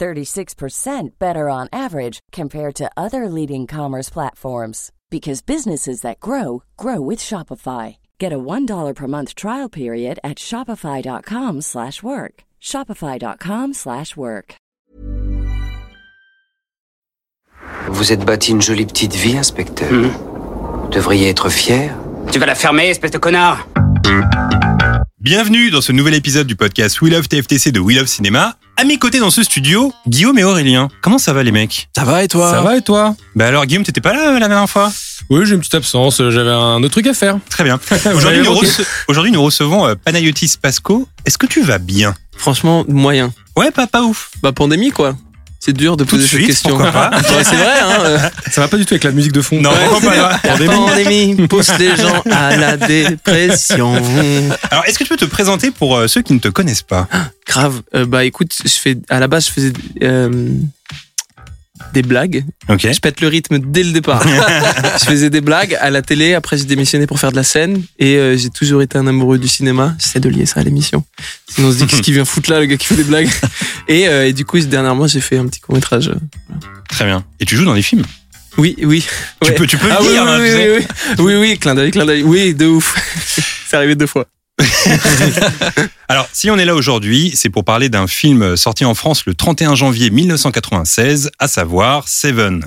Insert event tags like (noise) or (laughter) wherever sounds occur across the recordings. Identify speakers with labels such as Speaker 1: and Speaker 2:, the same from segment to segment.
Speaker 1: 36% better on average compared to other leading commerce platforms because businesses that grow grow with Shopify. Get a $1 per month trial period at shopify.com/work. slash work. shopify.com/work. slash work.
Speaker 2: Vous êtes bâti une jolie petite vie, inspecteur. Vous devriez être fier.
Speaker 3: Tu vas la fermer, espèce de connard
Speaker 4: Bienvenue dans ce nouvel épisode du podcast We Love TFTC de We Love Cinéma. À mes côtés dans ce studio, Guillaume et Aurélien. Comment ça va les mecs
Speaker 5: Ça va et toi
Speaker 4: Ça va et toi Bah alors Guillaume, t'étais pas là euh, la dernière fois
Speaker 5: Oui, j'ai une petite absence, euh, j'avais un autre truc à faire.
Speaker 4: Très
Speaker 6: (laughs)
Speaker 4: bien. Aujourd'hui
Speaker 5: Ouais,
Speaker 4: nous,
Speaker 5: ok.
Speaker 4: rece- aujourd'hui, nous recevons euh, Panayotis Pasco. Est-ce que tu vas bien
Speaker 6: Franchement, moyen.
Speaker 4: Ouais, pas, pas ouf.
Speaker 6: Bah, pandémie, quoi. C'est dur de
Speaker 4: Tout de
Speaker 6: poser
Speaker 4: suite,
Speaker 6: cette question.
Speaker 4: pourquoi pas.
Speaker 6: (laughs) Ouais, c'est vrai, hein. euh,
Speaker 5: Ça va pas du tout avec la musique de fond.
Speaker 4: Non, pas,
Speaker 6: la pandémie pousse les
Speaker 5: (laughs)
Speaker 6: gens à la dépression.
Speaker 4: Alors est-ce que tu peux te présenter pour euh, ceux qui ne te connaissent pas
Speaker 6: Grave. Euh, bah, écoute, je fais, à la base, je faisais euh, des blagues.
Speaker 4: Ok.
Speaker 6: Je pète le rythme dès
Speaker 4: (laughs)
Speaker 6: le départ. je faisais des blagues à la télé. Après, j'ai démissionné pour faire de la scène. Et euh, j'ai toujours été un amoureux du cinéma. J'essaie de lier ça à l'émission. Sinon, on se dit qu'est-ce qui vient foutre là, le gars qui fait
Speaker 4: (laughs)
Speaker 6: des blagues. Et, euh, et du coup, dernièrement, j'ai fait un petit court-métrage.
Speaker 4: Très bien. Et tu joues dans des films
Speaker 6: Oui, oui.
Speaker 4: Tu
Speaker 6: Ouais.
Speaker 4: peux, tu peux le
Speaker 6: Ah oui,
Speaker 4: dire.
Speaker 6: oui,
Speaker 4: hein, tu
Speaker 6: oui,
Speaker 4: sais.
Speaker 6: oui, oui, oui, oui, clin d'œil, clin d'œil. Oui, de ouf. (laughs) c'est arrivé deux fois.
Speaker 4: Alors, si on est là aujourd'hui, c'est pour parler d'un film sorti en France le 31 janvier 1996, à savoir Seven.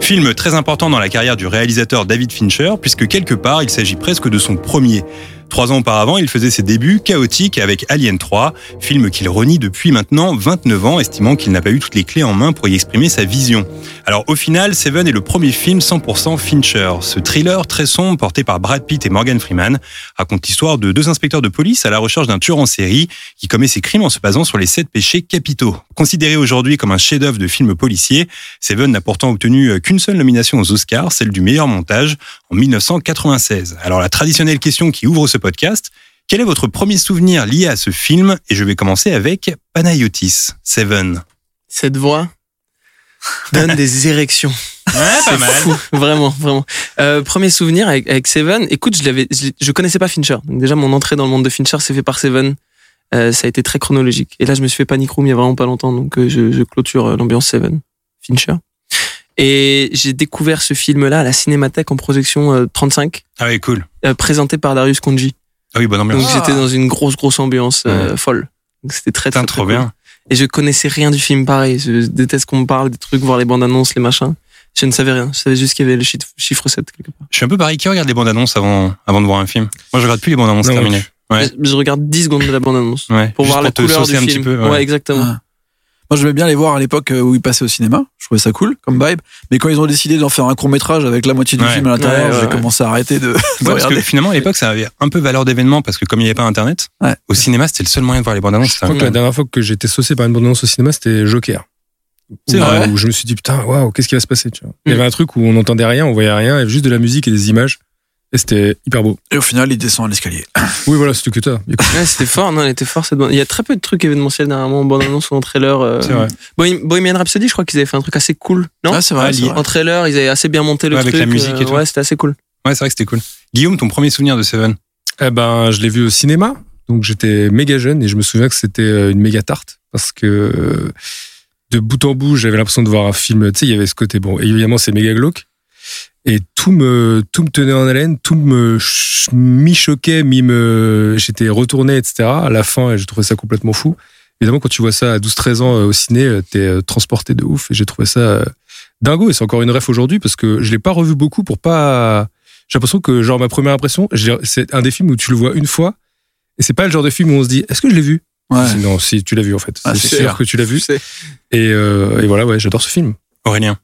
Speaker 4: Film très important dans la carrière du réalisateur David Fincher, puisque quelque part, il s'agit presque de son premier. Trois ans auparavant, il faisait ses débuts chaotiques avec Alien 3, film qu'il renie depuis maintenant 29 ans, estimant qu'il n'a pas eu toutes les clés en main pour y exprimer sa vision. Alors au final, Seven est le premier film 100% Fincher. Ce thriller très sombre porté par Brad Pitt et Morgan Freeman raconte l'histoire de deux inspecteurs de police à la recherche d'un tueur en série qui commet ses crimes en se basant sur les sept péchés capitaux. Considéré aujourd'hui comme un chef-d'œuvre de film policier, Seven n'a pourtant obtenu qu'une seule nomination aux Oscars, celle du meilleur montage en 1996. Alors la traditionnelle question qui ouvre ce podcast, quel est votre premier souvenir lié à ce film Et je vais commencer avec Panayotis, Seven.
Speaker 6: Cette voix donne des érections.
Speaker 4: Ouais, pas mal.
Speaker 6: Fou, vraiment, vraiment. Euh, premier souvenir avec, avec Seven. Écoute, je l'avais, je, je connaissais pas Fincher. Donc déjà, mon entrée dans le monde de Fincher s'est fait par Seven. Euh, ça a été très chronologique. Et là, je me suis fait Panic Room il y a vraiment pas longtemps, donc euh, je, je clôture euh, l'ambiance Seven, Fincher. Et j'ai découvert ce film-là à la Cinémathèque en projection euh, 35,
Speaker 4: Ah oui, cool.
Speaker 6: euh, présenté par Darius Konji.
Speaker 4: Ah oui, bonne ambiance.
Speaker 6: Donc j'étais dans une grosse grosse ambiance euh, folle. Donc c'était très très,
Speaker 4: Putain,
Speaker 6: très
Speaker 4: trop
Speaker 6: cool.
Speaker 4: bien.
Speaker 6: Et je connaissais rien du film pareil. Je déteste qu'on me parle des trucs, voir les bandes annonces, les machins. Je ne savais rien. Je savais juste qu'il y avait le chi- chiffre 7 quelque part.
Speaker 4: Je suis un peu pareil. Qui regarde les bandes annonces avant, avant de voir un film Moi, je regarde plus les bandes annonces
Speaker 5: Non,
Speaker 4: terminées. Ouais.
Speaker 6: Je, je regarde 10 secondes de la bande annonce
Speaker 4: Ouais.
Speaker 6: pour
Speaker 4: Juste
Speaker 6: voir la
Speaker 4: te
Speaker 6: couleur
Speaker 4: saucer
Speaker 6: du
Speaker 4: un
Speaker 6: film.
Speaker 4: petit peu.
Speaker 6: ouais.
Speaker 4: ouais.
Speaker 6: exactement.
Speaker 5: Ah. Moi, j'aimais bien les voir à l'époque euh, où ils passaient au cinéma. Je trouvais ça cool comme vibe. Mais quand ils ont décidé d'en faire un court métrage avec la moitié du
Speaker 4: Ouais.
Speaker 5: film à l'intérieur,
Speaker 6: Ouais, ouais,
Speaker 5: j'ai
Speaker 6: ouais.
Speaker 5: commencé à arrêter de, de
Speaker 4: Ouais, parce que
Speaker 5: regarder.
Speaker 4: finalement, à l'époque, ça avait un peu valeur d'événement parce que comme il n'y avait pas Internet,
Speaker 5: Ouais.
Speaker 4: au cinéma, c'était le seul moyen de voir les bandes annonces.
Speaker 7: Je crois que la dernière fois que j'ai été saucé par une bande-annonce au cinéma, c'était Joker.
Speaker 4: C'est
Speaker 7: Où-
Speaker 4: vrai. Mm.
Speaker 7: Où je me suis dit, putain, waouh, qu'est-ce qui va se passer, tu vois. Il y avait un truc où on n'entendait rien, on voyait rien, il y avait juste de la musique et des images. Et c'était hyper beau.
Speaker 5: Et au final, ils descendent à l'escalier.
Speaker 7: Oui, voilà, c'était que ça. Écoute,
Speaker 6: Ouais, c'était fort, non, elle était forte cette bande. Il y a très peu de trucs événementiels dernièrement en bande annonce ou en trailer. euh,
Speaker 4: C'est vrai.
Speaker 6: Bohem- Bohemian Rhapsody, je crois qu'ils avaient fait un truc assez cool, non
Speaker 5: Ah, c'est vrai,
Speaker 4: Ah,
Speaker 5: c'est
Speaker 4: lié.
Speaker 5: vrai.
Speaker 6: En trailer, ils avaient assez bien monté le
Speaker 4: Ouais, avec
Speaker 6: truc.
Speaker 4: la musique et
Speaker 6: euh,
Speaker 4: tout.
Speaker 6: Ouais, c'était assez cool.
Speaker 4: Ouais, c'est vrai que c'était cool. Guillaume, ton premier souvenir de Seven
Speaker 7: eh ben, je l'ai vu au cinéma. Donc j'étais méga jeune et je me souviens que c'était euh, une méga tarte parce que euh, de bout en bout, j'avais l'impression de voir un film. Tu sais, il y avait ce côté, bon, évidemment, c'est méga glauque. Et tout me, tout me tenait en haleine, tout me ch- mi-choquait, mi-me. J'étais retourné, etc. À la fin, et j'ai trouvé ça complètement fou. Évidemment, quand tu vois ça à 12-13 ans euh, au ciné, euh, t'es euh, transporté de ouf. Et j'ai trouvé ça euh, dingo. Et c'est encore une ref aujourd'hui parce que je l'ai pas revu beaucoup pour pas. J'ai l'impression que, genre, ma première impression, j'ai- c'est un des films où tu le vois une fois. Et c'est pas le genre de film où on se dit, est-ce que je l'ai vu
Speaker 5: Ouais.
Speaker 7: C'est- Non, si, tu l'as vu en fait.
Speaker 5: Ah,
Speaker 7: c'est
Speaker 5: c'est
Speaker 7: sûr
Speaker 5: clair.
Speaker 7: que tu l'as vu.
Speaker 5: Tu sais.
Speaker 7: Et, euh, et voilà, ouais, j'adore ce film.
Speaker 4: Aurélien.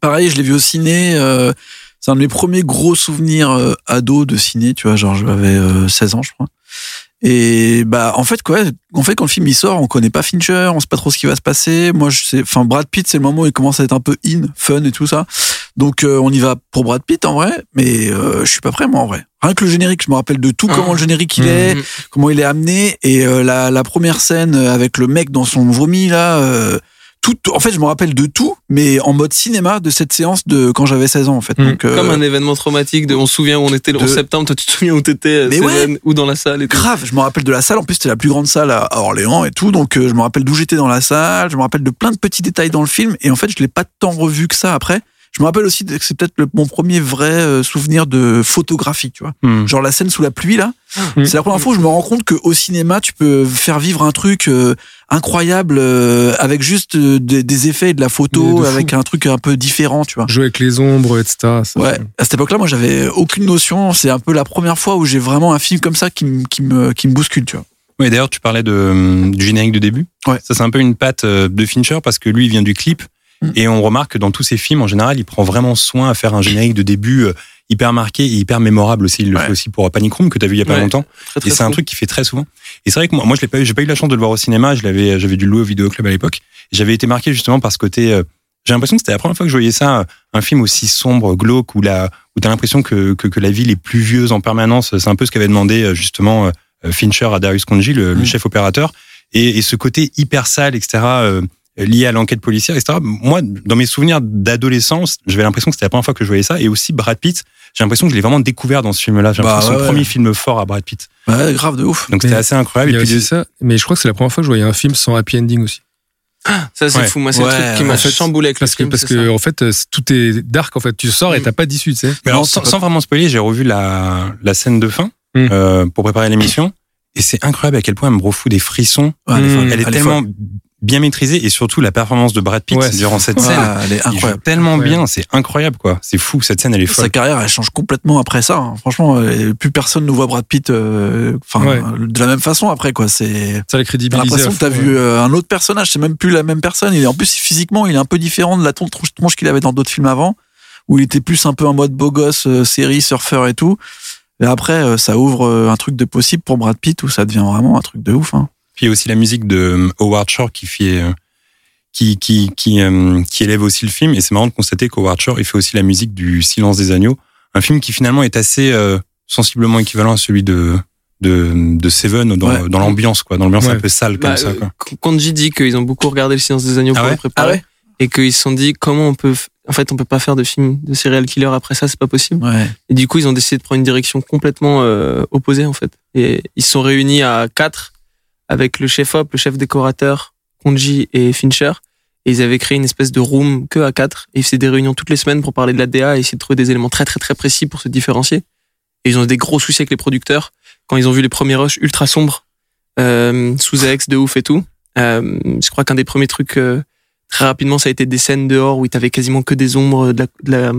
Speaker 5: Pareil, je l'ai vu au ciné. euh, c'est un de mes premiers gros souvenirs euh, ados de ciné, tu vois, genre j'avais euh, 16 ans, je crois. Et bah en fait quoi, en fait quand le film il sort, on connaît pas Fincher, on sait pas trop ce qui va se passer. Moi je sais, enfin Brad Pitt c'est le moment où il commence à être un peu in, fun et tout ça. Donc euh, on y va pour Brad Pitt en vrai, mais euh, je suis pas prêt moi en vrai. Rien que le générique, je me rappelle de tout
Speaker 6: Ah.
Speaker 5: comment le générique il
Speaker 7: Mhm.
Speaker 5: est, comment il est amené et euh, la, la première scène avec le mec dans son vomi là. euh, tout, en fait, je me rappelle de tout, mais en mode cinéma de cette séance de quand j'avais 16 ans en fait.
Speaker 7: Mhm.
Speaker 5: Donc, euh,
Speaker 6: Hmm. Comme un événement traumatique de on se souvient où on était le
Speaker 5: de-
Speaker 6: 11 septembre, toi tu te souviens où t'étais
Speaker 5: Mais
Speaker 6: étais ou dans la salle et tout.
Speaker 5: Grave, je me rappelle de la salle. En plus, c'était la plus grande salle à à Orléans et tout. Donc, euh, je me rappelle d'où j'étais dans la salle. Je me rappelle de plein de petits détails dans le film. Et en fait, je l'ai pas tant revu que ça après. Je me rappelle aussi que c'est peut-être le- mon premier vrai euh, souvenir de photographie, tu vois.
Speaker 4: Hmm.
Speaker 5: Genre la scène sous la pluie, là.
Speaker 7: Mm.
Speaker 5: C'est la première fois où je me rends compte qu'au cinéma, tu peux faire vivre un truc euh, incroyable euh, avec juste euh, des, des effets et de la
Speaker 7: Mais
Speaker 5: photo,
Speaker 7: de fou.
Speaker 5: avec un truc un peu différent, tu vois.
Speaker 7: Jouer avec les ombres, etc. ça,
Speaker 5: Ouais,
Speaker 7: c'est-
Speaker 5: à cette époque-là, moi, j'avais aucune notion. C'est un peu la première fois où j'ai vraiment un film comme ça qui me, qui me, qui me bouscule, tu vois.
Speaker 4: Oui, d'ailleurs, tu parlais de, euh, du générique de début.
Speaker 5: Ouais.
Speaker 4: Ça, c'est un peu une patte euh, de Fincher parce que lui, il vient du clip.
Speaker 6: Hmm.
Speaker 5: Mm.
Speaker 4: Et on remarque que dans tous ses films, en général, il prend vraiment soin à faire un générique de début euh, hyper marqué et hyper mémorable aussi. Il le
Speaker 5: Ouais.
Speaker 4: fait aussi pour Panic Room que tu as vu il y a pas
Speaker 6: Ouais.
Speaker 4: longtemps.
Speaker 6: Très, très
Speaker 4: Et c'est un
Speaker 6: fou.
Speaker 4: truc qui fait très souvent. Et c'est vrai que moi, moi je l'ai pas eu, j'ai pas eu la chance de le voir au cinéma. Je l'avais, j'avais dû le louer au vidéoclub à l'époque. Et J'avais été marqué justement par ce côté. euh, j'ai l'impression que c'était la première fois que je voyais ça, euh, un film aussi sombre, glauque, où la, où t'as l'impression que, que que la ville est pluvieuse en permanence. C'est un peu ce qu'avait demandé euh, justement euh, Fincher à Darius Conji, le, le
Speaker 5: Mm.
Speaker 4: chef opérateur. Et, et ce côté hyper sale, etc. euh, lié à l'enquête policière, etc. Moi, dans mes souvenirs d'adolescence, j'avais l'impression que c'était la première fois que je voyais ça. Et aussi Brad Pitt, j'ai l'impression que je l'ai vraiment découvert dans ce film-là. J'ai
Speaker 5: Bah,
Speaker 4: l'impression que c'est son
Speaker 5: ouais, ouais.
Speaker 4: premier film fort à Brad Pitt.
Speaker 5: Ouais, grave de ouf.
Speaker 4: Donc
Speaker 7: Mais
Speaker 4: c'était assez incroyable.
Speaker 7: Il y
Speaker 4: Et
Speaker 7: a
Speaker 4: Ah puis,
Speaker 7: aussi ça, mais je crois que c'est la première fois que je voyais un film sans happy ending aussi.
Speaker 6: Ça c'est
Speaker 4: Ouais.
Speaker 6: fou, moi c'est
Speaker 5: Ouais,
Speaker 6: le truc qui
Speaker 5: en
Speaker 6: m'a
Speaker 7: fait,
Speaker 6: chamboulé avec le
Speaker 7: Parce que,
Speaker 6: film.
Speaker 7: parce
Speaker 6: c'est
Speaker 7: que
Speaker 6: ça.
Speaker 7: en fait, euh, c'est- tout est dark. En fait, tu sors et
Speaker 6: Mm.
Speaker 7: t'as pas d'issue, tu sais.
Speaker 4: mais alors,
Speaker 5: Non,
Speaker 4: sans,
Speaker 5: c'est pas-
Speaker 4: sans vraiment spoiler, j'ai revu la, la scène de fin
Speaker 7: Mm.
Speaker 4: euh, pour préparer l'émission. Et c'est incroyable à quel point elle me refoue des frissons.
Speaker 5: Ouais, elle est
Speaker 7: Mm.
Speaker 5: folle.
Speaker 4: Elle est
Speaker 5: Elle est
Speaker 4: tellement bien maîtrisée et surtout la performance de Brad Pitt
Speaker 7: Ouais, c'est- Ah,
Speaker 4: durant cette
Speaker 5: Ouais,
Speaker 4: scène.
Speaker 5: Ah, elle est
Speaker 4: Il joue
Speaker 5: incroyable.
Speaker 4: tellement
Speaker 7: Ouais.
Speaker 4: bien, c'est incroyable quoi. C'est fou, cette scène elle est
Speaker 5: Sa
Speaker 4: folle.
Speaker 5: carrière, elle change complètement après ça. hein. Franchement, euh, plus personne ne voit Brad Pitt euh, enfin,
Speaker 7: Ouais.
Speaker 5: euh, de la même façon après, quoi. C'est.
Speaker 7: Ça l'a
Speaker 5: T'as
Speaker 7: crédibilisé.
Speaker 5: l'impression
Speaker 7: à
Speaker 5: que t'as
Speaker 7: fond,
Speaker 5: vu euh, un autre personnage, c'est même plus la même personne. Il est, en plus, physiquement, il est un peu différent de la ton- tronche tronche qu'il avait dans d'autres films avant, où il était plus un peu en mode beau gosse, euh, série, surfeur et tout. Et après, euh, ça ouvre euh, un truc de possible pour Brad Pitt, où ça devient vraiment un truc de ouf. Hein.
Speaker 4: Puis il y a aussi la musique de euh, Howard Shore qui fait. euh, Qui, qui, qui, euh, qui élève aussi le film. Et c'est marrant de constater qu'Howard Shore, il fait aussi la musique du Silence des Agneaux. Un film qui finalement est assez euh, sensiblement équivalent à celui de, de, de Seven dans,
Speaker 5: Ouais.
Speaker 4: dans l'ambiance, quoi. Dans l'ambiance
Speaker 7: Ouais.
Speaker 4: un peu sale comme
Speaker 6: Bah,
Speaker 4: ça,
Speaker 6: euh,
Speaker 4: quoi.
Speaker 6: K- Kanji dit qu'ils ont beaucoup regardé le silence des agneaux
Speaker 4: Ah
Speaker 6: pour
Speaker 4: ouais
Speaker 6: le préparer et qu'ils se sont dit comment on peut f- en fait on peut pas faire de film de serial killer après ça c'est pas possible
Speaker 5: Ouais.
Speaker 6: et du coup ils ont décidé de prendre une direction complètement euh, opposée en fait et ils se sont réunis à quatre avec le chef op le chef décorateur Konji et Fincher et ils avaient créé une espèce de room que à quatre et ils faisaient des réunions toutes les semaines pour parler de la DA et essayer de trouver des éléments très très très précis pour se différencier et ils ont eu des gros soucis avec les producteurs quand ils ont vu les premiers rushs ultra sombres euh, sous ex de ouf et tout euh, je crois qu'un des premiers trucs euh, très rapidement ça a été des scènes dehors où t'avais quasiment que des ombres de la, de la,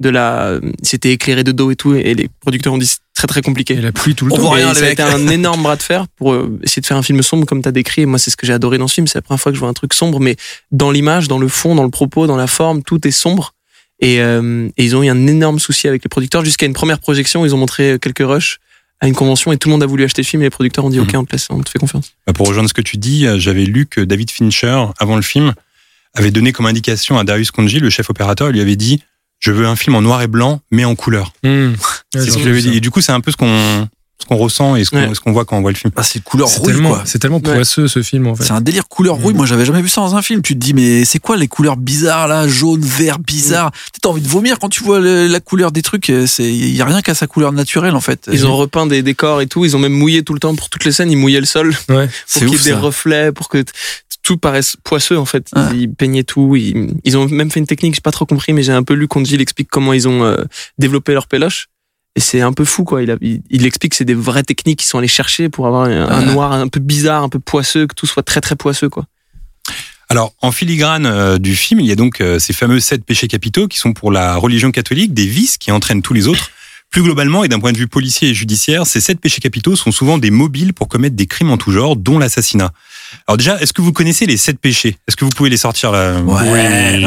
Speaker 6: de la c'était éclairé de dos et tout et les producteurs ont dit c'est très très compliqué
Speaker 7: ouais. Et la pluie tout le
Speaker 5: On
Speaker 7: temps.
Speaker 5: voit
Speaker 6: et
Speaker 5: rien, les
Speaker 6: ça a
Speaker 5: mecs.
Speaker 6: été
Speaker 5: (laughs)
Speaker 6: un énorme bras de fer pour euh, essayer de faire un film sombre comme t'as décrit. Et moi, c'est ce que j'ai adoré dans ce film. C'est la première fois que je vois un truc sombre, mais dans l'image, dans le fond, dans le propos, dans la forme, tout est sombre. Et, euh, et ils ont eu un énorme souci avec les producteurs jusqu'à une première projection. Ils ont montré quelques rushs à une convention et tout le monde a voulu acheter le film. Et les producteurs ont dit
Speaker 4: Mhm.
Speaker 6: OK, on te laisse, on te fait confiance.
Speaker 4: Bah, Pour rejoindre ce que tu dis, euh, j'avais lu que David Fincher, avant le film, avait donné comme indication à Darius Conji, le chef opérateur, il lui avait dit Je veux un film en noir et blanc, mais en couleur.
Speaker 7: Mmh. Ouais,
Speaker 4: c'est ce
Speaker 7: j'ai
Speaker 4: qu'il avait
Speaker 7: vu
Speaker 4: dit. Et du coup, c'est un peu ce qu'on ce qu'on ressent et ce qu'on
Speaker 6: Ouais.
Speaker 4: ce qu'on voit quand on voit le film.
Speaker 5: Ah, c'est couleur
Speaker 7: ça. C'est
Speaker 5: rouille,
Speaker 7: tellement,
Speaker 5: quoi.
Speaker 7: c'est tellement poisseux ce film en fait.
Speaker 5: C'est un délire couleur rouille.
Speaker 7: Mm.
Speaker 5: Moi, j'avais jamais vu ça dans un film. Tu te dis, mais c'est quoi les couleurs bizarres là, jaune, vert, bizarre. T'as envie de vomir quand tu vois le- la couleur des trucs. euh, C'est, il y a rien qu'à sa couleur naturelle en fait. Euh,
Speaker 6: Ils ont repeint des décors et tout. Ils ont même mouillé tout le temps pour toutes les scènes. Ils mouillaient le sol (laughs)
Speaker 7: Ouais.
Speaker 6: pour
Speaker 5: C'est
Speaker 6: qu'il y ait
Speaker 5: ouf,
Speaker 6: des
Speaker 5: ça.
Speaker 6: reflets, pour que t- tout paraisse poisseux en fait.
Speaker 5: Ah.
Speaker 6: Ils peignaient tout. Ils, ils ont même fait une technique, j'ai pas trop compris, mais j'ai un peu lu qu'Onji il explique comment ils ont euh, développé leur péloche. Et c'est un peu fou quoi. Il, a- il, il explique que c'est des vraies techniques qu'ils sont allés chercher pour avoir un, un
Speaker 5: Ah.
Speaker 6: noir un peu bizarre, un peu poisseux, que tout soit très très poisseux quoi.
Speaker 4: Alors, en filigrane euh, du film, il y a donc euh, ces fameux sept péchés capitaux qui sont pour la religion catholique des vices qui entraînent tous les autres. Plus globalement, et d'un point de vue policier et judiciaire, ces sept péchés capitaux sont souvent des mobiles pour commettre des crimes en tout genre, dont l'assassinat. Alors déjà, est-ce que vous connaissez les sept péchés Est-ce que vous pouvez les sortir là
Speaker 5: Ouais.
Speaker 4: Ouais.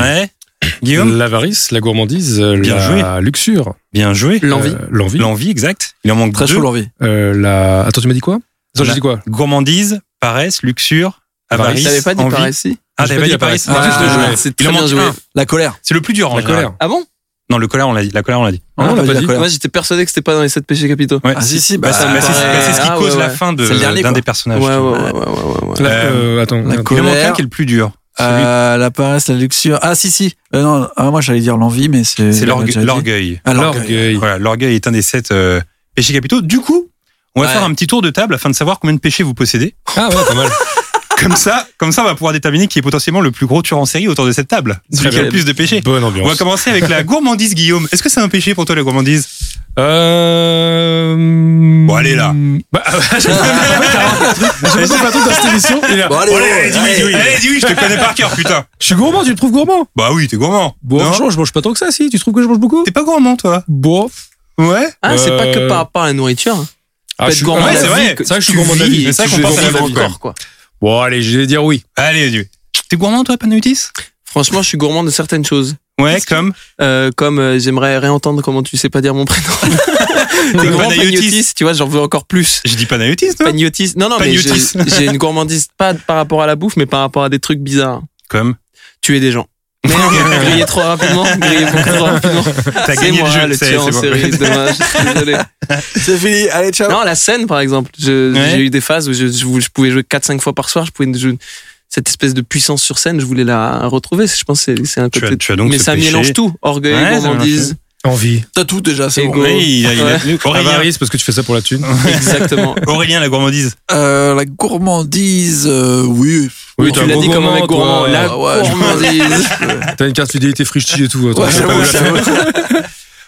Speaker 7: Euh,
Speaker 4: Guillaume
Speaker 7: L'avarice, la gourmandise, euh,
Speaker 4: Bien
Speaker 7: la luxure,
Speaker 4: Bien joué.
Speaker 6: L'envie.
Speaker 7: euh, l'envie,
Speaker 4: L'envie, exact. Il en manque
Speaker 5: très
Speaker 4: deux.
Speaker 5: chaud l'envie.
Speaker 7: euh, la. Attends, tu m'as dit quoi Attends, j'ai dit quoi
Speaker 4: Gourmandise, paresse, luxure, avarice,
Speaker 7: Paris,
Speaker 6: T'avais pas dit
Speaker 4: envie.
Speaker 6: Paris si
Speaker 4: Ah,
Speaker 7: J'ai
Speaker 4: t'avais pas
Speaker 7: pas dit
Speaker 4: dit
Speaker 7: la
Speaker 4: paresse.
Speaker 7: paresse.
Speaker 4: Ah,
Speaker 7: Ah,
Speaker 4: juste le
Speaker 7: ouais.
Speaker 4: jouet.
Speaker 6: C'est
Speaker 4: Il
Speaker 6: très
Speaker 4: en
Speaker 6: bien
Speaker 4: manque
Speaker 6: joué.
Speaker 4: un.
Speaker 5: La colère.
Speaker 4: C'est le plus dur en
Speaker 7: La
Speaker 4: général.
Speaker 7: colère.
Speaker 6: Ah bon
Speaker 4: Non, le colère, on l'a dit. La colère, on l'a dit.
Speaker 5: Ah,
Speaker 7: Ah,
Speaker 5: pas
Speaker 7: on l'a
Speaker 5: dit
Speaker 7: pas
Speaker 5: la
Speaker 7: dit.
Speaker 5: colère.
Speaker 6: Moi j'étais persuadé que c'était pas dans les sept péchés capitaux.
Speaker 4: Ouais.
Speaker 5: Ah, si, si,
Speaker 4: Bah,
Speaker 5: bah,
Speaker 4: c'est bah, c'est-
Speaker 6: ouais.
Speaker 4: bah, c'est ce qui
Speaker 6: Ah,
Speaker 4: cause
Speaker 6: ouais,
Speaker 4: la
Speaker 6: ouais.
Speaker 4: fin de-
Speaker 5: C'est le dernier,
Speaker 4: d'un
Speaker 5: quoi.
Speaker 4: des personnages.
Speaker 6: Ouais, ouais,
Speaker 4: tu vois.
Speaker 6: ouais, ouais, ouais, ouais.
Speaker 7: La-
Speaker 4: Euh,
Speaker 7: euh, attends,
Speaker 5: la
Speaker 7: attends.
Speaker 4: Il en manque un
Speaker 5: Colère.
Speaker 4: qui est le plus dur. Celui-
Speaker 5: euh, la paresse, la luxure. Ah, si, si. Euh, non, ah, moi, j'allais dire l'envie, mais c'est.
Speaker 4: C'est
Speaker 5: on l'a
Speaker 4: l'orgue-
Speaker 5: déjà dit.
Speaker 4: l'orgueil.
Speaker 5: Ah, l'orgueil.
Speaker 7: l'orgueil.
Speaker 4: Voilà, l'orgueil est un des sept euh, péchés capitaux. Du coup, on va
Speaker 5: Ouais.
Speaker 4: faire un petit tour de table afin de savoir combien de péchés vous possédez.
Speaker 7: Ah ouais, (laughs) pas mal.
Speaker 4: Comme ça, comme ça, on va pouvoir déterminer qui est potentiellement le plus gros tueur en série autour de cette table. Celui qui a le plus de péchés.
Speaker 7: Bonne
Speaker 4: On va
Speaker 7: ambiance.
Speaker 4: commencer avec la gourmandise, Guillaume. Est-ce que c'est un péché pour toi, la (laughs) gourmandise
Speaker 7: Euh...
Speaker 4: Bon, allez, là.
Speaker 7: (laughs) Bah,
Speaker 4: Allez,
Speaker 7: pas ton dans cette émission. Il est là.
Speaker 5: Bon, allez,
Speaker 4: allez, dis oui, dis oui. Allez, dis oui, je te connais par cœur, putain.
Speaker 7: Je suis gourmand, tu le trouves gourmand
Speaker 4: Bah oui, t'es gourmand.
Speaker 7: Bon,
Speaker 4: Non
Speaker 7: franchement, je mange pas tant que ça, si. Tu trouves que je mange beaucoup
Speaker 4: T'es pas gourmand, toi
Speaker 7: Bon.
Speaker 4: Ouais.
Speaker 6: Ah, c'est pas que
Speaker 7: Euh,
Speaker 6: par rapport à la nourriture. hein.
Speaker 7: Ah,
Speaker 6: Peut-être
Speaker 7: je suis
Speaker 6: gourmand
Speaker 7: gourmand.
Speaker 4: Ouais,
Speaker 6: de
Speaker 4: c'est
Speaker 6: la
Speaker 4: vrai.
Speaker 6: vie que
Speaker 7: C'est vrai que je suis
Speaker 6: tu
Speaker 7: gourmand de la
Speaker 6: vis
Speaker 7: vie.
Speaker 6: et
Speaker 4: C'est vrai
Speaker 6: tu
Speaker 4: qu'on
Speaker 6: veux
Speaker 4: pense à la
Speaker 6: vivre
Speaker 4: vie, quand
Speaker 6: encore,
Speaker 4: même.
Speaker 6: quoi.
Speaker 7: Bon, allez, je vais dire oui.
Speaker 4: Allez, dis oui. T'es gourmand, toi, Panautis
Speaker 6: Franchement, je suis gourmand de certaines choses.
Speaker 4: Ouais, comme.
Speaker 6: Euh, comme euh, j'aimerais réentendre comment tu sais pas dire
Speaker 4: (laughs)
Speaker 6: mon prénom. T'es gourmand
Speaker 4: Panayotis.
Speaker 6: Panayotis, tu vois, j'en veux encore plus.
Speaker 4: Je dis Panautis, non
Speaker 6: Pagnotis. Non, non, mais j'ai
Speaker 4: Pagnotis.
Speaker 6: (laughs) j'ai une gourmandise pas par rapport à la bouffe, mais par rapport à des trucs bizarres.
Speaker 4: Comme.
Speaker 6: Tuer des gens.
Speaker 4: (laughs)
Speaker 6: Merde, griller trop rapidement, griller beaucoup trop rapidement.
Speaker 4: T'as
Speaker 6: C'est
Speaker 4: gagné
Speaker 6: moi,
Speaker 4: le jeu,
Speaker 6: le
Speaker 4: c'est-
Speaker 6: tueur en
Speaker 4: c'est bon.
Speaker 6: série, dommage, je suis désolé.
Speaker 5: C'est fini. Allez, ciao.
Speaker 6: Non, la scène, par exemple. Je- J'ai
Speaker 4: Ouais.
Speaker 6: eu des phases où je, je voulais- je pouvais jouer 4-5 fois par soir, je pouvais jouer cette espèce de puissance sur scène, je voulais la retrouver. Je pense que c'est- c'est
Speaker 4: (laughs)
Speaker 6: un
Speaker 4: Tu as,
Speaker 6: côté.
Speaker 4: tu as donc
Speaker 6: Mais
Speaker 4: ce
Speaker 6: ça
Speaker 4: péché.
Speaker 6: mélange tout. Orgueil,
Speaker 4: Ouais, ça (laughs)
Speaker 6: gourmandise,
Speaker 7: Envie.
Speaker 5: T'as tout déjà, c'est bon.
Speaker 6: égo.
Speaker 4: Oui, il a, il a- Aurélien,
Speaker 7: Avarice, Ah, bah, parce que tu fais ça pour la thune.
Speaker 6: Exactement.
Speaker 4: Aurélien, la gourmandise.
Speaker 5: Euh, la gourmandise, euh, oui.
Speaker 7: Oui,
Speaker 6: tu
Speaker 7: t'es un
Speaker 6: l'as
Speaker 7: gros
Speaker 6: dit comme un mec gourmand.
Speaker 7: gourmand, toi.
Speaker 6: La
Speaker 5: Ah ouais,
Speaker 4: (laughs)
Speaker 5: je-
Speaker 6: gourmandise.
Speaker 7: T'as une carte fidélité frichti et tout. attends.
Speaker 5: Ouais, j'avoue, j'avoue.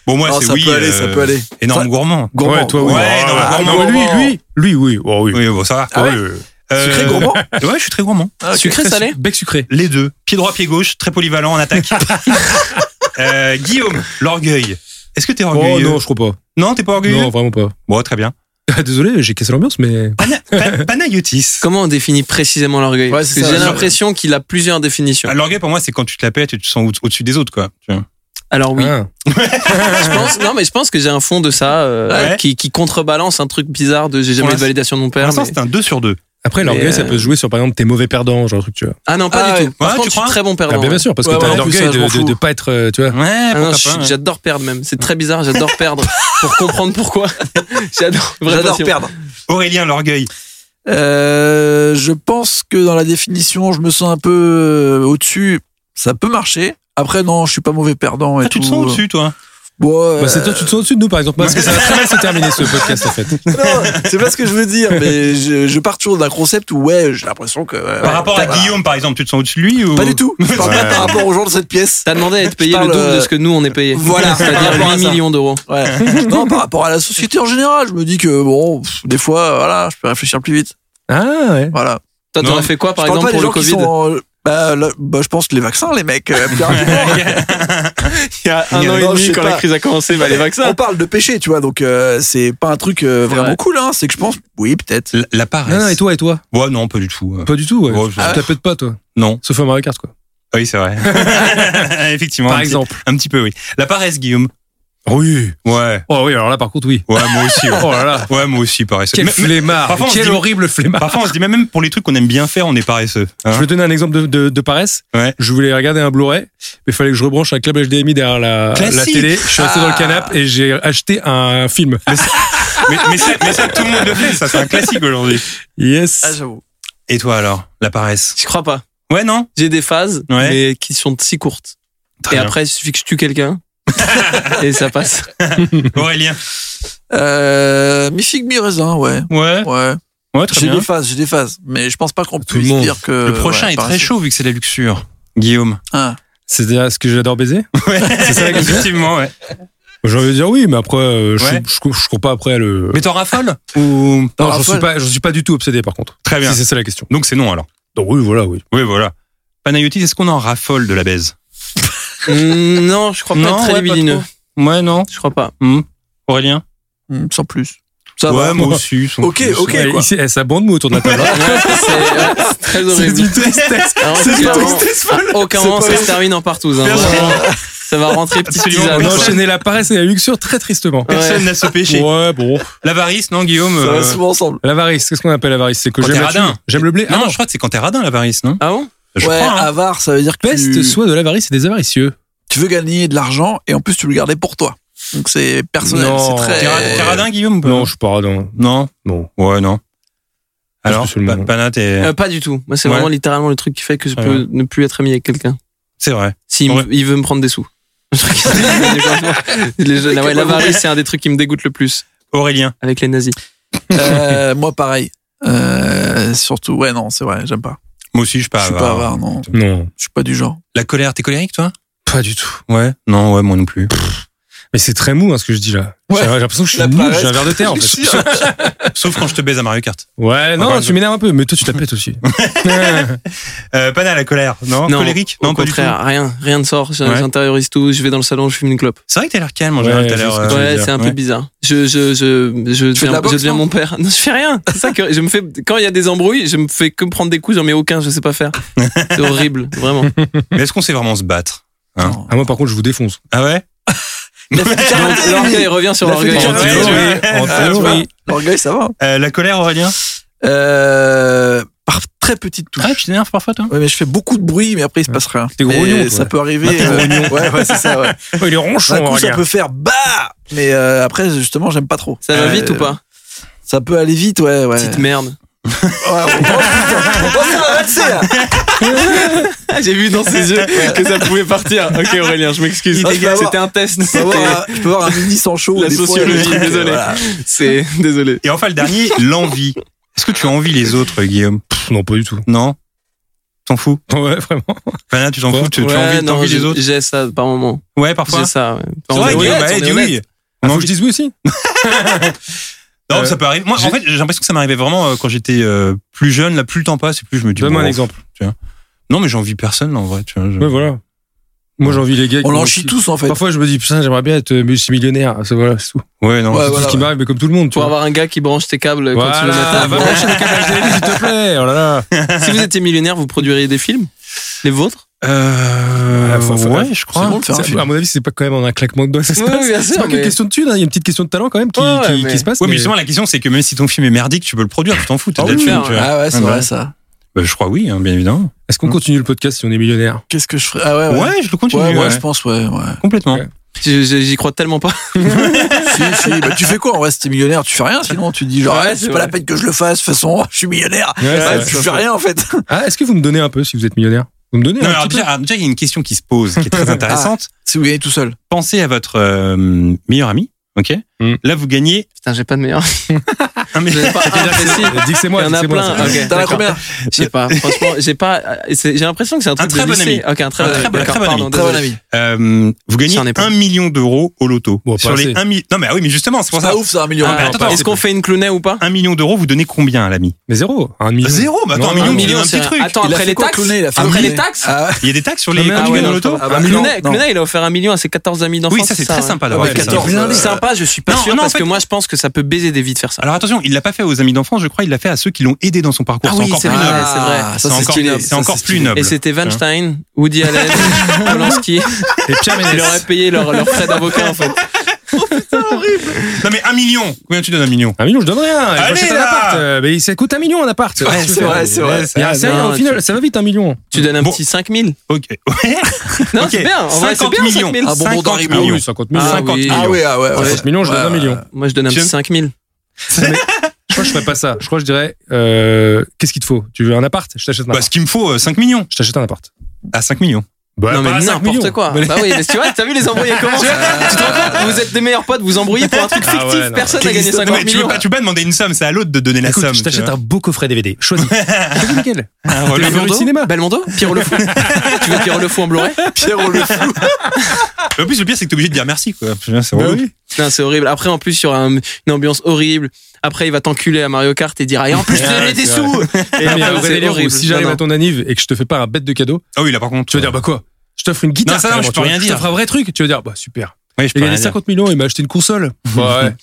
Speaker 4: Bon, moi,
Speaker 6: Ah,
Speaker 5: Non,
Speaker 4: c'est
Speaker 5: ça
Speaker 4: oui.
Speaker 5: peut aller, ça
Speaker 4: euh,
Speaker 5: peut aller.
Speaker 4: Énorme
Speaker 5: Ça-
Speaker 4: gourmand.
Speaker 5: Gourmand.
Speaker 7: Ouais, toi, oui.
Speaker 4: Ouais,
Speaker 7: Ah,
Speaker 4: non,
Speaker 7: ah,
Speaker 4: gourmand.
Speaker 7: mais lui, lui, lui, oui. Oh, oui.
Speaker 4: Oui, bon, ça va.
Speaker 5: Ah ouais
Speaker 4: Ouais, euh,
Speaker 5: Sucré gourmand
Speaker 4: (laughs) Ouais, je suis très gourmand.
Speaker 6: Ah, Sucré, salé
Speaker 7: Bec sucré.
Speaker 4: Les deux. Pied droit, pied gauche, très polyvalent en attaque. Euh, Guillaume, l'orgueil. Est-ce que t'es
Speaker 7: Oh
Speaker 4: orgueilleux
Speaker 7: non, je crois pas.
Speaker 4: Non, t'es pas orgueilleux
Speaker 7: Non, vraiment pas. (laughs)
Speaker 4: Bon, très bien.
Speaker 7: Désolé, j'ai cassé l'ambiance, mais.
Speaker 4: Pana- pa- Panayotis.
Speaker 6: Comment on définit précisément l'orgueil
Speaker 5: Ouais,
Speaker 6: Parce
Speaker 5: c'est
Speaker 6: que
Speaker 5: ça,
Speaker 6: J'ai
Speaker 5: ouais.
Speaker 6: l'impression qu'il a plusieurs définitions.
Speaker 4: Ah, L'orgueil, pour moi, c'est quand tu te la pètes et tu te sens au- au-dessus des autres, quoi. Tu vois.
Speaker 6: Alors oui,
Speaker 7: Ah.
Speaker 6: je pense. Non, mais je pense que j'ai un fond de ça euh,
Speaker 4: Ouais.
Speaker 6: qui, qui contrebalance un truc bizarre de j'ai
Speaker 4: Pour
Speaker 6: jamais eu de
Speaker 4: l'instant-
Speaker 6: validation de mon
Speaker 4: Pour
Speaker 6: père.
Speaker 4: l'instant,
Speaker 6: mais-
Speaker 4: c'est un 2 sur 2.
Speaker 7: Après, l'orgueil,
Speaker 6: Mais,
Speaker 7: ça
Speaker 6: euh,
Speaker 7: peut se jouer sur, par exemple, tes mauvais perdants, genre un truc, tu vois.
Speaker 6: Ah non, pas
Speaker 5: Ah
Speaker 6: du
Speaker 5: ouais.
Speaker 6: tout. Par
Speaker 4: Ouais,
Speaker 6: contre,
Speaker 4: tu
Speaker 6: je suis
Speaker 4: crois
Speaker 6: très bon
Speaker 7: Ah,
Speaker 6: perdant.
Speaker 7: bien, bien sûr, parce que
Speaker 5: Ouais,
Speaker 7: t'as
Speaker 5: ouais, en plus,
Speaker 7: l'orgueil
Speaker 5: ça, je m'en
Speaker 7: de, de, de
Speaker 5: fous.
Speaker 7: pas être, euh, tu vois.
Speaker 4: Ouais,
Speaker 6: Ah non, je
Speaker 4: pourquoi
Speaker 6: suis-
Speaker 4: pas. ouais.
Speaker 6: J'adore perdre même. C'est très bizarre. J'adore perdre. Pour comprendre pourquoi. (laughs) J'adore. vraie
Speaker 5: J'adore
Speaker 6: passion.
Speaker 5: perdre.
Speaker 4: Aurélien, l'orgueil.
Speaker 5: Euh, je pense que dans la définition, je me sens un peu euh, au-dessus. Ça peut marcher. Après, non, je suis pas mauvais perdant et
Speaker 4: Ah, tu te
Speaker 5: tout.
Speaker 4: sens au-dessus, toi.
Speaker 5: Bon, euh,
Speaker 7: Bah, c'est toi, tu te sens au-dessus de nous, par exemple. Parce que ça va très mal se terminer, ce podcast, en fait.
Speaker 5: (laughs) non, c'est pas ce que je veux dire, mais je, je pars toujours d'un concept où, ouais, j'ai l'impression que. ouais,
Speaker 4: Par rapport à
Speaker 5: voilà.
Speaker 4: Guillaume, par exemple, tu te sens au-dessus de lui ou...
Speaker 5: Pas du tout. Je parle pas
Speaker 4: Ouais.
Speaker 5: par rapport aux gens de cette pièce.
Speaker 6: T'as demandé à être payé
Speaker 5: Je
Speaker 6: le
Speaker 5: parle,
Speaker 6: double de
Speaker 5: euh,
Speaker 6: ce que nous on est payé.
Speaker 5: voilà,
Speaker 6: (laughs)
Speaker 5: par
Speaker 6: C'est-à-dire
Speaker 5: rapport à
Speaker 6: 8
Speaker 5: ça.
Speaker 6: millions d'euros.
Speaker 5: (laughs) Ouais. non, par rapport à la société en général, je me dis que, bon, pff, des fois, euh, voilà, je peux réfléchir plus vite.
Speaker 7: Ah, ouais.
Speaker 5: Voilà.
Speaker 6: Toi,
Speaker 4: Non.
Speaker 6: t'aurais fait quoi par
Speaker 5: je parle
Speaker 6: exemple
Speaker 5: pas des
Speaker 6: pour le
Speaker 5: gens qui
Speaker 6: Covid
Speaker 5: sont. en- Bah, là, bah, je pense que les vaccins, les mecs. euh, plus rapidement.
Speaker 6: Il y a
Speaker 4: un
Speaker 5: an et demi, quand la
Speaker 6: crise a commencé, (laughs)
Speaker 5: bah, les On parle de péché, tu vois, donc euh, c'est pas un truc euh, vraiment
Speaker 6: Ouais.
Speaker 5: cool, hein. C'est que je pense, oui, peut-être.
Speaker 4: La, la
Speaker 7: Non,
Speaker 4: paresse.
Speaker 7: non, et toi, et toi?
Speaker 4: Ouais, non, pas du tout. euh.
Speaker 7: Pas du tout, ouais.
Speaker 4: Ouais,
Speaker 7: tu
Speaker 4: je-
Speaker 7: t'appelles pas, toi.
Speaker 4: Non.
Speaker 7: Sauf à Mario Kart, quoi.
Speaker 4: Ah Oui, c'est (laughs) vrai. Effectivement.
Speaker 7: Par
Speaker 4: un petit-
Speaker 7: exemple.
Speaker 4: Un petit peu, oui. La paresse, Guillaume.
Speaker 7: Oui.
Speaker 4: Ouais.
Speaker 7: Oh oui, alors là, par contre, oui.
Speaker 4: Ouais, moi aussi. (laughs) ouais.
Speaker 7: Oh là là.
Speaker 4: Ouais, moi aussi, paresseux.
Speaker 7: Quel
Speaker 4: Mais- mais-
Speaker 7: flemmard.
Speaker 4: parfois, on se
Speaker 7: Quel
Speaker 4: dit-
Speaker 7: horrible flemmard.
Speaker 4: Parfois, on se dit même, même pour les trucs qu'on aime bien faire, on est paresseux. hein.
Speaker 7: Je vais donner un exemple de, de, de paresse.
Speaker 4: Ouais.
Speaker 7: Je voulais regarder un Blu-ray, mais il fallait que je rebranche un câble HDMI derrière la, la
Speaker 4: Classique.
Speaker 7: télé. Je suis resté dans le
Speaker 5: Ah.
Speaker 7: canapé et j'ai acheté un film.
Speaker 4: mais, mais ça, mais ça, tout le monde le fait. Ça, c'est un classique aujourd'hui.
Speaker 5: Ah,
Speaker 7: Yes.
Speaker 5: j'avoue.
Speaker 4: Et toi, alors La paresse.
Speaker 6: Je crois pas.
Speaker 4: Ouais, non
Speaker 6: J'ai des phases,
Speaker 4: Ouais.
Speaker 6: mais qui sont si courtes.
Speaker 4: Très
Speaker 6: et
Speaker 4: bien.
Speaker 6: après, il suffit que je tue quelqu'un. et ça passe.
Speaker 4: Aurélien.
Speaker 5: Euh, mi figue, mi raisin, ouais.
Speaker 4: Ouais.
Speaker 5: Ouais.
Speaker 4: Ouais, très
Speaker 5: J'ai
Speaker 4: bien.
Speaker 5: des phases, j'ai des phases. Mais je pense pas qu'on
Speaker 7: le
Speaker 5: puisse
Speaker 7: monde.
Speaker 5: dire que.
Speaker 4: Le prochain
Speaker 6: Euh,
Speaker 5: ouais,
Speaker 4: est très
Speaker 5: paresseux.
Speaker 4: chaud vu que c'est la luxure. Guillaume.
Speaker 5: Ah.
Speaker 7: C'est-à-dire, ce que j'adore baiser?
Speaker 4: Ouais,
Speaker 7: C'est ça la question
Speaker 4: effectivement, ouais.
Speaker 7: J'ai envie de dire oui, mais après, euh, je,
Speaker 4: Ouais.
Speaker 7: je, je, cours pas après le.
Speaker 4: Mais t'en raffoles ou...
Speaker 7: non,
Speaker 5: Alors,
Speaker 7: j'en suis
Speaker 5: Paul-
Speaker 7: pas, j'en suis pas du tout obsédé par contre.
Speaker 4: Très bien.
Speaker 7: Si c'est ça la question.
Speaker 4: Donc, c'est non, alors.
Speaker 7: Donc oui, voilà, oui.
Speaker 4: Oui, voilà. Panayotis, est-ce qu'on en raffole de la baise
Speaker 6: Mm, non, je crois pas
Speaker 4: Non,
Speaker 6: être très
Speaker 4: ouais, pas
Speaker 6: libidineux.
Speaker 4: Ouais, non.
Speaker 6: Je crois pas.
Speaker 4: Aurélien
Speaker 5: Hmm, Sans plus. Ça
Speaker 4: Ouais,
Speaker 5: va.
Speaker 4: moi aussi. sans
Speaker 5: Ok,
Speaker 4: plus.
Speaker 5: ok,
Speaker 7: Ouais,
Speaker 5: quoi.
Speaker 7: ici, eh, ça bande nous autour de la table.
Speaker 6: Ouais, c'est c'est très horrible.
Speaker 7: tristesse.
Speaker 6: Alors,
Speaker 7: c'est
Speaker 6: clairement,
Speaker 7: pas-
Speaker 6: à aucun moment ça se termine en partouze. hein.
Speaker 4: Bien
Speaker 6: Vraiment. Ça va rentrer petit
Speaker 4: Absolument,
Speaker 6: à
Speaker 4: Ah,
Speaker 7: On
Speaker 6: petit.
Speaker 4: (laughs)
Speaker 7: a
Speaker 4: ouais.
Speaker 7: enchaîné hein. la paresse et la luxure très tristement.
Speaker 4: Personne n'a ce péché.
Speaker 7: Ouais, bon.
Speaker 4: L'avarice, non, Guillaume
Speaker 5: Ça
Speaker 4: euh,
Speaker 5: va souvent ensemble.
Speaker 7: L'avarice, qu'est-ce qu'on appelle l'avarice C'est que
Speaker 4: Quand
Speaker 7: j'aime
Speaker 4: Oh, t'es
Speaker 7: la
Speaker 4: radin.
Speaker 7: thune, J'aime le blé.
Speaker 4: Non, non, je crois que c'est quand t'es radin, l'avarice, non
Speaker 6: Ah bon
Speaker 4: Je
Speaker 5: ouais,
Speaker 4: crois. hein.
Speaker 5: avare, ça veut dire que
Speaker 7: Peste
Speaker 5: tu,
Speaker 7: Ah, soit de l'avarice et des avaricieux.
Speaker 5: tu veux gagner de l'argent et en plus tu veux le garder pour toi. Donc c'est personnel,
Speaker 7: Non.
Speaker 5: c'est très.
Speaker 4: T'es ra- t'es radin, Guillaume ou pas
Speaker 7: Non, je suis pas radin.
Speaker 4: Non
Speaker 7: Non.
Speaker 4: Ouais, non.
Speaker 7: Pas
Speaker 4: Alors,
Speaker 7: spécialement.
Speaker 4: Pa- Pana, t'es-
Speaker 6: Euh, Pas du tout. Moi, c'est
Speaker 4: Ouais.
Speaker 6: vraiment littéralement le truc qui fait que je
Speaker 4: Ah
Speaker 6: peux ne plus être ami avec quelqu'un.
Speaker 4: C'est vrai.
Speaker 6: S'il
Speaker 4: Ouais.
Speaker 6: me- il veut me prendre des sous. (laughs) Le truc qui me- franchement, les jeux- la- ouais, L'avarice, c'est un des trucs qui me dégoûte le plus
Speaker 4: Aurélien.
Speaker 6: avec les nazis.
Speaker 5: (laughs) Euh, moi pareil. Euh, surtout, ouais, non, c'est vrai, j'aime pas.
Speaker 4: Moi aussi, je suis pas
Speaker 5: je suis pas
Speaker 4: avare.
Speaker 5: avare, non.
Speaker 7: Non.
Speaker 5: Je suis pas du genre.
Speaker 4: La colère, t'es colérique, toi
Speaker 7: Pas du tout.
Speaker 4: Ouais. Non, ouais, moi non plus.
Speaker 7: Mais c'est très mou hein, ce que je dis là.
Speaker 5: Ouais.
Speaker 7: J'ai l'impression que je suis
Speaker 5: La
Speaker 7: nul,
Speaker 5: paresse.
Speaker 7: j'ai un verre de terre en fait.
Speaker 4: Sauf quand je te baise à Mario Kart. par
Speaker 7: Ouais, non, tu
Speaker 4: exemple.
Speaker 7: m'énerves un peu, mais toi tu t'appelles aussi.
Speaker 4: Euh, Pana, la colère. Non, colérique
Speaker 6: au
Speaker 4: Non, pas du tout.
Speaker 6: contraire, rien, rien ne sort. J'in-
Speaker 4: Ouais.
Speaker 6: J'intériorise tout. Je vais dans le salon, je fume une clope.
Speaker 4: C'est vrai que t'as l'air calme en général
Speaker 7: Ouais,
Speaker 4: tout à
Speaker 7: c'est ce
Speaker 4: l'heure.
Speaker 7: que tu
Speaker 4: euh,
Speaker 7: veux
Speaker 6: Ouais,
Speaker 7: dire,
Speaker 6: c'est un peu
Speaker 4: ouais.
Speaker 6: bizarre. Je, je, je, je
Speaker 5: fais de
Speaker 6: deviens,
Speaker 5: la boxe,
Speaker 6: je deviens
Speaker 5: non
Speaker 6: mon père. (laughs) Non, je fais rien. C'est ça que je me fais. Quand il y a des embrouilles, je me fais que prendre des coups. J'en mets aucun. Je sais pas faire. C'est horrible, vraiment.
Speaker 4: Mais est-ce qu'on sait vraiment se battre Hein
Speaker 7: (laughs)
Speaker 5: Non.
Speaker 7: Ah, moi par contre, je vous défonce.
Speaker 4: Ah
Speaker 6: (laughs)
Speaker 4: ouais
Speaker 5: (laughs)
Speaker 6: L'orgueil il revient sur
Speaker 5: La
Speaker 6: l'orgueil.
Speaker 5: fédération.
Speaker 7: En
Speaker 4: (laughs)
Speaker 7: théorie, en
Speaker 4: Ah,
Speaker 5: Tu
Speaker 7: théorie.
Speaker 5: vois, L'orgueil, ça va. hein.
Speaker 4: Euh, La colère, Aurélien
Speaker 5: Euh, par très petite touche.
Speaker 4: tu t'énerves parfois, toi
Speaker 5: Ouais, mais je fais beaucoup de bruit, mais après il se passe rien.
Speaker 7: T'es grognon,
Speaker 5: Et
Speaker 7: toi.
Speaker 5: Ça peut arriver.
Speaker 7: t'es
Speaker 5: euh, ouais, ouais, c'est ça. Ouais.
Speaker 7: Oh, il est ronchon,
Speaker 5: D'un coup, ça
Speaker 7: regarde.
Speaker 5: peut faire bah, mais euh, après justement, j'aime pas trop.
Speaker 6: Ça va
Speaker 5: Euh,
Speaker 6: vite ou pas
Speaker 5: Ça peut aller vite, ouais, ouais.
Speaker 6: Petite merde.
Speaker 5: Ouais, ouais. Oh, putain. Oh, ça va, tu sais, là.
Speaker 6: Ah, J'ai vu dans ses yeux que ça pouvait partir. Ok Aurélien, je m'excuse.
Speaker 5: Il dégage.
Speaker 6: C'était un test.
Speaker 5: Je peux avoir un- je peux avoir un mini sans chaud.
Speaker 6: La
Speaker 5: des fois,
Speaker 6: sociologie,
Speaker 5: des trucs, euh,
Speaker 6: désolé.
Speaker 5: voilà.
Speaker 6: C'est désolé.
Speaker 4: Et enfin, le dernier, l'envie. Est-ce que tu as envie les autres, Guillaume
Speaker 7: Pff, Non, pas du tout. (laughs)
Speaker 4: Non T'en fous
Speaker 7: Ouais, vraiment.
Speaker 4: Pana, tu t'en
Speaker 7: Ouais,
Speaker 4: fous Tu tu as
Speaker 6: Ouais,
Speaker 4: envie
Speaker 6: non,
Speaker 4: t'envies les
Speaker 6: j'ai-
Speaker 4: autres
Speaker 6: J'ai ça par moment.
Speaker 4: Ouais, parfois.
Speaker 6: J'ai ça. ouais.
Speaker 4: C'est vrai,
Speaker 6: On est
Speaker 4: Guillaume,
Speaker 6: honnête,
Speaker 4: bah,
Speaker 6: on est
Speaker 4: dis
Speaker 6: honnête.
Speaker 4: oui.
Speaker 7: Ah, faut
Speaker 4: Non,
Speaker 7: que je dise oui aussi.
Speaker 4: Non,
Speaker 7: Euh,
Speaker 4: ça peut arriver. Moi, en
Speaker 7: j'ai-
Speaker 4: fait, j'ai l'impression que ça m'arrivait vraiment euh, quand j'étais euh, plus jeune. Là, plus le temps passe, et plus je me dis.
Speaker 7: Donne-moi
Speaker 4: bon,
Speaker 7: un exemple.
Speaker 4: Non, mais j'ai envie personne, là, en vrai. Tu vois, je-
Speaker 7: Ouais, voilà. Moi, j'ai envie les gars.
Speaker 5: On
Speaker 7: qui-
Speaker 5: l'en chie tous en fait.
Speaker 7: Parfois, je me dis, putain, j'aimerais bien être euh, multimillionnaire. Ça, Voilà, c'est tout.
Speaker 4: Ah, Ouais, non.
Speaker 5: Ouais,
Speaker 7: C'est tout
Speaker 5: voilà,
Speaker 7: ce qui
Speaker 5: ouais.
Speaker 7: m'arrive, mais comme tout le monde. Tu
Speaker 6: Pour
Speaker 7: vois.
Speaker 6: avoir un gars qui branche tes câbles quand tu le
Speaker 7: Voilà, va brancher les câbles HDMI, s'il te plaît. Oh là là.
Speaker 6: si vous étiez millionnaire, vous produiriez des films Les vôtres
Speaker 4: Euh,
Speaker 7: Ah, faut- faut-
Speaker 4: ouais, je
Speaker 5: C'est
Speaker 4: crois.
Speaker 5: bon de faire un
Speaker 7: Ça,
Speaker 5: film.
Speaker 7: à mon avis, c'est pas quand même en un claquement de doigts que ça se
Speaker 6: Ouais,
Speaker 7: passe.
Speaker 6: bien
Speaker 7: C'est
Speaker 6: sûr,
Speaker 7: pas qu'une
Speaker 6: mais-
Speaker 7: question de thune, hein. il y a une petite question de talent quand même qui,
Speaker 6: Ouais,
Speaker 7: qui-
Speaker 6: mais-
Speaker 7: qui se passe.
Speaker 4: Ouais, mais justement, la question, c'est que même si ton film est merdique, tu peux le produire, tu t'en fous, t'as
Speaker 6: Ah
Speaker 4: de la
Speaker 6: oui,
Speaker 4: thune,
Speaker 6: ouais.
Speaker 4: tu vois.
Speaker 5: Ah ouais, c'est
Speaker 4: Ouais.
Speaker 5: vrai ça.
Speaker 4: Bah, je crois oui, hein, bien évidemment.
Speaker 7: est-ce qu'on continue le podcast si on est millionnaire
Speaker 5: Qu'est-ce que je ferais Ah ouais.
Speaker 4: Ouais,
Speaker 5: Ouais,
Speaker 4: je le continue.
Speaker 5: ouais, ouais,
Speaker 4: ouais.
Speaker 5: je pense, ouais. ouais.
Speaker 4: Complètement.
Speaker 7: Ouais.
Speaker 6: Je- je- J'y crois tellement pas. (laughs)
Speaker 5: si, si. Bah, tu fais quoi en vrai si t'es millionnaire Tu fais rien sinon tu dis genre
Speaker 6: Ouais,
Speaker 5: ouais,
Speaker 6: c'est
Speaker 5: c'est pas
Speaker 6: vrai.
Speaker 5: la peine que je le fasse. De toute façon, je suis millionnaire.
Speaker 7: Ouais,
Speaker 5: Ouais,
Speaker 7: c'est vrai.
Speaker 5: tu fais rien en fait.
Speaker 7: Ah, Est-ce que vous me donnez un peu si vous êtes millionnaire Vous me donnez
Speaker 4: Non,
Speaker 7: un
Speaker 4: alors
Speaker 7: petit
Speaker 4: déjà, alors, déjà, il y a une question qui se pose, qui est très intéressante.
Speaker 5: Si vous gagnez tout seul.
Speaker 4: Pensez à votre euh, meilleur ami, ok
Speaker 7: Mm.
Speaker 4: Là, vous gagnez.
Speaker 6: Putain, j'ai pas de (laughs) meilleur.
Speaker 4: un
Speaker 6: J'en ai
Speaker 4: meilleur-
Speaker 6: pas un précis.
Speaker 7: peu Dis que c'est
Speaker 6: Il
Speaker 7: moi,
Speaker 6: y en
Speaker 7: dis que
Speaker 6: a
Speaker 7: c'est moi.
Speaker 6: plein.
Speaker 7: c'est-
Speaker 6: Ok,
Speaker 5: T'as la
Speaker 6: d'accord.
Speaker 5: combien
Speaker 6: Je sais pas. Franchement, j'ai pas. c'est- J'ai l'impression que c'est un truc
Speaker 4: très
Speaker 6: de
Speaker 4: bon
Speaker 6: lycée. Ok, un très,
Speaker 4: Un
Speaker 6: bon-
Speaker 4: très bon-
Speaker 6: d'accord,
Speaker 4: très bon
Speaker 6: pardon,
Speaker 4: ami.
Speaker 5: Très bon
Speaker 6: désolé.
Speaker 5: ami.
Speaker 4: Euh, vous gagnez
Speaker 6: J'en ai pas.
Speaker 4: 1 million d'euros au loto.
Speaker 7: Bon, pas
Speaker 4: Sur les
Speaker 7: assez.
Speaker 4: 1 million. Non, mais ah oui, mais justement, c'est pour
Speaker 5: C'est
Speaker 4: ça.
Speaker 5: pas ouf, c'est un million.
Speaker 6: Ah,
Speaker 4: Ouais,
Speaker 5: Ouais,
Speaker 4: attends, attends,
Speaker 6: Est-ce qu'on fait une clownée ou pas
Speaker 4: 1 million d'euros, vous donnez combien à l'ami
Speaker 7: Mais zéro, un million.
Speaker 4: Zéro Bah attends,
Speaker 7: Non,
Speaker 4: un million,
Speaker 7: non, un
Speaker 4: c'est
Speaker 6: million,
Speaker 4: un petit
Speaker 6: c'est un-
Speaker 4: truc.
Speaker 6: attends,
Speaker 5: il a
Speaker 6: après
Speaker 5: fait
Speaker 6: les
Speaker 5: quoi,
Speaker 6: taxes
Speaker 5: cloné, il a fait
Speaker 6: Après
Speaker 5: cloné.
Speaker 6: les taxes
Speaker 5: Ah ouais.
Speaker 4: Il y a des taxes sur les
Speaker 7: Non, mais
Speaker 4: quand
Speaker 7: un
Speaker 4: tu
Speaker 7: million
Speaker 4: gagnes au
Speaker 7: d'euros,
Speaker 4: loto
Speaker 7: Ah
Speaker 5: bah,
Speaker 6: Clunet,
Speaker 5: non, non.
Speaker 6: Clunet, il a offert un million à ses 14 amis d'enfance.
Speaker 4: Oui, ça, c'est très
Speaker 6: ouais.
Speaker 4: sympa
Speaker 5: Ouais,
Speaker 4: d'avoir fait ça.
Speaker 5: 14, euh,
Speaker 6: C'est sympa, je suis pas
Speaker 4: Non,
Speaker 6: sûr
Speaker 4: non, en
Speaker 6: parce
Speaker 4: fait-
Speaker 6: que moi je pense que ça peut baiser des vies de faire ça.
Speaker 4: Alors attention, il l'a pas fait aux amis d'enfance, je crois, il l'a fait à ceux qui l'ont aidé dans son parcours.
Speaker 6: Ah
Speaker 4: c'est
Speaker 6: oui,
Speaker 4: encore
Speaker 6: c'est
Speaker 4: plus
Speaker 6: vrai,
Speaker 4: noble.
Speaker 6: c'est vrai.
Speaker 5: Ah,
Speaker 4: C'est
Speaker 5: ça, c'est
Speaker 4: encore,
Speaker 5: stylé,
Speaker 4: c'est
Speaker 5: ça,
Speaker 4: encore Hein.
Speaker 5: c'est
Speaker 4: plus
Speaker 5: stylé.
Speaker 4: noble.
Speaker 6: Et c'était Weinstein,
Speaker 4: (laughs)
Speaker 6: Woody Allen, Polanski.
Speaker 7: Et Pierre
Speaker 6: Ils leur
Speaker 7: Ménès.
Speaker 6: auraient payé leurs leur frais d'avocat en fait.
Speaker 4: Non mais un million. Combien tu donnes un million
Speaker 7: Un million, je donne rien.
Speaker 4: Allez,
Speaker 7: Je m'achète un
Speaker 4: là
Speaker 7: appart. euh, Mais ça coûte un million, un appart.
Speaker 5: Ouais,
Speaker 7: (laughs)
Speaker 5: c'est vrai, c'est vrai.
Speaker 7: Et alors, sérieux,
Speaker 6: non,
Speaker 7: au final, ça va vite, un million.
Speaker 6: Tu donnes un
Speaker 4: Bon.
Speaker 6: petit 5000.
Speaker 4: Ok. (laughs) Ouais.
Speaker 6: Non,
Speaker 4: Ok,
Speaker 6: c'est bien. En vrai, c'est
Speaker 4: 50
Speaker 6: bien,
Speaker 4: millions.
Speaker 6: 5000.
Speaker 5: Ah bon, bon,
Speaker 4: 50
Speaker 5: d'arriver.
Speaker 7: Ah
Speaker 4: millions.
Speaker 7: oui, 50
Speaker 6: Ah,
Speaker 7: millions.
Speaker 6: oui.
Speaker 4: 50
Speaker 5: Ah
Speaker 4: millions.
Speaker 5: ouais, ah ouais. ouais.
Speaker 7: 50 millions, je donne
Speaker 5: Ouais,
Speaker 7: un
Speaker 4: Ah,
Speaker 7: million.
Speaker 6: Moi, je donne un
Speaker 4: Tu
Speaker 6: petit
Speaker 4: aimes-
Speaker 6: 5000.
Speaker 7: Je crois que je ferais pas ça. Je crois que je dirais, euh, qu'est-ce qu'il te faut Tu veux un appart Je t'achète un
Speaker 4: Bah,
Speaker 7: appart.
Speaker 4: ce qu'il me faut, euh, 5 millions.
Speaker 7: Je t'achète un appart.
Speaker 4: À 5 millions.
Speaker 7: Bah,
Speaker 6: non,
Speaker 7: pas à
Speaker 6: mais
Speaker 7: 5 millions.
Speaker 6: n'importe quoi.
Speaker 7: Bah,
Speaker 6: Bah oui, mais tu vois, t'as vu les embrouillés comment
Speaker 7: (laughs)
Speaker 6: Tu te rends compte Vous êtes des meilleurs potes, vous embrouillez pour un truc
Speaker 7: Ah
Speaker 6: fictif.
Speaker 7: ouais, non.
Speaker 6: Personne n'a
Speaker 4: Quelle
Speaker 6: gagné
Speaker 4: histoire-
Speaker 6: 50
Speaker 4: Non, mais tu
Speaker 6: millions.
Speaker 4: peux pas, tu peux pas demander une somme, c'est à l'autre de donner la
Speaker 7: Bah, Écoute,
Speaker 4: somme.
Speaker 7: je t'achète
Speaker 4: tu
Speaker 7: un beau coffret DVD. Choisis. Choisis lequel
Speaker 4: vois. Ah, voilà.
Speaker 7: veux du cinéma
Speaker 6: Belmondo Pierrot le
Speaker 7: (laughs)
Speaker 6: Fou Tu veux Pierrot le Fou en Blu-ray
Speaker 5: Pierrot le fou.
Speaker 4: En plus, le pire, c'est que t'es obligé de dire merci, quoi. Ah C'est
Speaker 7: Bah
Speaker 4: relou.
Speaker 7: oui.
Speaker 6: Non, c'est horrible. Après, en plus, il y aura un- une ambiance horrible. Après, il va t'enculer à Mario Kart et dire Ah, et en plus, je t'ai donné des
Speaker 7: c'est
Speaker 6: sous Et
Speaker 7: Non, mais
Speaker 6: après,
Speaker 7: un vrai
Speaker 6: c'est
Speaker 7: délire où
Speaker 6: horrible.
Speaker 7: si j'arrive
Speaker 6: Non,
Speaker 7: à ton anniv et que je te fais pas un bête de cadeau,
Speaker 4: Ah oui, là, par contre.
Speaker 7: tu vas dire bah quoi Je t'offre une guitare.
Speaker 4: Non, ça, non,
Speaker 7: carrément,
Speaker 4: je peux
Speaker 7: tu vois.
Speaker 4: rien
Speaker 7: Je
Speaker 4: dire.
Speaker 7: t'offre un vrai truc. Tu vas dire bah super.
Speaker 4: Oui, je peux
Speaker 7: Il a
Speaker 4: rien
Speaker 7: gagné
Speaker 4: dire.
Speaker 7: 50 millions, il m'a acheté une console. Bah ouais.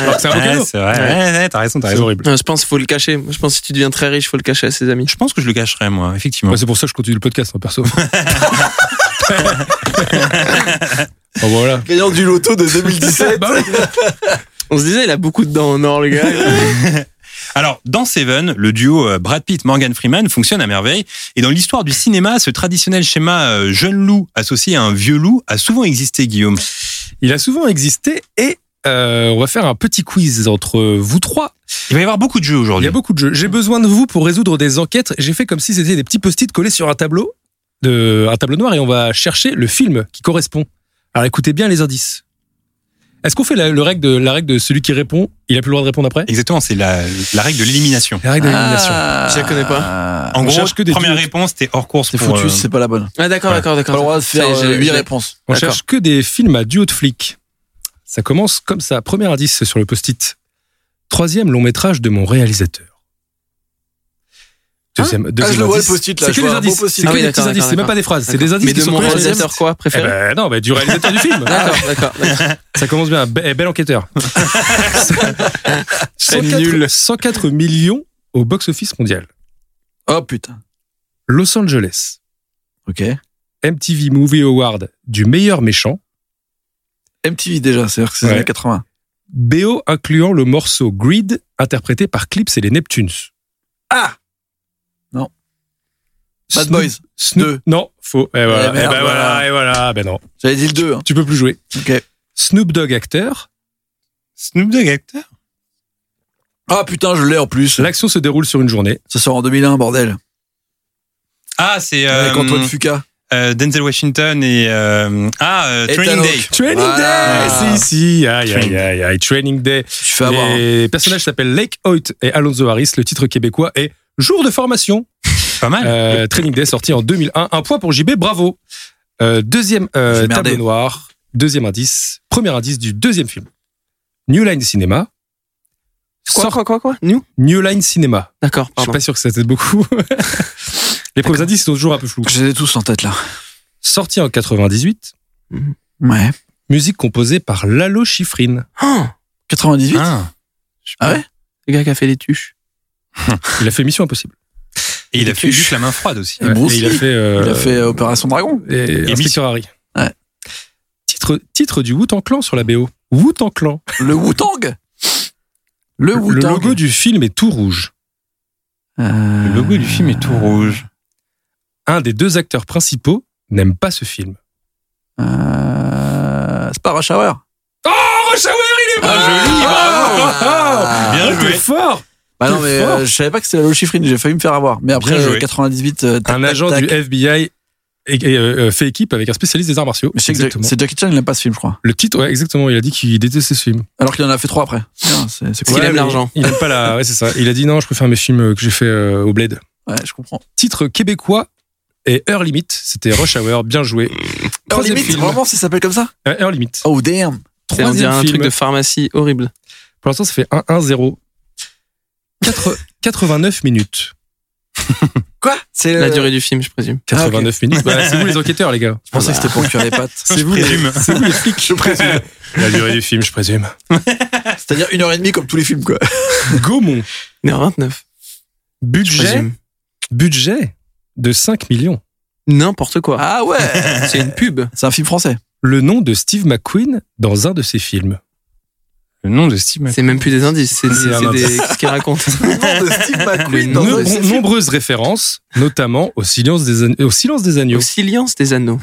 Speaker 7: Alors que c'est un beau
Speaker 4: Ouais,
Speaker 7: cadeau.
Speaker 4: c'est vrai. Ouais, ouais, t'as raison, t'as
Speaker 7: C'est
Speaker 4: raison.
Speaker 7: horrible.
Speaker 6: Non, je pense qu'il faut le cacher. Je pense que si tu deviens très riche, faut le cacher à ses amis.
Speaker 4: Je pense que je le cacherai, moi, effectivement.
Speaker 7: hein, (laughs) Bah, c'est pour ça que je continue le podcast, en perso. Enfin, bah, voilà.
Speaker 8: Gagnant du loto de 2017.
Speaker 6: On se disait, il a beaucoup de dents en or, le gars.
Speaker 4: Alors, dans Seven, le duo euh, Brad Pitt-Morgan Freeman fonctionne à merveille. Et dans l'histoire du cinéma, ce traditionnel schéma euh, jeune loup associé à un vieux loup a souvent existé, Guillaume.
Speaker 7: Il a souvent existé et euh, on va faire un petit quiz entre vous trois.
Speaker 4: Il va y avoir beaucoup de jeux
Speaker 7: Il y
Speaker 4: aujourd'hui.
Speaker 7: a beaucoup de jeux. J'ai besoin de vous pour résoudre des enquêtes. J'ai fait comme si c'était des petits post-it collés sur un tableau, de, un tableau noir, et on va chercher le film qui correspond. Alors écoutez bien les indices. Est-ce qu'on fait la, le règle de, la règle de celui qui répond Il a plus le droit de répondre après
Speaker 4: Exactement, c'est la, la règle de l'élimination.
Speaker 7: La règle de l'élimination.
Speaker 6: Je la connais
Speaker 5: pas.
Speaker 4: En
Speaker 7: On
Speaker 4: gros,
Speaker 7: cherche que des
Speaker 4: première
Speaker 7: duos.
Speaker 4: réponse, t'es hors course
Speaker 5: C'est
Speaker 4: pour,
Speaker 5: foutu,
Speaker 4: euh,
Speaker 5: c'est pas la bonne.
Speaker 6: (laughs) Ah, d'accord,
Speaker 4: Ouais.
Speaker 6: d'accord,
Speaker 5: Pas le
Speaker 6: d'accord.
Speaker 5: droit de faire
Speaker 6: Ça y est, j'ai-
Speaker 5: 8
Speaker 6: euh, j'ai-
Speaker 5: réponses.
Speaker 7: On
Speaker 6: D'accord.
Speaker 7: cherche que des films à duo de flics. Ça commence comme ça. Premier indice sur le post-it. Troisième long métrage de mon
Speaker 6: Ah.
Speaker 7: réalisateur. Deuxième,
Speaker 5: Ah,
Speaker 7: deuxième
Speaker 5: je le vois le
Speaker 7: indice.
Speaker 5: post-it là.
Speaker 7: C'est
Speaker 5: je
Speaker 7: que des
Speaker 5: vois un beau
Speaker 7: indices. C'est
Speaker 5: post-it.
Speaker 7: que
Speaker 6: Ah oui,
Speaker 7: des petits
Speaker 6: d'accord,
Speaker 7: indices. C'est
Speaker 6: d'accord,
Speaker 7: même pas des phrases. C'est
Speaker 6: d'accord.
Speaker 7: des indices
Speaker 6: Mais
Speaker 7: qui
Speaker 6: de
Speaker 7: sont
Speaker 6: mon
Speaker 7: collés.
Speaker 6: réalisateur, quoi,
Speaker 7: Eh
Speaker 6: préféré
Speaker 7: ben, non, mais du réalisateur du film.
Speaker 6: D'accord, d'accord. d'accord.
Speaker 7: Ça commence bien. Be- eh,
Speaker 6: (laughs)
Speaker 7: bel enquêteur. 104,
Speaker 6: nul.
Speaker 7: 104 millions au box-office mondial.
Speaker 5: Oh putain.
Speaker 7: Los Angeles.
Speaker 5: Ok.
Speaker 7: MTV Movie Award du meilleur méchant.
Speaker 5: MTV déjà, c'est-à-dire que c'est les
Speaker 7: Ouais.
Speaker 5: années 80.
Speaker 7: BO incluant le morceau Grid interprété par Clips et les Neptunes.
Speaker 5: Ah Non. Bad
Speaker 7: Snoop-
Speaker 5: Boys.
Speaker 7: Snoop-
Speaker 5: Deux.
Speaker 7: Non, faux. Eh voilà,
Speaker 5: Eh merde,
Speaker 7: eh ben voilà,
Speaker 5: voilà.
Speaker 7: eh voilà, ben non.
Speaker 5: J'avais dit le 2.
Speaker 7: Tu peux plus jouer.
Speaker 5: Ok.
Speaker 7: Snoop Dogg acteur.
Speaker 4: Snoop Dogg acteur
Speaker 5: Ah putain, je l'ai en plus.
Speaker 7: L'action se déroule sur une journée.
Speaker 5: Ça sort en 2001, bordel.
Speaker 4: Ah, c'est euh,
Speaker 5: Avec Antoine Fuca.
Speaker 4: euh, Denzel Washington et... euh, ah, euh,
Speaker 5: Et
Speaker 4: Training
Speaker 5: Talon.
Speaker 4: Day.
Speaker 7: Training
Speaker 5: Voilà.
Speaker 7: Day C'est ici. Aïe,
Speaker 4: Training
Speaker 7: aïe, aïe, aïe. Training Day.
Speaker 5: Je fais avoir. hein.
Speaker 7: Les personnages s'appellent Lake Hoyt et Alonso Harris. Le titre québécois est Jour de formation.
Speaker 4: Pas mal.
Speaker 7: Euh, Training Day sorti en 2001. Un point pour JB, bravo. Euh, deuxième euh,
Speaker 5: J'ai merdé.
Speaker 7: tableau noir, deuxième indice, premier indice du deuxième film. New Line Cinema.
Speaker 6: Quoi,
Speaker 7: Sort-
Speaker 6: quoi, quoi, quoi Nous
Speaker 7: New Line Cinéma.
Speaker 6: D'accord,
Speaker 7: Je suis
Speaker 6: pardon.
Speaker 7: pas sûr que ça t'aide beaucoup. (laughs) Les premiers indices sont toujours un peu flous.
Speaker 5: Je les ai tous en tête là.
Speaker 7: Sorti en 98,
Speaker 5: Ouais.
Speaker 7: musique composée par Lalo Schifrin.
Speaker 6: Oh,
Speaker 5: 98
Speaker 4: Ah.
Speaker 5: Ah ouais
Speaker 6: le gars qui a fait les tuches.
Speaker 7: Il a fait Mission Impossible.
Speaker 4: Et il a fait Luc la main froide aussi.
Speaker 5: Et Bruce
Speaker 7: il a
Speaker 5: Lee.
Speaker 7: fait, euh,
Speaker 5: Il a fait euh, Opération Dragon.
Speaker 7: et
Speaker 4: Et
Speaker 7: Inspecteur Harry.
Speaker 5: Ouais.
Speaker 7: Titre, titre du Wu-Tang Clan sur la BO. Wu-Tang Clan.
Speaker 5: Le Wu-Tang. Le
Speaker 7: Le
Speaker 5: Wu-Tang.
Speaker 7: logo du film est tout rouge.
Speaker 5: Euh,
Speaker 4: Le logo du film est tout rouge.
Speaker 7: Un des deux acteurs principaux n'aime pas ce film.
Speaker 5: euh, C'est pas Rush Hour.
Speaker 7: Oh, Rush Hour, il est
Speaker 5: Ah, joli, bravo. Ah,
Speaker 4: bien
Speaker 7: t'es
Speaker 4: joué.
Speaker 7: fort
Speaker 5: Bah
Speaker 7: T'es
Speaker 5: non, mais
Speaker 7: fort.
Speaker 5: euh, je savais pas que c'était la Lochifrine, j'ai failli me faire avoir. Mais après,
Speaker 4: Bien joué.
Speaker 5: euh, 98, euh, tac,
Speaker 7: Un
Speaker 5: tac,
Speaker 7: agent
Speaker 5: tac.
Speaker 7: du FBI et- et, euh, fait équipe avec un spécialiste des arts martiaux.
Speaker 5: Mais je sais que
Speaker 7: Exactement.
Speaker 5: c'est Jackie Chan, il aime pas ce film, je crois.
Speaker 7: Le titre, ouais, exactement. Il a dit qu'il détestait ce film.
Speaker 5: Alors qu'il en a fait trois après. Tiens, C'est c'est
Speaker 6: Parce
Speaker 5: cool.
Speaker 6: qu'il aime
Speaker 7: mais
Speaker 6: l'argent.
Speaker 7: Il aime pas la. Ouais, c'est ça. Il a dit non, je préfère mes films euh, que j'ai fait euh, au Bled.
Speaker 5: Ouais, je comprends.
Speaker 7: Titre québécois et Heure Limite. C'était Rush Hour. Bien joué.
Speaker 5: Heure
Speaker 7: Troisième
Speaker 5: Limite,
Speaker 7: film.
Speaker 5: vraiment, ça s'appelle comme ça
Speaker 7: Euh, Heure Limite.
Speaker 5: Oh damn
Speaker 6: C'est on dirait
Speaker 7: Troisième
Speaker 6: un
Speaker 7: film.
Speaker 6: truc de pharmacie horrible.
Speaker 7: Pour l'instant, ça fait 1-1-0. Quatre- 89 minutes.
Speaker 5: Quoi C'est
Speaker 6: La durée du film, je présume.
Speaker 5: Ah, ok.
Speaker 7: 89 minutes. Bah, c'est vous les enquêteurs, les gars.
Speaker 5: Je pensais que c'était pour cuire les pâtes.
Speaker 7: C'est vous, les-
Speaker 4: présume.
Speaker 7: c'est vous les flics. Je présume. La durée du film, je présume.
Speaker 5: C'est-à-dire une heure et demie comme tous les films, quoi.
Speaker 7: Gaumont.
Speaker 6: On est en 29. je
Speaker 7: Budget,
Speaker 6: présume.
Speaker 7: budget de 5 millions.
Speaker 6: N'importe quoi.
Speaker 5: Ah ouais
Speaker 6: C'est une pub.
Speaker 5: C'est un film français.
Speaker 7: Le nom de Steve McQueen dans un de ses films.
Speaker 4: Le nom de Steve McQueen.
Speaker 6: C'est même plus des indices, c'est des,
Speaker 7: C'est un
Speaker 6: c'est des- ce qu'il raconte.
Speaker 5: Le nom de Steve McQueen
Speaker 6: Le
Speaker 5: dans
Speaker 6: nom-
Speaker 5: un de ses
Speaker 7: Nombre-
Speaker 5: films.
Speaker 7: nombreuses références, notamment au silence des, an- au silence des agneaux.
Speaker 6: Au silence des anneaux.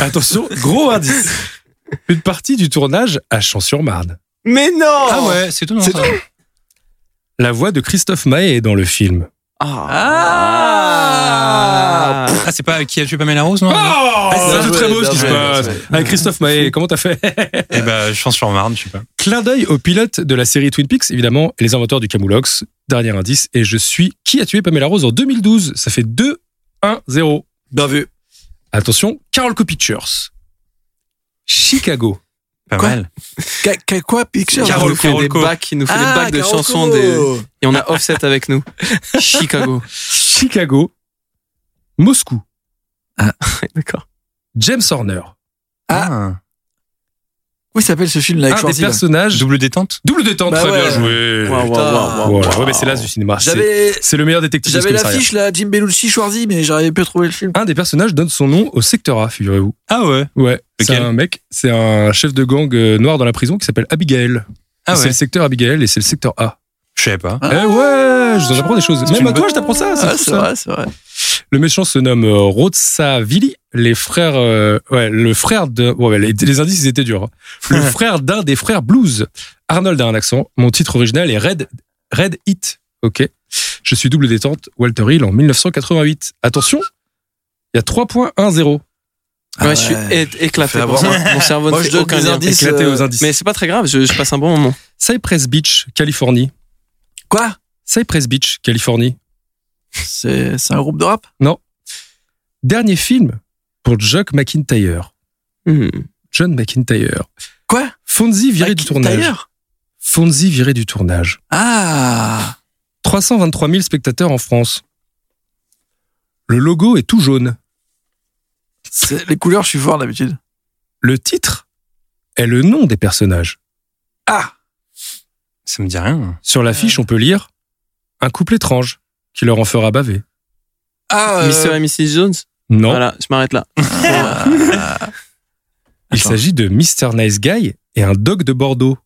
Speaker 7: Attention, gros indice. (laughs) Une partie du tournage à Champs-sur-Marne.
Speaker 6: Mais non
Speaker 4: Ah ouais, c'est étonnant.
Speaker 5: C'est
Speaker 4: ça.
Speaker 7: La voix de Christophe Maé est dans le film.
Speaker 5: Ah.
Speaker 6: Ah.
Speaker 4: Ah, c'est pas qui a tué Pamela Rose, non
Speaker 7: Ah,
Speaker 5: bien
Speaker 7: c'est
Speaker 5: joué,
Speaker 7: très beau
Speaker 5: bien
Speaker 7: ce qui se
Speaker 5: joué,
Speaker 7: passe.
Speaker 5: bien joué.
Speaker 7: Ah, Christophe Maé, comment t'as fait
Speaker 4: Eh ben, je pense sur Marne, je sais pas.
Speaker 7: (laughs) Clin d'œil au pilote de la série Twin Peaks, évidemment, et les inventeurs du Camoulox. Dernier indice, et je suis Qui a tué Pamela Rose en 2012 Ça fait 2-1-0.
Speaker 5: Bien vu.
Speaker 7: Attention, Carol Pictures. Chicago.
Speaker 4: Pas
Speaker 5: Quoi
Speaker 4: mal.
Speaker 5: Qu'a- qu'a- Quoi, Picture
Speaker 6: Il
Speaker 4: Carole
Speaker 6: nous fait des
Speaker 4: Carolco.
Speaker 6: bacs, il nous fait des
Speaker 5: Ah,
Speaker 6: bacs de
Speaker 5: Carole
Speaker 6: chansons.
Speaker 5: Coco.
Speaker 6: des- Et on a Offset avec
Speaker 5: (laughs)
Speaker 6: nous. Chicago.
Speaker 7: Chicago. Moscou.
Speaker 6: D'accord.
Speaker 7: James Horner.
Speaker 5: Ah. Comment il s'appelle ce film là avec
Speaker 7: Un des
Speaker 5: Schwarzy, là
Speaker 7: personnages.
Speaker 4: Double détente
Speaker 7: Double détente,
Speaker 5: Bah
Speaker 7: très
Speaker 5: ouais.
Speaker 7: bien joué.
Speaker 6: Waouh, waouh, waouh, waouh.
Speaker 7: Voilà. Ouais, mais c'est l'as du cinéma. C'est-
Speaker 5: J'avais
Speaker 7: C'est le meilleur détective du
Speaker 5: j'avais
Speaker 7: commissariat.
Speaker 5: l'affiche là, Jim Bellucci, Schwarzy, mais j'arrivais plus à trouver le film.
Speaker 7: Un des personnages donne son nom au secteur A, figurez-vous.
Speaker 4: Ah ouais.
Speaker 7: Ouais, c'est
Speaker 4: Lequel
Speaker 7: un mec, c'est un chef de gang euh, noir dans la prison qui s'appelle Abigail.
Speaker 4: Ah
Speaker 7: Et C'est
Speaker 4: ouais.
Speaker 7: le secteur Abigail et c'est le secteur A.
Speaker 4: Je sais pas.
Speaker 5: Ah.
Speaker 7: eh ouais, je vous en apprends des choses.
Speaker 4: C'est
Speaker 7: Même
Speaker 4: une
Speaker 7: à toi,
Speaker 4: bonne-
Speaker 7: je t'apprends ça. c'est
Speaker 5: Ah,
Speaker 7: fou,
Speaker 5: c'est
Speaker 7: ça.
Speaker 5: vrai, c'est vrai.
Speaker 7: Le méchant se nomme euh, Rotsavili. Les frères, euh, ouais, le frère de, ouais, les, les indices ils étaient durs. hein. Le frère d'un des frères blues. Arnold a un accent. Mon titre original est Red, Red Hit. Ok. Je suis double détente. Walter Hill en 1988. Attention, il y a 3.10.
Speaker 5: Ah
Speaker 6: ouais, je suis
Speaker 5: ouais.
Speaker 6: é- éclaté.
Speaker 5: Fais avoir.
Speaker 6: pour ça. Mon cerveau
Speaker 5: Moi,
Speaker 6: ne
Speaker 5: je
Speaker 6: fait
Speaker 5: donne
Speaker 6: aucun
Speaker 5: des
Speaker 6: lien.
Speaker 5: indices.
Speaker 7: Éclaté
Speaker 5: euh,
Speaker 7: aux indices.
Speaker 6: Mais c'est pas très grave, je, je passe un bon moment.
Speaker 7: Cypress Beach, Californie.
Speaker 5: Quoi
Speaker 7: Cypress Beach, Californie.
Speaker 5: C'est c'est un groupe de rap
Speaker 7: Dernier film pour Jock McIntyre.
Speaker 6: Hmm.
Speaker 7: John McIntyre.
Speaker 5: Quoi
Speaker 7: Fonzie viré du
Speaker 5: Ah,
Speaker 7: tournage.
Speaker 5: d'ailleurs
Speaker 7: Fonzie viré du tournage.
Speaker 5: Ah
Speaker 7: 323 000 spectateurs en France. Le logo est tout jaune.
Speaker 5: C'est- Les couleurs, je suis fort d'habitude.
Speaker 7: Le titre est le nom des personnages.
Speaker 5: Ah
Speaker 4: Ça me dit rien.
Speaker 7: Sur l'affiche, on peut lire un couple étrange qui leur en fera baver.
Speaker 5: Ah
Speaker 6: Mr. et Mrs. Jones
Speaker 7: Non,
Speaker 6: Voilà, je m'arrête là.
Speaker 7: (laughs) il
Speaker 5: Attends.
Speaker 7: s'agit de Mr. Nice Guy et un dog de Bordeaux.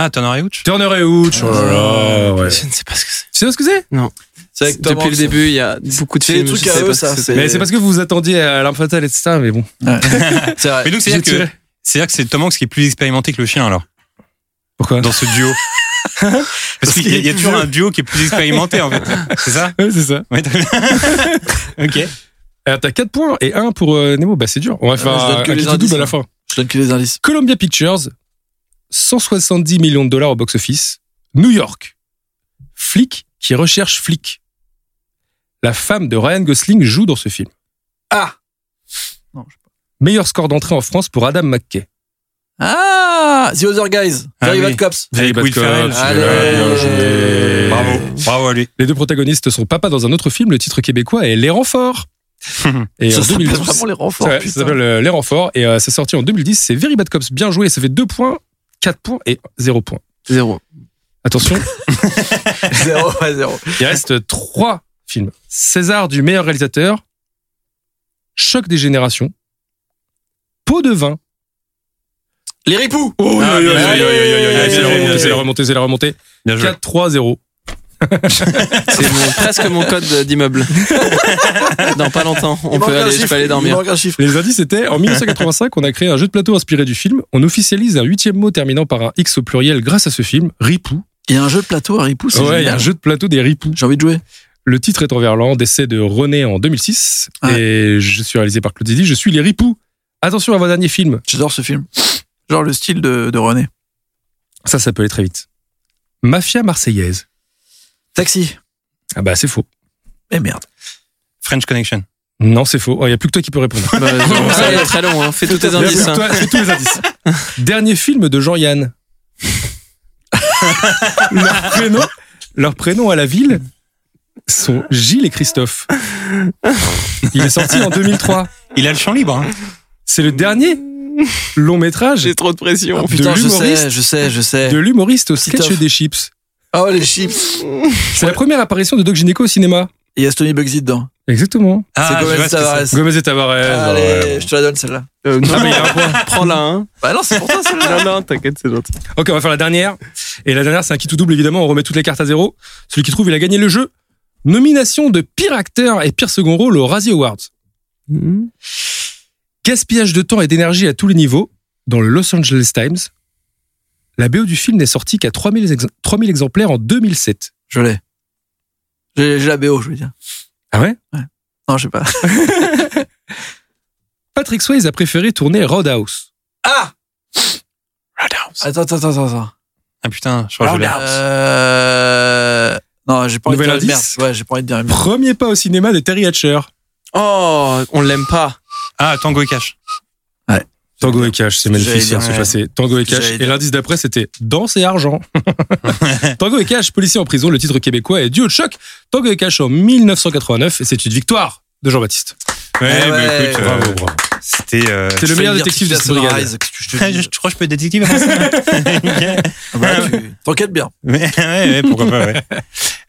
Speaker 4: Ah, Turner et Hooch
Speaker 7: Turner et Hooch. oh là là, ouais.
Speaker 6: Je ne sais pas ce que c'est.
Speaker 7: Tu sais ce que c'est
Speaker 6: Depuis le début, il y a beaucoup de
Speaker 5: C'est les
Speaker 6: films. je
Speaker 5: trucs
Speaker 6: sais
Speaker 5: à
Speaker 6: pas
Speaker 5: eux,
Speaker 6: ce que
Speaker 5: ça,
Speaker 6: c'est.
Speaker 5: Et-
Speaker 7: Mais c'est parce que vous vous attendiez à l'arme fatale, etc. Mais bon.
Speaker 5: C'est vrai.
Speaker 4: Mais donc,
Speaker 7: J'ai
Speaker 4: c'est-à-dire que,
Speaker 7: tiré.
Speaker 4: c'est-à-dire que c'est Tom Hanks qui est plus expérimenté que le chien, alors,
Speaker 7: Pourquoi
Speaker 4: dans ce duo. Parce qu'il y a, il y a
Speaker 7: est
Speaker 4: toujours
Speaker 7: vieux.
Speaker 4: un duo qui est plus expérimenté,
Speaker 7: (laughs)
Speaker 4: en fait. C'est ça?
Speaker 7: (laughs) Ouais, c'est ça.
Speaker 4: Ouais, t'as- ok.
Speaker 7: Alors, T'as 4 points et 1 pour euh, Nemo. Bah, c'est dur. On va faire
Speaker 5: je donne
Speaker 7: un-
Speaker 5: que
Speaker 7: un
Speaker 5: les
Speaker 7: qui tout
Speaker 5: indices,
Speaker 7: double à
Speaker 5: hein.
Speaker 7: la fin.
Speaker 5: Je donne que les indices.
Speaker 7: Columbia Pictures, 170 millions de dollars au box-office. New York, flic qui recherche flic. La femme de Ryan Gosling joue dans ce film.
Speaker 5: Ah
Speaker 7: Meilleur score d'entrée en France pour Adam McKay.
Speaker 5: Ah The Other Guys
Speaker 4: Ah
Speaker 5: Very
Speaker 4: oui.
Speaker 5: Bad Cops
Speaker 4: Avec
Speaker 7: Bad
Speaker 4: Will
Speaker 7: Cop,
Speaker 4: Ferrell.
Speaker 7: celui-là, bien joué.
Speaker 4: Bravo. Bravo à lui.
Speaker 7: Les deux protagonistes sont papa dans un autre film, le titre québécois est
Speaker 5: (laughs)
Speaker 7: Les Renforts. Et
Speaker 5: Ça
Speaker 7: en
Speaker 5: s'appelle
Speaker 7: 2012,
Speaker 5: vraiment les renforts,
Speaker 7: Ouais, ça
Speaker 5: putain.
Speaker 7: s'appelle euh, Les Renforts et euh, c'est sorti en 2010. C'est Very Bad Cops, bien joué. Ça fait 2 points, 4 points et 0 points. (laughs)
Speaker 6: Zéro.
Speaker 7: Attention,
Speaker 5: Zéro, ouais, zéro. Ah,
Speaker 7: Il reste trois films. César du meilleur réalisateur, Choc des générations, Peau de vin.
Speaker 5: Les ripoux
Speaker 7: Oh,
Speaker 4: Ah, bien joué.
Speaker 7: C'est la
Speaker 4: Bien
Speaker 7: remontée,
Speaker 4: joué.
Speaker 7: c'est la remontée, c'est la remontée.
Speaker 4: Bien joué.
Speaker 7: 4-3-0.
Speaker 6: C'est mon- presque mon code
Speaker 4: (laughs)
Speaker 6: d'immeuble. Dans pas longtemps, on
Speaker 5: Il manque
Speaker 6: peut
Speaker 5: un
Speaker 6: aller, je
Speaker 5: chiffre,
Speaker 6: peux aller
Speaker 5: Il
Speaker 6: dormir.
Speaker 5: manque un chiffre.
Speaker 7: Les indices étaient, en 1985, on a créé un jeu de plateau inspiré du film. On officialise un huitième mot terminant par un X au pluriel grâce à ce film, Ripou.
Speaker 5: Il y a un jeu de plateau à ripoux, c'est
Speaker 7: Ouais, il y a
Speaker 5: génial.
Speaker 7: un jeu de plateau des Ripou.
Speaker 5: J'ai envie de jouer.
Speaker 7: Le titre est en verlan, décès de René en 2006.
Speaker 4: Ah.
Speaker 5: Ouais.
Speaker 7: Et je suis réalisé par Claude Zidi, je suis les Ripou. Attention à vos derniers films.
Speaker 5: J'adore ce film. Genre le style de, de René.
Speaker 7: Ça, ça peut aller très vite. Mafia marseillaise.
Speaker 5: Taxi.
Speaker 7: Ah bah c'est faux.
Speaker 5: Eh merde.
Speaker 4: French Connection.
Speaker 7: Non, c'est faux. Il n'y a plus que toi qui peux répondre.
Speaker 6: Bah,
Speaker 5: (laughs)
Speaker 6: zéro. ça va être très long, hein. fais (laughs) tous tes
Speaker 7: Il y a plus
Speaker 6: indices.
Speaker 7: que
Speaker 6: hein.
Speaker 7: toi, c'est tous
Speaker 6: (laughs)
Speaker 7: les indices. Dernier film de Jean-Yann. Leur prénom, leur prénom à la ville sont Gilles et Christophe. Il est sorti en 2003.
Speaker 4: Il a le champ libre, hein.
Speaker 7: C'est le dernier long métrage
Speaker 6: J'ai trop de pression.
Speaker 5: Oh putain, je sais,
Speaker 7: l'humoriste.
Speaker 5: je sais, je sais.
Speaker 7: de l'humoriste au sketch
Speaker 5: Christophe.
Speaker 7: des chips.
Speaker 5: Oh les chips.
Speaker 7: C'est la première apparition de Doc Gynéco au cinéma.
Speaker 5: Il y a Stony Bugsy dedans.
Speaker 7: Exactement.
Speaker 6: Ah,
Speaker 5: c'est
Speaker 4: je vois
Speaker 5: Gomez
Speaker 4: ce que
Speaker 5: Tavares.
Speaker 7: Gomez et Tavares.
Speaker 5: Allez,
Speaker 7: Ouais.
Speaker 5: je te la donne celle-là.
Speaker 6: Euh, non,
Speaker 7: Ah, mais il y a un point.
Speaker 6: Prends-la, hein.
Speaker 5: Bah non, c'est pour ça celle-là.
Speaker 6: Non, non, t'inquiète, c'est gentil.
Speaker 7: Ok, on va faire la dernière. Et la dernière, c'est un qui tout double, évidemment. On remet toutes les cartes à zéro. Celui qui trouve, il a gagné le jeu. Nomination de pire acteur et pire second rôle au Razzie Awards. Gaspillage de temps et d'énergie à tous les niveaux dans le Los Angeles Times. La BO du film n'est sortie qu'à 3000, ex- 3000 exemplaires en 2007.
Speaker 5: Je l'ai. J'ai j'ai la BO, je veux dire.
Speaker 7: Ah ouais
Speaker 5: Non, je sais pas.
Speaker 7: Patrick Swayze a préféré tourner Roadhouse.
Speaker 5: Ah
Speaker 4: Roadhouse.
Speaker 5: Attends, attends, attends, attends.
Speaker 4: Ah putain, je crois que je l'ai.
Speaker 5: Oh, Euh... Non, j'ai pas envie de
Speaker 7: Nouvel
Speaker 5: dire une merde.
Speaker 7: indice
Speaker 5: Ouais, j'ai pas envie de dire une merde.
Speaker 7: Premier pas au cinéma de Terry Hatcher.
Speaker 6: Oh, on l'aime pas.
Speaker 4: Ah, Tango et Cash.
Speaker 7: Tango et Cash, c'est
Speaker 5: J'allais
Speaker 7: magnifique,
Speaker 5: dire,
Speaker 7: ça s'est
Speaker 5: ouais.
Speaker 7: passé. Tango et Cash.
Speaker 5: J'allais
Speaker 7: Et
Speaker 5: dire.
Speaker 7: l'indice d'après, c'était Danse et Argent. Tango et Cash, policier en prison, le titre québécois est dû au choc. Tango et Cash en 1989, et c'est une victoire de Jean-Baptiste.
Speaker 4: Ouais,
Speaker 5: Eh
Speaker 4: bah
Speaker 5: ouais.
Speaker 4: écoute, euh,
Speaker 7: Bravo, bravo.
Speaker 4: C'était. (laughs) euh,
Speaker 7: C'est le meilleur détective de cette brigade.
Speaker 4: je crois que je peux être détective. avant ça. (laughs)
Speaker 5: Bah, T'enquêtes bien.
Speaker 4: Ouais, ouais, ouais, pourquoi pas,
Speaker 5: (laughs)
Speaker 4: ouais.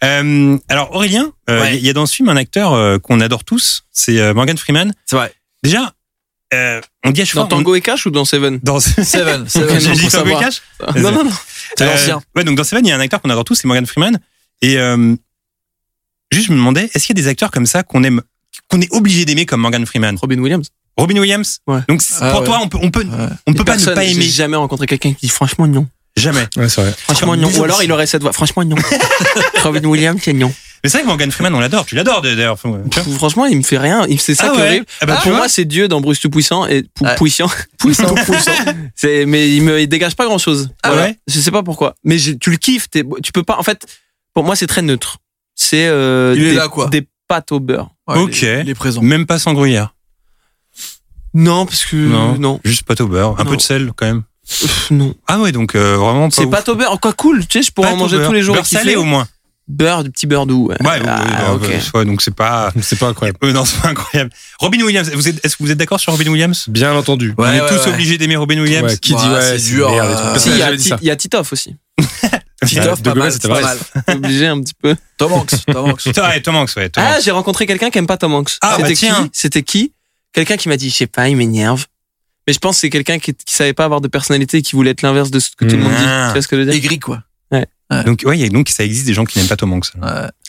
Speaker 4: Euh, alors, Aurélien, euh, il
Speaker 5: Ouais.
Speaker 4: y a dans ce film un acteur euh, qu'on adore tous, c'est euh, Morgan Freeman.
Speaker 5: C'est vrai.
Speaker 4: Déjà, euh, on dit à chaque
Speaker 6: Dans
Speaker 4: fois, on-
Speaker 6: Tango et Cash ou dans Seven
Speaker 4: (laughs) Dans
Speaker 6: (laughs)
Speaker 5: Seven,
Speaker 4: (laughs)
Speaker 6: Seven,
Speaker 4: J'ai
Speaker 6: non,
Speaker 4: dit Tango
Speaker 6: faut
Speaker 4: et
Speaker 6: savoir.
Speaker 4: Cash
Speaker 6: Non, non, non.
Speaker 5: C'est
Speaker 4: Euh,
Speaker 5: l'ancien.
Speaker 4: Ouais, donc dans Seven, il y a un acteur qu'on adore tous, c'est Morgan Freeman. Et euh, juste, je me demandais, est-ce qu'il y a des acteurs comme ça qu'on aime, qu'on est obligé d'aimer comme Morgan Freeman
Speaker 6: Robin Williams.
Speaker 4: Robin Williams
Speaker 6: Ouais.
Speaker 4: Donc c'est-
Speaker 5: Ah
Speaker 4: pour
Speaker 5: ouais.
Speaker 4: toi, on peut, on peut,
Speaker 5: Ouais.
Speaker 4: on peut pas ne
Speaker 6: Personne,
Speaker 4: pas aimer.
Speaker 6: J'ai jamais rencontré quelqu'un qui dit franchement non.
Speaker 4: Jamais.
Speaker 7: Ouais, c'est vrai.
Speaker 4: Ah,
Speaker 6: Franchement non. Ou alors il aurait cette voix. Franchement
Speaker 4: (laughs)
Speaker 6: non. Robin Williams, c'est non.
Speaker 4: Mais c'est vrai que Morgan Freeman, on l'adore. Tu l'adores d'ailleurs. Enfin, ouais, tu vois.
Speaker 6: Franchement, il me fait rien. Il- C'est ça
Speaker 4: Ah
Speaker 6: qui est
Speaker 4: ouais.
Speaker 6: horrible.
Speaker 4: Ah bah, tu
Speaker 6: pour
Speaker 4: vois.
Speaker 6: moi, c'est Dieu dans Bruce tout puissant et pou-
Speaker 5: Ouais.
Speaker 6: puissant.
Speaker 5: Puissant.
Speaker 6: (laughs) C'est mais il me il dégage pas grand chose.
Speaker 4: Ah ouais
Speaker 6: Je sais pas pourquoi. Mais je- tu le kiffes. t'es- Tu peux pas. En fait, pour moi, c'est très neutre. C'est euh,
Speaker 5: Il est
Speaker 6: des,
Speaker 5: là, quoi.
Speaker 6: des pâtes au beurre.
Speaker 5: Ouais, il est-
Speaker 4: Ok.
Speaker 5: Il est présent.
Speaker 4: Même pas sans gruyère.
Speaker 6: Non, parce que
Speaker 4: Non.
Speaker 6: non,
Speaker 4: Juste pâte au beurre. Un
Speaker 6: Non.
Speaker 4: peu de sel quand même.
Speaker 6: Pff, non.
Speaker 4: Ah ouais, donc euh, vraiment pas.
Speaker 6: C'est
Speaker 4: ouf.
Speaker 6: pâte au beurre. Quoi, cool. Tu sais, je pourrais
Speaker 4: Pâte
Speaker 6: en
Speaker 4: au
Speaker 6: manger
Speaker 4: beurre.
Speaker 6: tous les jours. et
Speaker 4: Beurre salé
Speaker 6: kiffer.
Speaker 4: au moins.
Speaker 6: Beurre, du petit beurre doux. Ouais.
Speaker 4: Ouais, ouais,
Speaker 6: Ah,
Speaker 4: ouais,
Speaker 6: ok.
Speaker 4: ouais, ouais, euh, donc c'est
Speaker 6: (laughs)
Speaker 4: pas.
Speaker 7: C'est pas incroyable.
Speaker 4: Euh, non, c'est pas incroyable. Robin Williams, vous êtes, est-ce que vous êtes d'accord sur Robin Williams
Speaker 7: Bien entendu.
Speaker 5: Ouais,
Speaker 4: On est
Speaker 5: ouais,
Speaker 4: tous
Speaker 5: ouais.
Speaker 4: obligés d'aimer Robin Williams.
Speaker 7: Ouais, qui dit
Speaker 5: Ouais,
Speaker 7: ouais,
Speaker 5: c'est
Speaker 7: c'est
Speaker 5: dur,
Speaker 7: merde et tout.
Speaker 5: euh,
Speaker 7: Personne
Speaker 6: Si, il y
Speaker 7: n'a
Speaker 6: a
Speaker 7: jamais dit
Speaker 6: Ti-
Speaker 7: ça.
Speaker 6: il y a Titoff aussi.
Speaker 5: Titoff,
Speaker 7: De
Speaker 5: pas
Speaker 7: Gaulle,
Speaker 5: mal.
Speaker 7: c'était
Speaker 5: pas
Speaker 7: vrai.
Speaker 5: mal.
Speaker 6: T'es obligé un petit peu.
Speaker 5: Tom Hanks.
Speaker 4: (laughs)
Speaker 5: Tom Hanks.
Speaker 4: Tom- ouais, Tom Hanks, ouais. Tom
Speaker 6: Ah,
Speaker 4: Hanks.
Speaker 6: j'ai rencontré quelqu'un qui aime pas Tom Hanks.
Speaker 4: Ah,
Speaker 6: C'était
Speaker 4: bah tiens.
Speaker 6: qui C'était qui Quelqu'un qui m'a dit, je sais pas, il m'énerve. Mais je pense que c'est quelqu'un qui, qui savait pas avoir de personnalité et qui voulait être l'inverse de ce que tout le monde dit.
Speaker 4: Ah.
Speaker 6: Tu vois ce que je veux dire
Speaker 5: Aigri, quoi.
Speaker 4: Donc, ouais, il y a- donc ça existe des gens qui n'aiment pas Tom Hanks.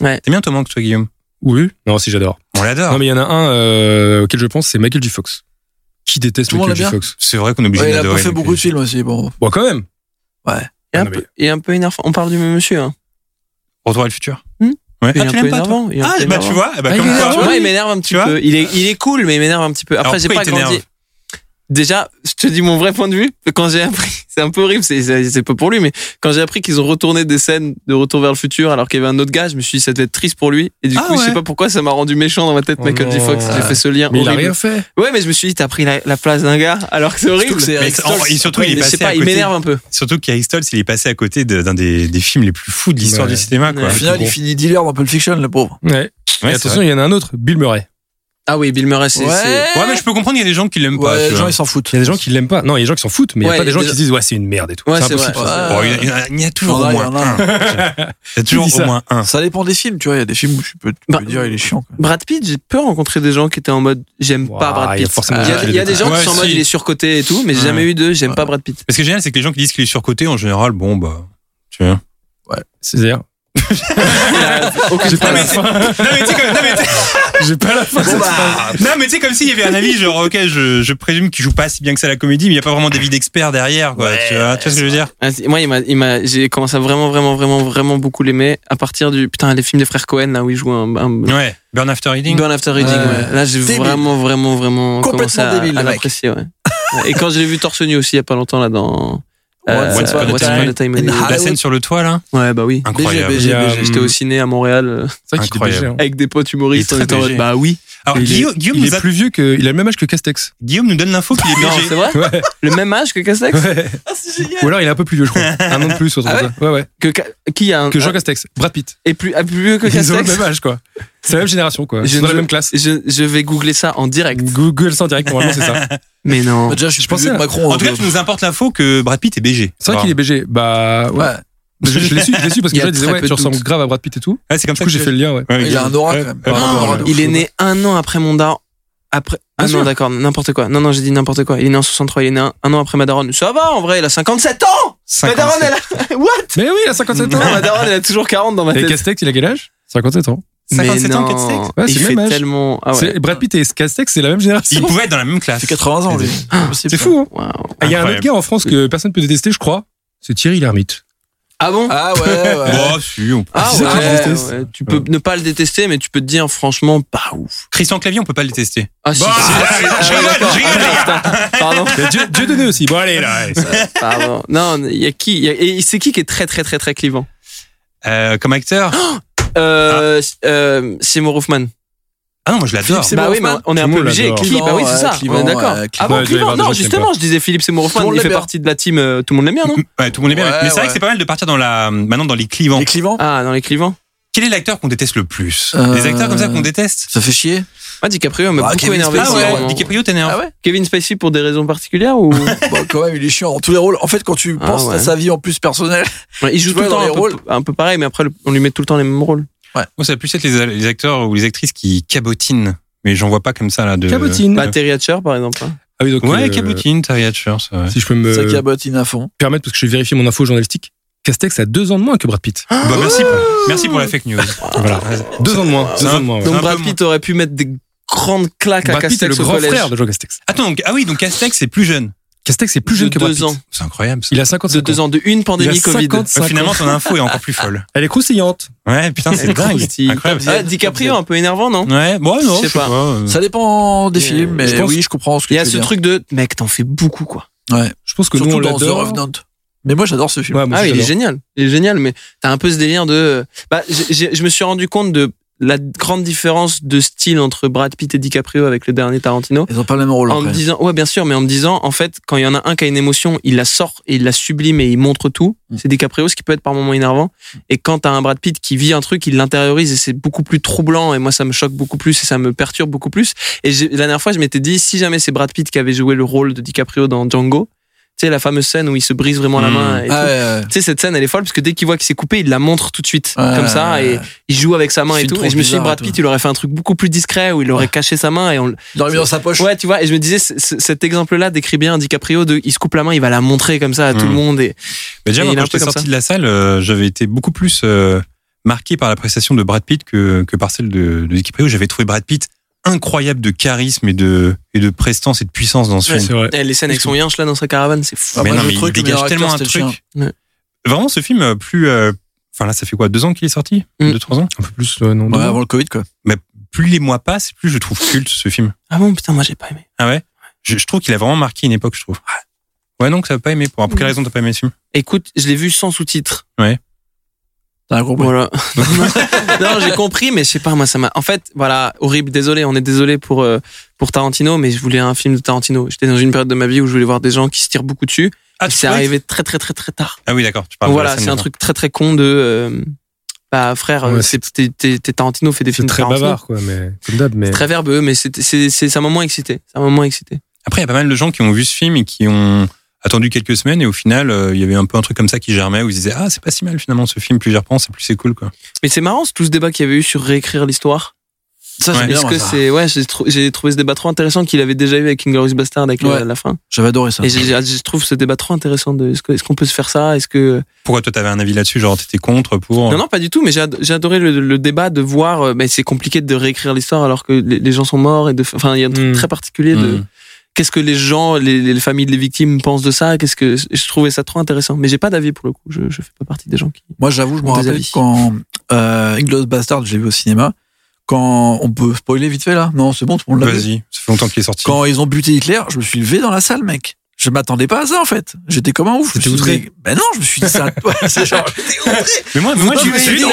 Speaker 5: Ouais.
Speaker 4: T'aimes bien Tom Hanks, toi, Guillaume
Speaker 7: Oui. Non, si j'adore.
Speaker 4: On l'adore.
Speaker 7: Non, mais il y en a un euh, auquel je pense, c'est Michael J. Fox. Qui déteste
Speaker 5: Tout le monde
Speaker 7: Michael J.
Speaker 5: l'aime bien.
Speaker 7: Fox
Speaker 4: C'est vrai qu'on est obligé
Speaker 5: Ouais, il a
Speaker 4: d'adorer.
Speaker 5: pas fait
Speaker 4: Nicolas
Speaker 5: beaucoup de
Speaker 4: Cage.
Speaker 5: films aussi. Bon.
Speaker 7: Bon, quand même.
Speaker 6: Et un,
Speaker 7: Non, mais-
Speaker 6: peu, et un peu énervant. On parle du même monsieur. Hein.
Speaker 4: Retour à le futur.
Speaker 6: Hmm
Speaker 4: Ouais. Ah,
Speaker 6: Il est un
Speaker 4: tu
Speaker 6: peu
Speaker 4: l'aimes pas, toi
Speaker 6: énervant. il est un
Speaker 4: Ah,
Speaker 6: peu
Speaker 4: bah,
Speaker 6: énervant.
Speaker 4: tu vois, eh ben,
Speaker 7: Ah,
Speaker 4: comme
Speaker 7: il est
Speaker 4: quoi.
Speaker 7: énervant.
Speaker 6: Tu vois, il m'énerve un petit
Speaker 4: Tu vois
Speaker 6: peu. Il est, il est cool, mais il m'énerve un petit peu.
Speaker 4: Alors,
Speaker 6: Après, j'ai
Speaker 4: pourquoi
Speaker 6: pas
Speaker 4: il t'énerve
Speaker 6: grandi. Déjà, je te dis mon vrai point de vue. Quand j'ai appris, (laughs) c'est un peu horrible, c'est- c'est c'est pas pour lui, mais quand j'ai appris qu'ils ont retourné des scènes de Retour vers le futur alors qu'il y avait un autre gars, je me suis dit ça devait être triste pour lui. Et du
Speaker 4: Ah
Speaker 6: coup, je
Speaker 4: ouais.
Speaker 6: sais pas pourquoi ça m'a rendu méchant dans ma tête,
Speaker 7: Oh
Speaker 6: Michael J.
Speaker 7: non.
Speaker 6: Fox. J'ai fait ce lien
Speaker 7: Mais il a
Speaker 6: horrible.
Speaker 7: rien fait.
Speaker 6: Ouais, mais je me suis dit t'as pris la, la place d'un gars alors que c'est horrible.
Speaker 5: que c'est
Speaker 4: Mais
Speaker 5: Eric
Speaker 4: c'est- en-
Speaker 5: Stoltz.
Speaker 4: et surtout, il est
Speaker 6: je
Speaker 4: passé
Speaker 6: sais pas,
Speaker 4: à
Speaker 6: il
Speaker 4: côté.
Speaker 6: m'énerve un peu.
Speaker 4: Surtout qu'Harry Stoltz, il est passé à côté de- d'un des, des films les plus fous de l'histoire
Speaker 7: Ouais.
Speaker 4: du cinéma, quoi.
Speaker 5: Au
Speaker 6: Ouais.
Speaker 5: final, il finit dealer dans Pulp Fiction, le pauvre.
Speaker 7: Ouais.
Speaker 4: Ouais,
Speaker 7: et
Speaker 4: c'est
Speaker 7: attention,
Speaker 4: vrai.
Speaker 7: il y en a un autre, Bill Murray.
Speaker 6: Ah oui, Bill Murray, c'est. c'est-
Speaker 4: Ouais, mais je peux comprendre, il y a des gens qui l'aiment pas.
Speaker 5: Ouais,
Speaker 4: tu
Speaker 5: les gens,
Speaker 4: vois.
Speaker 5: ils s'en foutent.
Speaker 7: Il y a des gens qui l'aiment pas. Non, il y a des gens qui s'en foutent, mais il y
Speaker 6: Ouais,
Speaker 7: a pas des gens
Speaker 6: des-
Speaker 7: qui se disent ouais, c'est une merde et tout.
Speaker 6: Ouais,
Speaker 7: c'est
Speaker 6: c'est
Speaker 7: impossible.
Speaker 6: vrai.
Speaker 5: Ouais.
Speaker 7: ça.
Speaker 4: Bon, Oh, il y en a- il y en a toujours au
Speaker 5: Ouais,
Speaker 4: moins
Speaker 5: il y en a un.
Speaker 4: un. Il y a
Speaker 7: Qui dit
Speaker 4: toujours au
Speaker 7: ça
Speaker 4: moins un.
Speaker 5: Ça dépend des films, tu vois. Il y a des films où tu peux, tu peux
Speaker 6: Bah,
Speaker 5: dire, il est chiant. quoi.
Speaker 6: Brad Pitt, j'ai peu rencontré des gens qui étaient en mode j'aime
Speaker 7: Ouah,
Speaker 6: pas Brad
Speaker 7: il y a
Speaker 6: Pitt.
Speaker 7: forcément
Speaker 6: Il y
Speaker 7: des gens
Speaker 6: a,
Speaker 7: qui
Speaker 6: il y a des gens
Speaker 4: détestent.
Speaker 6: qui sont en
Speaker 4: Ouais,
Speaker 6: mode
Speaker 4: si.
Speaker 6: il est surcoté et tout, mais j'ai
Speaker 4: Ouais.
Speaker 6: jamais eu de j'aime pas Brad Pitt.
Speaker 4: Mais ce qui est génial, c'est que les gens qui disent qu'il est surcoté, en général, bon, bah, tu vois.
Speaker 7: C'est-à-dire,
Speaker 6: Aucune
Speaker 7: j'ai pas
Speaker 6: phrase.
Speaker 7: la fin.
Speaker 4: Non, mais tu sais, comme, non, mais tu sais-
Speaker 7: J'ai pas la fin.
Speaker 5: Bon, bah,
Speaker 7: Ah,
Speaker 4: non, mais tu sais, comme s'il y avait un avis, genre, ok, je, je présume qu'il joue pas si bien que ça la comédie, mais il n'y a pas vraiment d'avis d'expert derrière, quoi. tu vois, tu vois ce que je veux dire?
Speaker 6: Ah, si, Moi, il m'a, il m'a, j'ai commencé à vraiment, vraiment, vraiment, vraiment beaucoup l'aimer à partir du putain les films des frères Cohen là où il joue un, un
Speaker 4: Ouais. Burn After Reading.
Speaker 6: Burn After Reading.
Speaker 5: Ouais.
Speaker 6: ouais. Là, j'ai
Speaker 5: Débile.
Speaker 6: vraiment, vraiment, vraiment
Speaker 5: Complètement
Speaker 6: commencé à,
Speaker 5: débile,
Speaker 6: à
Speaker 5: le mec.
Speaker 6: l'apprécier. Ouais. Ouais, et quand je l'ai vu torse nu aussi il y a pas longtemps là dans euh,
Speaker 4: Once Upon a Time.
Speaker 6: Time in
Speaker 5: in
Speaker 4: La
Speaker 6: Hollywood.
Speaker 4: scène sur le toit, là.
Speaker 6: Ouais, bah oui.
Speaker 4: Incroyable.
Speaker 5: BG,
Speaker 7: Il y a,
Speaker 5: BG.
Speaker 6: J'étais au ciné à Montréal euh,
Speaker 7: C'est vrai qu'il est
Speaker 4: Incroyable.
Speaker 7: BG, hein.
Speaker 6: avec des potes humoristes.
Speaker 4: Il est très
Speaker 6: on était en mode,
Speaker 4: BG.
Speaker 6: bah oui.
Speaker 4: Alors,
Speaker 7: Il est-
Speaker 4: Guillaume, Guillaume,
Speaker 7: Il
Speaker 4: nous
Speaker 7: est
Speaker 4: a-
Speaker 7: plus vieux que. Il a le même âge que Castex.
Speaker 4: Guillaume nous donne l'info
Speaker 7: (laughs)
Speaker 4: qu'il est
Speaker 6: Non,
Speaker 4: BG.
Speaker 6: c'est vrai.
Speaker 7: Ouais.
Speaker 6: Le même âge que Castex.
Speaker 7: Ouais. Ou alors il est un peu plus
Speaker 6: (laughs)
Speaker 7: vieux, je crois. Un an de plus, ou autre
Speaker 6: Ah
Speaker 7: chose. Ouais, ouais.
Speaker 6: Que Ca- qui a un
Speaker 7: Que Jean Castex, Brad Pitt.
Speaker 6: et plus ah, plus vieux que
Speaker 7: Ils ont le
Speaker 6: Castex.
Speaker 7: même âge, quoi. C'est la même génération, quoi. Ils
Speaker 6: Je
Speaker 7: sont dans la
Speaker 6: ne-
Speaker 7: même classe.
Speaker 6: (laughs) Je, je vais googler ça en direct.
Speaker 7: Google sans direct, normalement, c'est ça.
Speaker 6: Mais non.
Speaker 5: Bah, déjà, je suis
Speaker 7: Je
Speaker 5: plus
Speaker 7: pensais
Speaker 5: vieux que
Speaker 7: à-
Speaker 5: Macron.
Speaker 4: En tout cas,
Speaker 5: euh,
Speaker 4: tu nous importes l'info que Brad Pitt est BG.
Speaker 7: C'est vrai qu'il est BG. Bah, ouais.
Speaker 5: euh, ouais.
Speaker 7: Je, je l'ai su, je l'ai su parce que
Speaker 6: Il y a
Speaker 7: je disais,
Speaker 6: très
Speaker 7: ouais,
Speaker 6: peu
Speaker 7: tu
Speaker 6: de
Speaker 7: ressembles
Speaker 6: doute.
Speaker 7: grave à Brad Pitt et tout.
Speaker 4: Ouais, c'est comme
Speaker 7: Du
Speaker 4: ça que
Speaker 7: coup, j'ai fait le lien, ouais.
Speaker 4: Ouais,
Speaker 5: Il a un aura quand même.
Speaker 4: Ouais,
Speaker 5: Par
Speaker 4: ouais,
Speaker 5: rapport à
Speaker 4: ouais.
Speaker 5: Ronaldo.
Speaker 6: Il est né un an après mon daron. Après. Ah
Speaker 7: Bien
Speaker 6: non,
Speaker 7: sûr.
Speaker 6: d'accord, n'importe quoi. Non, non, j'ai dit n'importe quoi. Il est né en 63, il est né un, un an après Madaron. Ça va, en vrai, il a 57 ans Ma
Speaker 4: 57.
Speaker 6: daronne, elle a. What
Speaker 7: Mais oui, il a 57
Speaker 6: Non,
Speaker 7: ans.
Speaker 6: ma daronne, elle a toujours 40 dans ma
Speaker 7: Et
Speaker 6: tête.
Speaker 7: Castex, il a quel âge 57 ans.
Speaker 6: Mais
Speaker 4: 57 ans,
Speaker 6: non.
Speaker 4: Castex
Speaker 7: Ouais, c'est
Speaker 6: Il
Speaker 7: le
Speaker 6: fait
Speaker 7: même âge.
Speaker 6: tellement. Ah ouais.
Speaker 7: C'est- Brad Pitt et Castex, c'est la même génération.
Speaker 4: Il pouvait être dans la même classe.
Speaker 5: C'est 80 ans, lui.
Speaker 7: C'est fou, hein.
Speaker 6: Waouh.
Speaker 7: Ah, Il y a un
Speaker 4: Incroyable.
Speaker 7: autre gars en France que personne peut détester, je crois. C'est
Speaker 6: (laughs)
Speaker 7: Thierry Lhermitte.
Speaker 6: Ah bon
Speaker 5: Ah ouais,
Speaker 4: (laughs)
Speaker 5: ouais.
Speaker 4: Oh, si, on peut-
Speaker 6: Ah
Speaker 7: c'est
Speaker 6: ouais,
Speaker 7: ça que je déteste.
Speaker 6: ouais, tu peux ne pas le détester, mais tu peux te dire franchement pas ouf.
Speaker 4: Christian Clavier, on peut pas le détester.
Speaker 6: Ah si,
Speaker 7: Bah
Speaker 4: Bon, je
Speaker 6: si, si.
Speaker 4: rigole,
Speaker 6: Ah,
Speaker 4: je rigole,
Speaker 6: d'accord.
Speaker 4: je rigole, les gars.
Speaker 6: Ah, Pardon.
Speaker 7: Et Dieu, Dieu donné aussi. Bon, allez, là. ouais.
Speaker 6: Pardon. Non, il y a qui il y a- Et c'est qui qui est très très très très clivant
Speaker 4: Euh, comme acteur.
Speaker 6: euh, euh, Seymour Hoffman.
Speaker 4: Ah non, moi je l'adore.
Speaker 5: Philippe
Speaker 6: Bah
Speaker 5: Seymour
Speaker 6: oui, mais
Speaker 5: Hoffman.
Speaker 6: on est
Speaker 7: Tout
Speaker 6: un
Speaker 7: le
Speaker 6: peu
Speaker 7: monde
Speaker 6: obligé.
Speaker 7: l'adore.
Speaker 6: Clive, bah oui, c'est ça.
Speaker 5: Clivant,
Speaker 6: on est d'accord.
Speaker 5: ouais,
Speaker 6: ah
Speaker 5: clivant.
Speaker 6: bon,
Speaker 7: Ouais, il doit y
Speaker 6: clivant.
Speaker 7: avoir des
Speaker 6: Non,
Speaker 7: gens qui aiment
Speaker 6: justement, je disais Philippe Seymour
Speaker 5: Tout le
Speaker 6: Hoffman.
Speaker 5: monde
Speaker 6: Il fait
Speaker 5: l'aime bien.
Speaker 6: partie de la team. euh, Tout le monde l'aime bien, non
Speaker 4: Ouais, tout le monde est bien.
Speaker 5: Ouais,
Speaker 4: mais c'est vrai
Speaker 5: ouais.
Speaker 4: que c'est pas mal de partir dans la. Maintenant, dans les clivants.
Speaker 5: Les clivants
Speaker 6: Ah, dans les clivants.
Speaker 4: Quel est l'acteur qu'on déteste le plus
Speaker 5: Euh,
Speaker 4: Des acteurs comme ça qu'on déteste Ah
Speaker 5: Ça fait chier.
Speaker 6: Ah, DiCaprio il m'a
Speaker 5: Bah,
Speaker 6: beaucoup
Speaker 5: Kevin
Speaker 6: énervé.
Speaker 5: Spacey,
Speaker 6: aussi,
Speaker 5: ouais,
Speaker 6: vraiment.
Speaker 4: DiCaprio t'énerve.
Speaker 5: Ah ouais
Speaker 6: Kevin Spacey pour des raisons particulières ou
Speaker 5: Bon, quand même, il est chiant dans tous les rôles. En fait, quand tu
Speaker 6: Ah,
Speaker 5: penses à
Speaker 6: ouais.
Speaker 5: sa vie en plus personnelle,
Speaker 6: Ouais, il joue
Speaker 5: Tu
Speaker 6: tout
Speaker 5: vois,
Speaker 6: le
Speaker 5: dans
Speaker 6: temps
Speaker 5: les
Speaker 6: un peu,
Speaker 5: rôles.
Speaker 6: un peu pareil, mais après le- on lui met tout le temps les mêmes rôles.
Speaker 4: Moi, ça va plus être les, les acteurs ou les actrices qui cabotinent. Mais j'en vois pas comme ça, là. De...
Speaker 7: Cabotine.
Speaker 6: Bah, Terry Hatcher par exemple. hein.
Speaker 7: Ah oui, donc,
Speaker 4: Ouais,
Speaker 7: euh,
Speaker 4: cabotine, Terry Hatcher, c'est vrai.
Speaker 7: Si je peux me
Speaker 5: ça cabotine à fond.
Speaker 7: permettre, parce que je vais vérifier mon info journalistique, Castex a deux ans de moins que Brad
Speaker 6: Ah,
Speaker 7: Pitt.
Speaker 4: Bah, merci, pour, merci pour la fake news.
Speaker 7: Voilà. Deux ans de moins. Deux
Speaker 4: un-
Speaker 7: ans de moins. ouais.
Speaker 4: un
Speaker 6: Donc
Speaker 4: peu
Speaker 6: Brad Pitt aurait pu mettre des grandes claques à
Speaker 7: Brad Pitt est le
Speaker 6: Castex au
Speaker 7: grand
Speaker 6: collège.
Speaker 7: frère de Jean Castex.
Speaker 4: Attends, donc, ah oui, donc Castex est plus jeune.
Speaker 7: Castex est plus
Speaker 6: De
Speaker 7: jeune que Brad
Speaker 6: deux
Speaker 7: Pitt.
Speaker 6: ans.
Speaker 4: C'est incroyable, ça.
Speaker 7: Il a 50
Speaker 6: De deux ans, de une pandémie
Speaker 7: Il a
Speaker 6: Covid.
Speaker 7: 50.
Speaker 4: Ouais, Finalement, ton info est encore plus folle.
Speaker 7: Elle est croustillante.
Speaker 4: Ouais, putain, c'est dingue.
Speaker 6: Croustille.
Speaker 4: Incroyable.
Speaker 6: Ah, DiCaprio un peu énervant non
Speaker 4: Ouais, bon, non, je sais pas. euh,
Speaker 5: Ça dépend des
Speaker 6: Et,
Speaker 5: films, mais
Speaker 6: je pense-
Speaker 5: oui, je comprends ce que
Speaker 6: Il y a
Speaker 5: tu veux
Speaker 6: ce
Speaker 5: dire.
Speaker 6: truc de mec t'en fais beaucoup quoi.
Speaker 5: Ouais.
Speaker 7: Je pense que
Speaker 5: Surtout
Speaker 7: nous, on
Speaker 5: dans The
Speaker 7: l'adore.
Speaker 5: Revenant. Mais moi, j'adore ce film.
Speaker 7: Ouais, moi,
Speaker 6: Ah,
Speaker 7: je
Speaker 6: il est
Speaker 7: l'adore.
Speaker 6: génial. Il est génial, mais t'as un peu ce délire de. Bah, j'ai- j'ai- je me suis rendu compte de la grande différence de style entre Brad Pitt et DiCaprio avec le dernier Tarantino.
Speaker 5: Ils ont pas le même
Speaker 7: Oh,
Speaker 5: rôle.
Speaker 6: En me
Speaker 5: après.
Speaker 6: disant, ouais, bien sûr, mais en me disant, en fait, quand il y en a un qui a une émotion, il la sort et il la sublime et il montre tout.
Speaker 5: Mm.
Speaker 6: C'est DiCaprio, ce qui peut être par moments énervant.
Speaker 7: Mm.
Speaker 6: Et quand t'as un Brad Pitt qui vit un truc, il l'intériorise et c'est beaucoup plus troublant. Et moi, ça me choque beaucoup plus et ça me perturbe beaucoup plus. Et j'ai- la dernière fois, je m'étais dit, si jamais c'est Brad Pitt qui avait joué le rôle de DiCaprio dans Django, tu sais, la fameuse scène où il se brise vraiment la
Speaker 4: Mm.
Speaker 6: main. Et tout.
Speaker 5: Ah, ouais, ouais.
Speaker 6: Tu sais, cette scène, elle est folle parce que dès qu'il voit qu'il s'est coupé, il la montre tout de suite,
Speaker 5: Ouais,
Speaker 6: comme ça,
Speaker 5: ouais,
Speaker 6: et
Speaker 5: ouais.
Speaker 6: il joue avec sa main
Speaker 5: C'est
Speaker 6: et
Speaker 5: une
Speaker 6: tout.
Speaker 5: trousse
Speaker 6: Et je me suis dit,
Speaker 5: bizarre et
Speaker 6: Brad
Speaker 5: tout.
Speaker 6: Pitt, il aurait fait un truc beaucoup plus discret où il aurait caché sa main et on. le-
Speaker 5: Il l'aurait mis dans sa poche.
Speaker 6: Ouais, tu vois, et je me disais, c- c- cet exemple-là décrit bien DiCaprio de il se coupe la main, il va la montrer comme ça à
Speaker 5: Hmm.
Speaker 6: tout
Speaker 4: Mm.
Speaker 6: le monde. Et...
Speaker 4: Bah, déjà,
Speaker 6: Et
Speaker 4: moi,
Speaker 6: il est
Speaker 4: quand
Speaker 6: un peu
Speaker 4: j'étais
Speaker 6: comme
Speaker 4: sorti
Speaker 6: ça.
Speaker 4: de la salle, euh, j'avais été beaucoup plus euh, marqué par la prestation de Brad Pitt que, que par celle de, de DiCaprio. J'avais trouvé Brad Pitt incroyable de charisme et de, et de prestance et de puissance dans ce
Speaker 6: Ouais,
Speaker 4: film.
Speaker 7: C'est vrai.
Speaker 6: Eh, les scènes avec son yinche là dans sa caravane, c'est fou.
Speaker 5: Ah,
Speaker 4: mais
Speaker 5: moi,
Speaker 4: non,
Speaker 5: le
Speaker 4: mais il
Speaker 5: truc, le
Speaker 4: dégage
Speaker 5: meilleur
Speaker 4: tellement un
Speaker 5: acteur, c'était le
Speaker 4: truc. Vraiment, ce film, euh, plus. euh, Enfin, là, ça fait quoi Deux ans qu'il est sorti
Speaker 6: Mm.
Speaker 4: Deux, trois ans
Speaker 7: Un peu plus, euh, non.
Speaker 5: Ouais, avant le Covid, quoi.
Speaker 4: Plus les mois passent, plus je trouve culte ce film.
Speaker 6: Ah bon, putain, moi j'ai pas aimé.
Speaker 4: Ah ouais je, je trouve qu'il a vraiment marqué une époque, je trouve. Ouais, donc t'as pas aimé. Pour,
Speaker 6: Mm.
Speaker 4: pour quelle raison t'as pas aimé ce film
Speaker 6: Écoute, je l'ai vu sans sous-titres.
Speaker 5: T'as un gros bruit.
Speaker 7: (laughs)
Speaker 6: Voilà. non, j'ai compris, mais je sais pas, moi ça m'a. En fait, voilà, horrible, désolé, on est désolé pour, euh, pour Tarantino, mais je voulais un film de Tarantino. J'étais dans une période de ma vie où je voulais voir des gens qui se tirent beaucoup dessus.
Speaker 4: Ah,
Speaker 6: Et c'est arrivé très très très très tard.
Speaker 4: Ah oui, d'accord. Tu parles de la
Speaker 6: voilà,
Speaker 4: scène
Speaker 6: c'est un
Speaker 4: de-
Speaker 6: truc très très con de. euh, bah frère, euh,
Speaker 7: Ouais,
Speaker 6: c'est t'es- t'es t'es Tarantino fait des
Speaker 7: C'est
Speaker 6: films de
Speaker 7: très
Speaker 6: Tarantino.
Speaker 7: bavard, quoi, mais comme d'hab, mais.
Speaker 6: C'est très verbeux, mais c'est c'est c'est c'est un moment excité. C'est un moment excité.
Speaker 4: Après, il y a pas mal de gens qui ont vu ce film et qui ont attendu quelques semaines et au final, euh, il y avait un peu un truc comme ça qui germait où ils disaient ah c'est pas si mal finalement ce film plus j'y repense et plus c'est cool quoi.
Speaker 6: Mais c'est marrant c'est tout ce débat qu'il y avait eu sur réécrire l'histoire.
Speaker 5: Ça,
Speaker 4: Ouais.
Speaker 5: c'est bien.
Speaker 6: Est-ce
Speaker 5: moi,
Speaker 6: que
Speaker 5: ça.
Speaker 6: c'est ouais, j'ai trou- j'ai trouvé ce débat trop intéressant qu'il avait déjà eu avec Inglourious Bastard avec
Speaker 5: Ouais. Ah.
Speaker 6: la, la fin.
Speaker 5: J'avais adoré ça.
Speaker 6: Et j'ai- j'ai- je trouve ce débat trop intéressant de est-ce que- est-ce qu'on peut se faire ça Est-ce que
Speaker 4: Pourquoi toi t'avais un avis là-dessus genre t'étais contre pour
Speaker 6: non non pas du tout mais j'ai ad- j'ai adoré le, le débat de voir euh, mais c'est compliqué de réécrire l'histoire alors que les, les gens sont morts et de f- enfin il y a un truc
Speaker 7: Mm.
Speaker 6: très particulier de
Speaker 4: Hmm.
Speaker 6: qu'est-ce que les gens, les, les familles des victimes pensent de ça Qu'est-ce que je trouvais ça trop intéressant. Mais j'ai pas d'avis pour le coup. Je, je fais pas partie des gens qui.
Speaker 5: Moi, j'avoue, je me
Speaker 6: Des
Speaker 5: rappelle
Speaker 6: avis.
Speaker 5: quand euh, Inglourious Bastard, je l'ai vu au cinéma. Quand on peut spoiler vite fait là Non, c'est bon, tout le monde l'a vu.
Speaker 4: Vas-y, ça fait longtemps qu'il est sorti.
Speaker 5: Quand ils ont buté Hitler, je me suis levé dans la salle, mec. Je m'attendais pas à ça en fait. J'étais comme un ouf.
Speaker 7: T'étais
Speaker 5: Je me suis dit,
Speaker 7: outré.
Speaker 5: mais- Ben non, je me suis dit ça. (laughs) Ouais, c'est genre,
Speaker 4: Mais moi, moi j'ai
Speaker 5: me
Speaker 4: vu
Speaker 5: suis dit,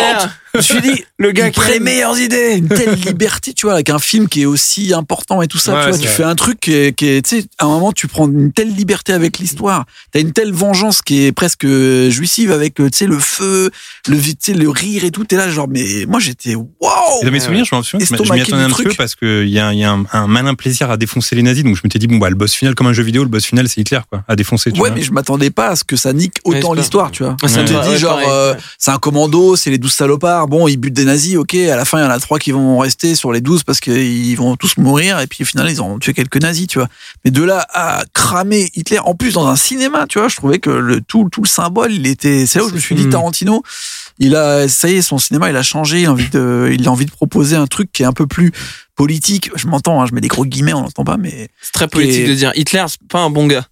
Speaker 5: je me suis dit,
Speaker 6: le
Speaker 5: une très meilleures idées, une telle liberté, tu vois, avec un film qui est aussi important et tout ça.
Speaker 7: Ouais,
Speaker 5: tu vois,
Speaker 7: c'est
Speaker 5: tu
Speaker 7: vrai.
Speaker 5: fais un truc qui est, qui est- tu sais, à un moment, tu prends une telle liberté avec l'histoire. T'as une telle vengeance qui est presque jouissive avec, euh, tu sais, le feu, le, vi- tu sais, le rire et tout. T'es là, genre, mais moi, j'étais waouh!
Speaker 4: Et Dans mes souvenirs, je m'en souviens, je m'y
Speaker 5: Estomaqué
Speaker 4: attendais un
Speaker 5: du
Speaker 4: petit
Speaker 5: truc.
Speaker 4: peu parce qu'il y a, il y a un, un malin plaisir à défoncer les nazis, donc je m'étais dit bon bah le boss final comme un jeu vidéo, le boss final c'est Hitler quoi, à défoncer. Tu
Speaker 5: Ouais,
Speaker 4: vois.
Speaker 5: mais je m'attendais pas à ce que ça nique
Speaker 6: Ouais, c'est
Speaker 5: autant
Speaker 6: pas-
Speaker 5: l'histoire, tu vois.
Speaker 6: Ça
Speaker 4: Ouais.
Speaker 6: me
Speaker 5: Tu te
Speaker 6: paraît-
Speaker 5: dis, genre,
Speaker 6: pareil.
Speaker 5: euh, c'est un commando, c'est les 12 salopards. Bon, ils butent des nazis, ok. À la fin, il y en a trois qui vont rester sur les 12 parce qu'ils vont tous mourir. Et puis, au final, ils ont tué quelques nazis, tu vois. Mais de là à cramer Hitler, en plus, dans un cinéma, tu vois, je trouvais que le, tout, tout le symbole, il était. C'est là où je me suis dit,
Speaker 7: Hmm.
Speaker 5: Tarantino, il a, ça y est, son cinéma, il a changé. Il a envie de, il a envie de proposer un truc qui est un peu plus politique. Je m'entends, hein, je mets des gros guillemets, on n'entend pas, mais.
Speaker 6: C'est très politique
Speaker 5: Et-
Speaker 6: de dire Hitler, c'est pas un bon gars.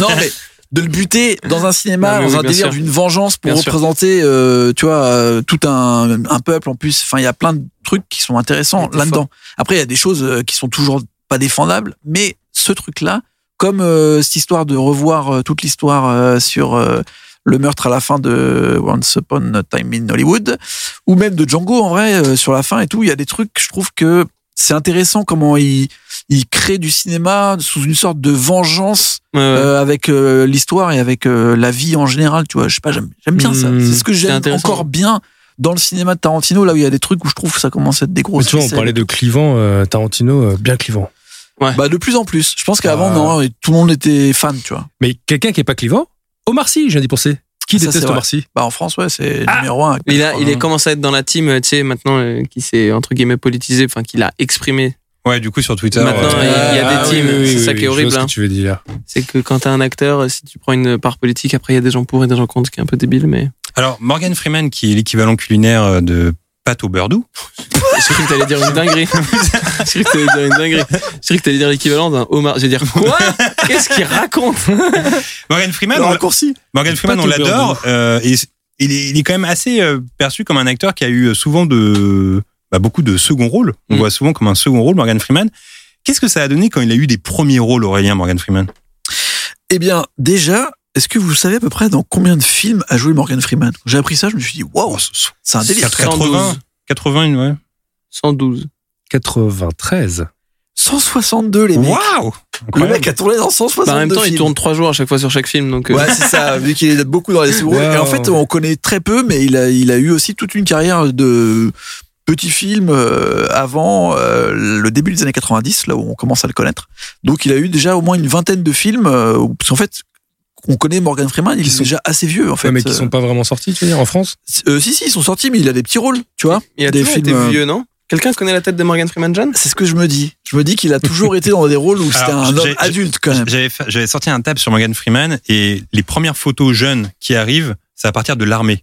Speaker 5: Non, mais de le buter dans un cinéma,
Speaker 6: Non, mais
Speaker 5: dans
Speaker 6: oui,
Speaker 5: un
Speaker 6: bien
Speaker 5: délire
Speaker 6: sûr.
Speaker 5: d'une vengeance pour
Speaker 6: Bien sûr.
Speaker 5: représenter, euh, tu vois, euh, tout un, un peuple en plus. Enfin, il y a plein de trucs qui sont intéressants
Speaker 6: Il était
Speaker 5: là-dedans. Après, il y a des choses euh, qui sont toujours pas défendables, mais ce truc-là, comme euh, cette histoire de revoir euh, toute l'histoire euh, sur euh, le meurtre à la fin de Once Upon a Time in Hollywood, ou même de Django en vrai, euh, sur la fin et tout, il y a des trucs, je trouve que c'est intéressant comment il, il crée du cinéma sous une sorte de vengeance
Speaker 6: Ouais, ouais.
Speaker 5: euh, avec euh, l'histoire et avec euh, la vie en général tu vois je sais pas j'aime j'aime bien ça
Speaker 7: Mmh,
Speaker 5: c'est ce que j'aime
Speaker 6: Hmm. intéressant.
Speaker 5: encore bien dans le cinéma de Tarantino, là où il y a des trucs où je trouve que ça commence à être des grosses
Speaker 7: Mais tu vois, on
Speaker 5: ficelles.
Speaker 7: parlait de clivant, euh, Tarantino, euh, bien clivant.
Speaker 5: Bah, de plus en plus. Je pense qu'avant,
Speaker 7: Ah.
Speaker 5: non, et tout le monde était fan, tu vois.
Speaker 7: Mais quelqu'un qui est pas clivant, Omar Sy, je viens d'y penser.
Speaker 6: Ah,
Speaker 7: Qui
Speaker 5: Ça, c'est
Speaker 7: déteste
Speaker 5: vrai.
Speaker 7: Omar Sy
Speaker 5: Bah, en France, ouais, c'est numéro un. hein.
Speaker 6: Il, a, il est commencé à être dans la team, euh, tu sais, maintenant, euh, qui s'est, entre guillemets, politisé, enfin, qu'il a exprimé.
Speaker 4: Ouais, du coup, sur Twitter.
Speaker 6: Maintenant,
Speaker 4: euh,
Speaker 6: il y a
Speaker 7: Ah
Speaker 6: des teams, c'est ça qui est
Speaker 7: je vois
Speaker 6: horrible,
Speaker 7: ce que
Speaker 6: hein.
Speaker 7: tu veux dire.
Speaker 6: C'est que quand t'as un acteur, euh, si tu prends une part politique, après, il y a des gens pour et des gens contre, ce qui est un peu débile, mais.
Speaker 4: Alors, Morgan Freeman, qui est l'équivalent culinaire de pâte au beurre doux.
Speaker 6: J'ai cru que t'allais dire une (laughs) dinguerie. J'ai cru que t'allais dire une dinguerie. J'ai cru que t'allais dire l'équivalent d'un homard. J'ai dire, quoi? Qu'est-ce qu'il
Speaker 5: (laughs)
Speaker 6: raconte?
Speaker 4: Morgan Freeman,
Speaker 5: Le
Speaker 4: on-
Speaker 5: raccourci.
Speaker 4: Morgan Freeman,
Speaker 6: Pas
Speaker 4: on
Speaker 6: tout beurre
Speaker 4: l'adore. euh, et c- il est, il est quand même assez euh, perçu comme un acteur qui a eu euh, souvent de, bah, beaucoup de second rôle. On
Speaker 6: Mm.
Speaker 4: voit souvent comme un second rôle Morgan Freeman. Qu'est-ce que ça a donné quand il a eu des premiers rôles, Aurélien Morgan Freeman
Speaker 5: Eh bien, déjà, est-ce que vous savez à peu près dans combien de films a joué Morgan Freeman Quand J'ai appris ça, je me suis dit, waouh, Ah, c'est un délire.
Speaker 4: 80, 80, ouais.
Speaker 6: 112.
Speaker 7: 93.
Speaker 5: 162, les mecs.
Speaker 4: Waouh
Speaker 5: Le
Speaker 4: Incroyable.
Speaker 5: mec a tourné dans 162
Speaker 6: Bah, en même temps,
Speaker 5: films.
Speaker 6: il tourne trois jours à chaque fois sur chaque film, donc. euh,
Speaker 5: Ouais, c'est ça, vu qu'il est beaucoup dans les sous Et en
Speaker 7: Wow.
Speaker 5: fait, on connaît très peu, mais il a, il a eu aussi toute une carrière de petits films euh, avant euh, le début des années 90, là où on commence à le connaître. Donc, il a eu déjà au moins une vingtaine de films, euh, parce qu'en fait, on connaît Morgan Freeman, il
Speaker 7: Qui
Speaker 5: est
Speaker 7: sont-
Speaker 5: déjà assez vieux, en fait.
Speaker 7: Ouais,
Speaker 6: euh,
Speaker 7: mais qui sont pas vraiment sortis, tu veux dire, en France
Speaker 5: Euh, si, si, ils sont sortis, mais il a des petits rôles, tu vois.
Speaker 6: Il a
Speaker 5: Des
Speaker 6: toujours été
Speaker 5: films, euh,
Speaker 6: vieux, non Quelqu'un connaît la tête de Morgan Freeman John
Speaker 5: C'est ce que je me dis. Je me dis qu'il a toujours été dans des rôles où c'était
Speaker 4: Alors,
Speaker 5: un
Speaker 4: j'ai-
Speaker 5: homme
Speaker 4: j'ai-
Speaker 5: adulte, quand même.
Speaker 4: J'avais fait- j'avais sorti un tab sur Morgan Freeman et les premières photos jeunes qui arrivent, c'est à partir de l'armée.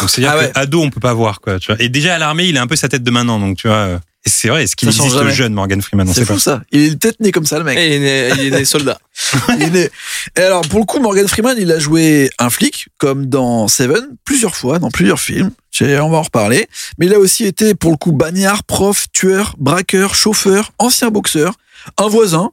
Speaker 4: Donc c'est-à-dire
Speaker 5: Ah
Speaker 4: que
Speaker 5: ouais.
Speaker 4: ado, on peut pas voir quoi. Tu vois. Et déjà à l'armée, il a un peu sa tête de maintenant, donc tu vois. euh, et C'est vrai, est-ce qu'il
Speaker 5: Ça change
Speaker 4: existe
Speaker 5: jamais.
Speaker 4: jeune Morgan Freeman On
Speaker 5: C'est
Speaker 4: sait pas.
Speaker 5: fou, ça. Il est peut-être né comme ça, le mec.
Speaker 6: Eh, Il est né- il est né soldat.
Speaker 5: (laughs) Il est né. Et alors, pour le coup, Morgan Freeman, il a joué un flic, comme dans Seven, plusieurs fois, dans plusieurs films. J'ai- On va en reparler. Mais il a aussi été, pour le coup, bagnard, prof, tueur, braqueur, chauffeur, ancien boxeur, un voisin,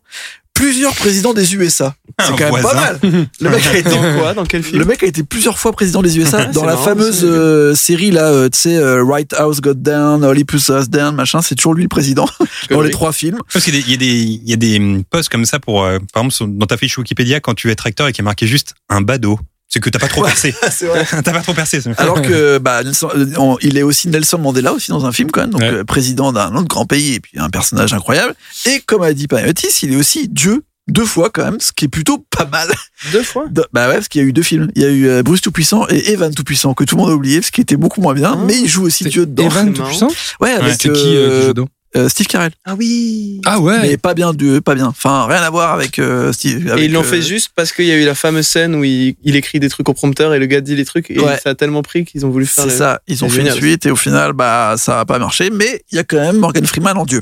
Speaker 5: plusieurs présidents des USA. C'est
Speaker 4: Un
Speaker 5: quand même pas
Speaker 4: voisin.
Speaker 5: mal. Le mec
Speaker 6: (laughs)
Speaker 5: a été (laughs)
Speaker 6: Dans quoi Dans quel film
Speaker 5: le mec a été plusieurs fois président des USA
Speaker 6: Ouais,
Speaker 5: dans
Speaker 6: c'est
Speaker 5: la
Speaker 6: marrant,
Speaker 5: fameuse
Speaker 6: c'est-
Speaker 5: euh, série là, euh, tu sais, euh, Right House Got Down, Holy Puss House Down, machin. C'est toujours lui le président dans les trois films.
Speaker 4: Parce qu'il y a des- il y a des, il y a des hum, posts comme ça pour, euh, par exemple, sur- dans ta fiche Wikipédia, quand tu veux être acteur et qu'il est marqué juste un badaud. C'est que t'as pas trop percé.
Speaker 5: (laughs) C'est vrai.
Speaker 4: (laughs) t'as pas trop percé. ça.
Speaker 5: Alors que bah, Nelson- euh, on- il est aussi Nelson Mandela aussi dans un film quand même, donc
Speaker 7: Ouais.
Speaker 5: euh, président d'un autre grand pays et puis un personnage incroyable. Et comme a dit Panayotis, il est aussi Dieu deux fois quand même, ce qui est plutôt pas mal. (laughs)
Speaker 6: Deux fois
Speaker 5: Dans- Bah ouais, parce qu'il y a eu deux films. Il y a eu euh, Bruce Tout-Puissant et Evan Tout-Puissant que tout le monde a oublié, parce qu'il était beaucoup moins bien,
Speaker 6: Hein
Speaker 5: mais il joue aussi Dieu dedans.
Speaker 7: Evan
Speaker 6: C'est
Speaker 7: tout
Speaker 6: marrant.
Speaker 7: puissant
Speaker 5: Ouais, avec
Speaker 7: C'est qui euh, qui
Speaker 5: euh,
Speaker 7: joue dedans
Speaker 5: euh, Steve Carell.
Speaker 6: Ah oui
Speaker 7: Ah ouais
Speaker 5: Mais pas bien Dieu, pas bien. Enfin, rien à voir avec euh, Steve.
Speaker 6: Et
Speaker 5: avec,
Speaker 6: ils l'ont
Speaker 5: euh,
Speaker 6: fait juste parce qu'il y a eu la fameuse scène où il, il écrit des trucs au prompteur et le gars dit les trucs et
Speaker 5: Ouais.
Speaker 6: ça a tellement pris qu'ils ont voulu faire
Speaker 5: C'est
Speaker 6: le...
Speaker 5: ça, ils ont
Speaker 6: c'est
Speaker 5: fait une
Speaker 6: génial,
Speaker 5: suite et au final, bah, ça a pas marché, mais il y a quand même Morgan Freeman en Dieu.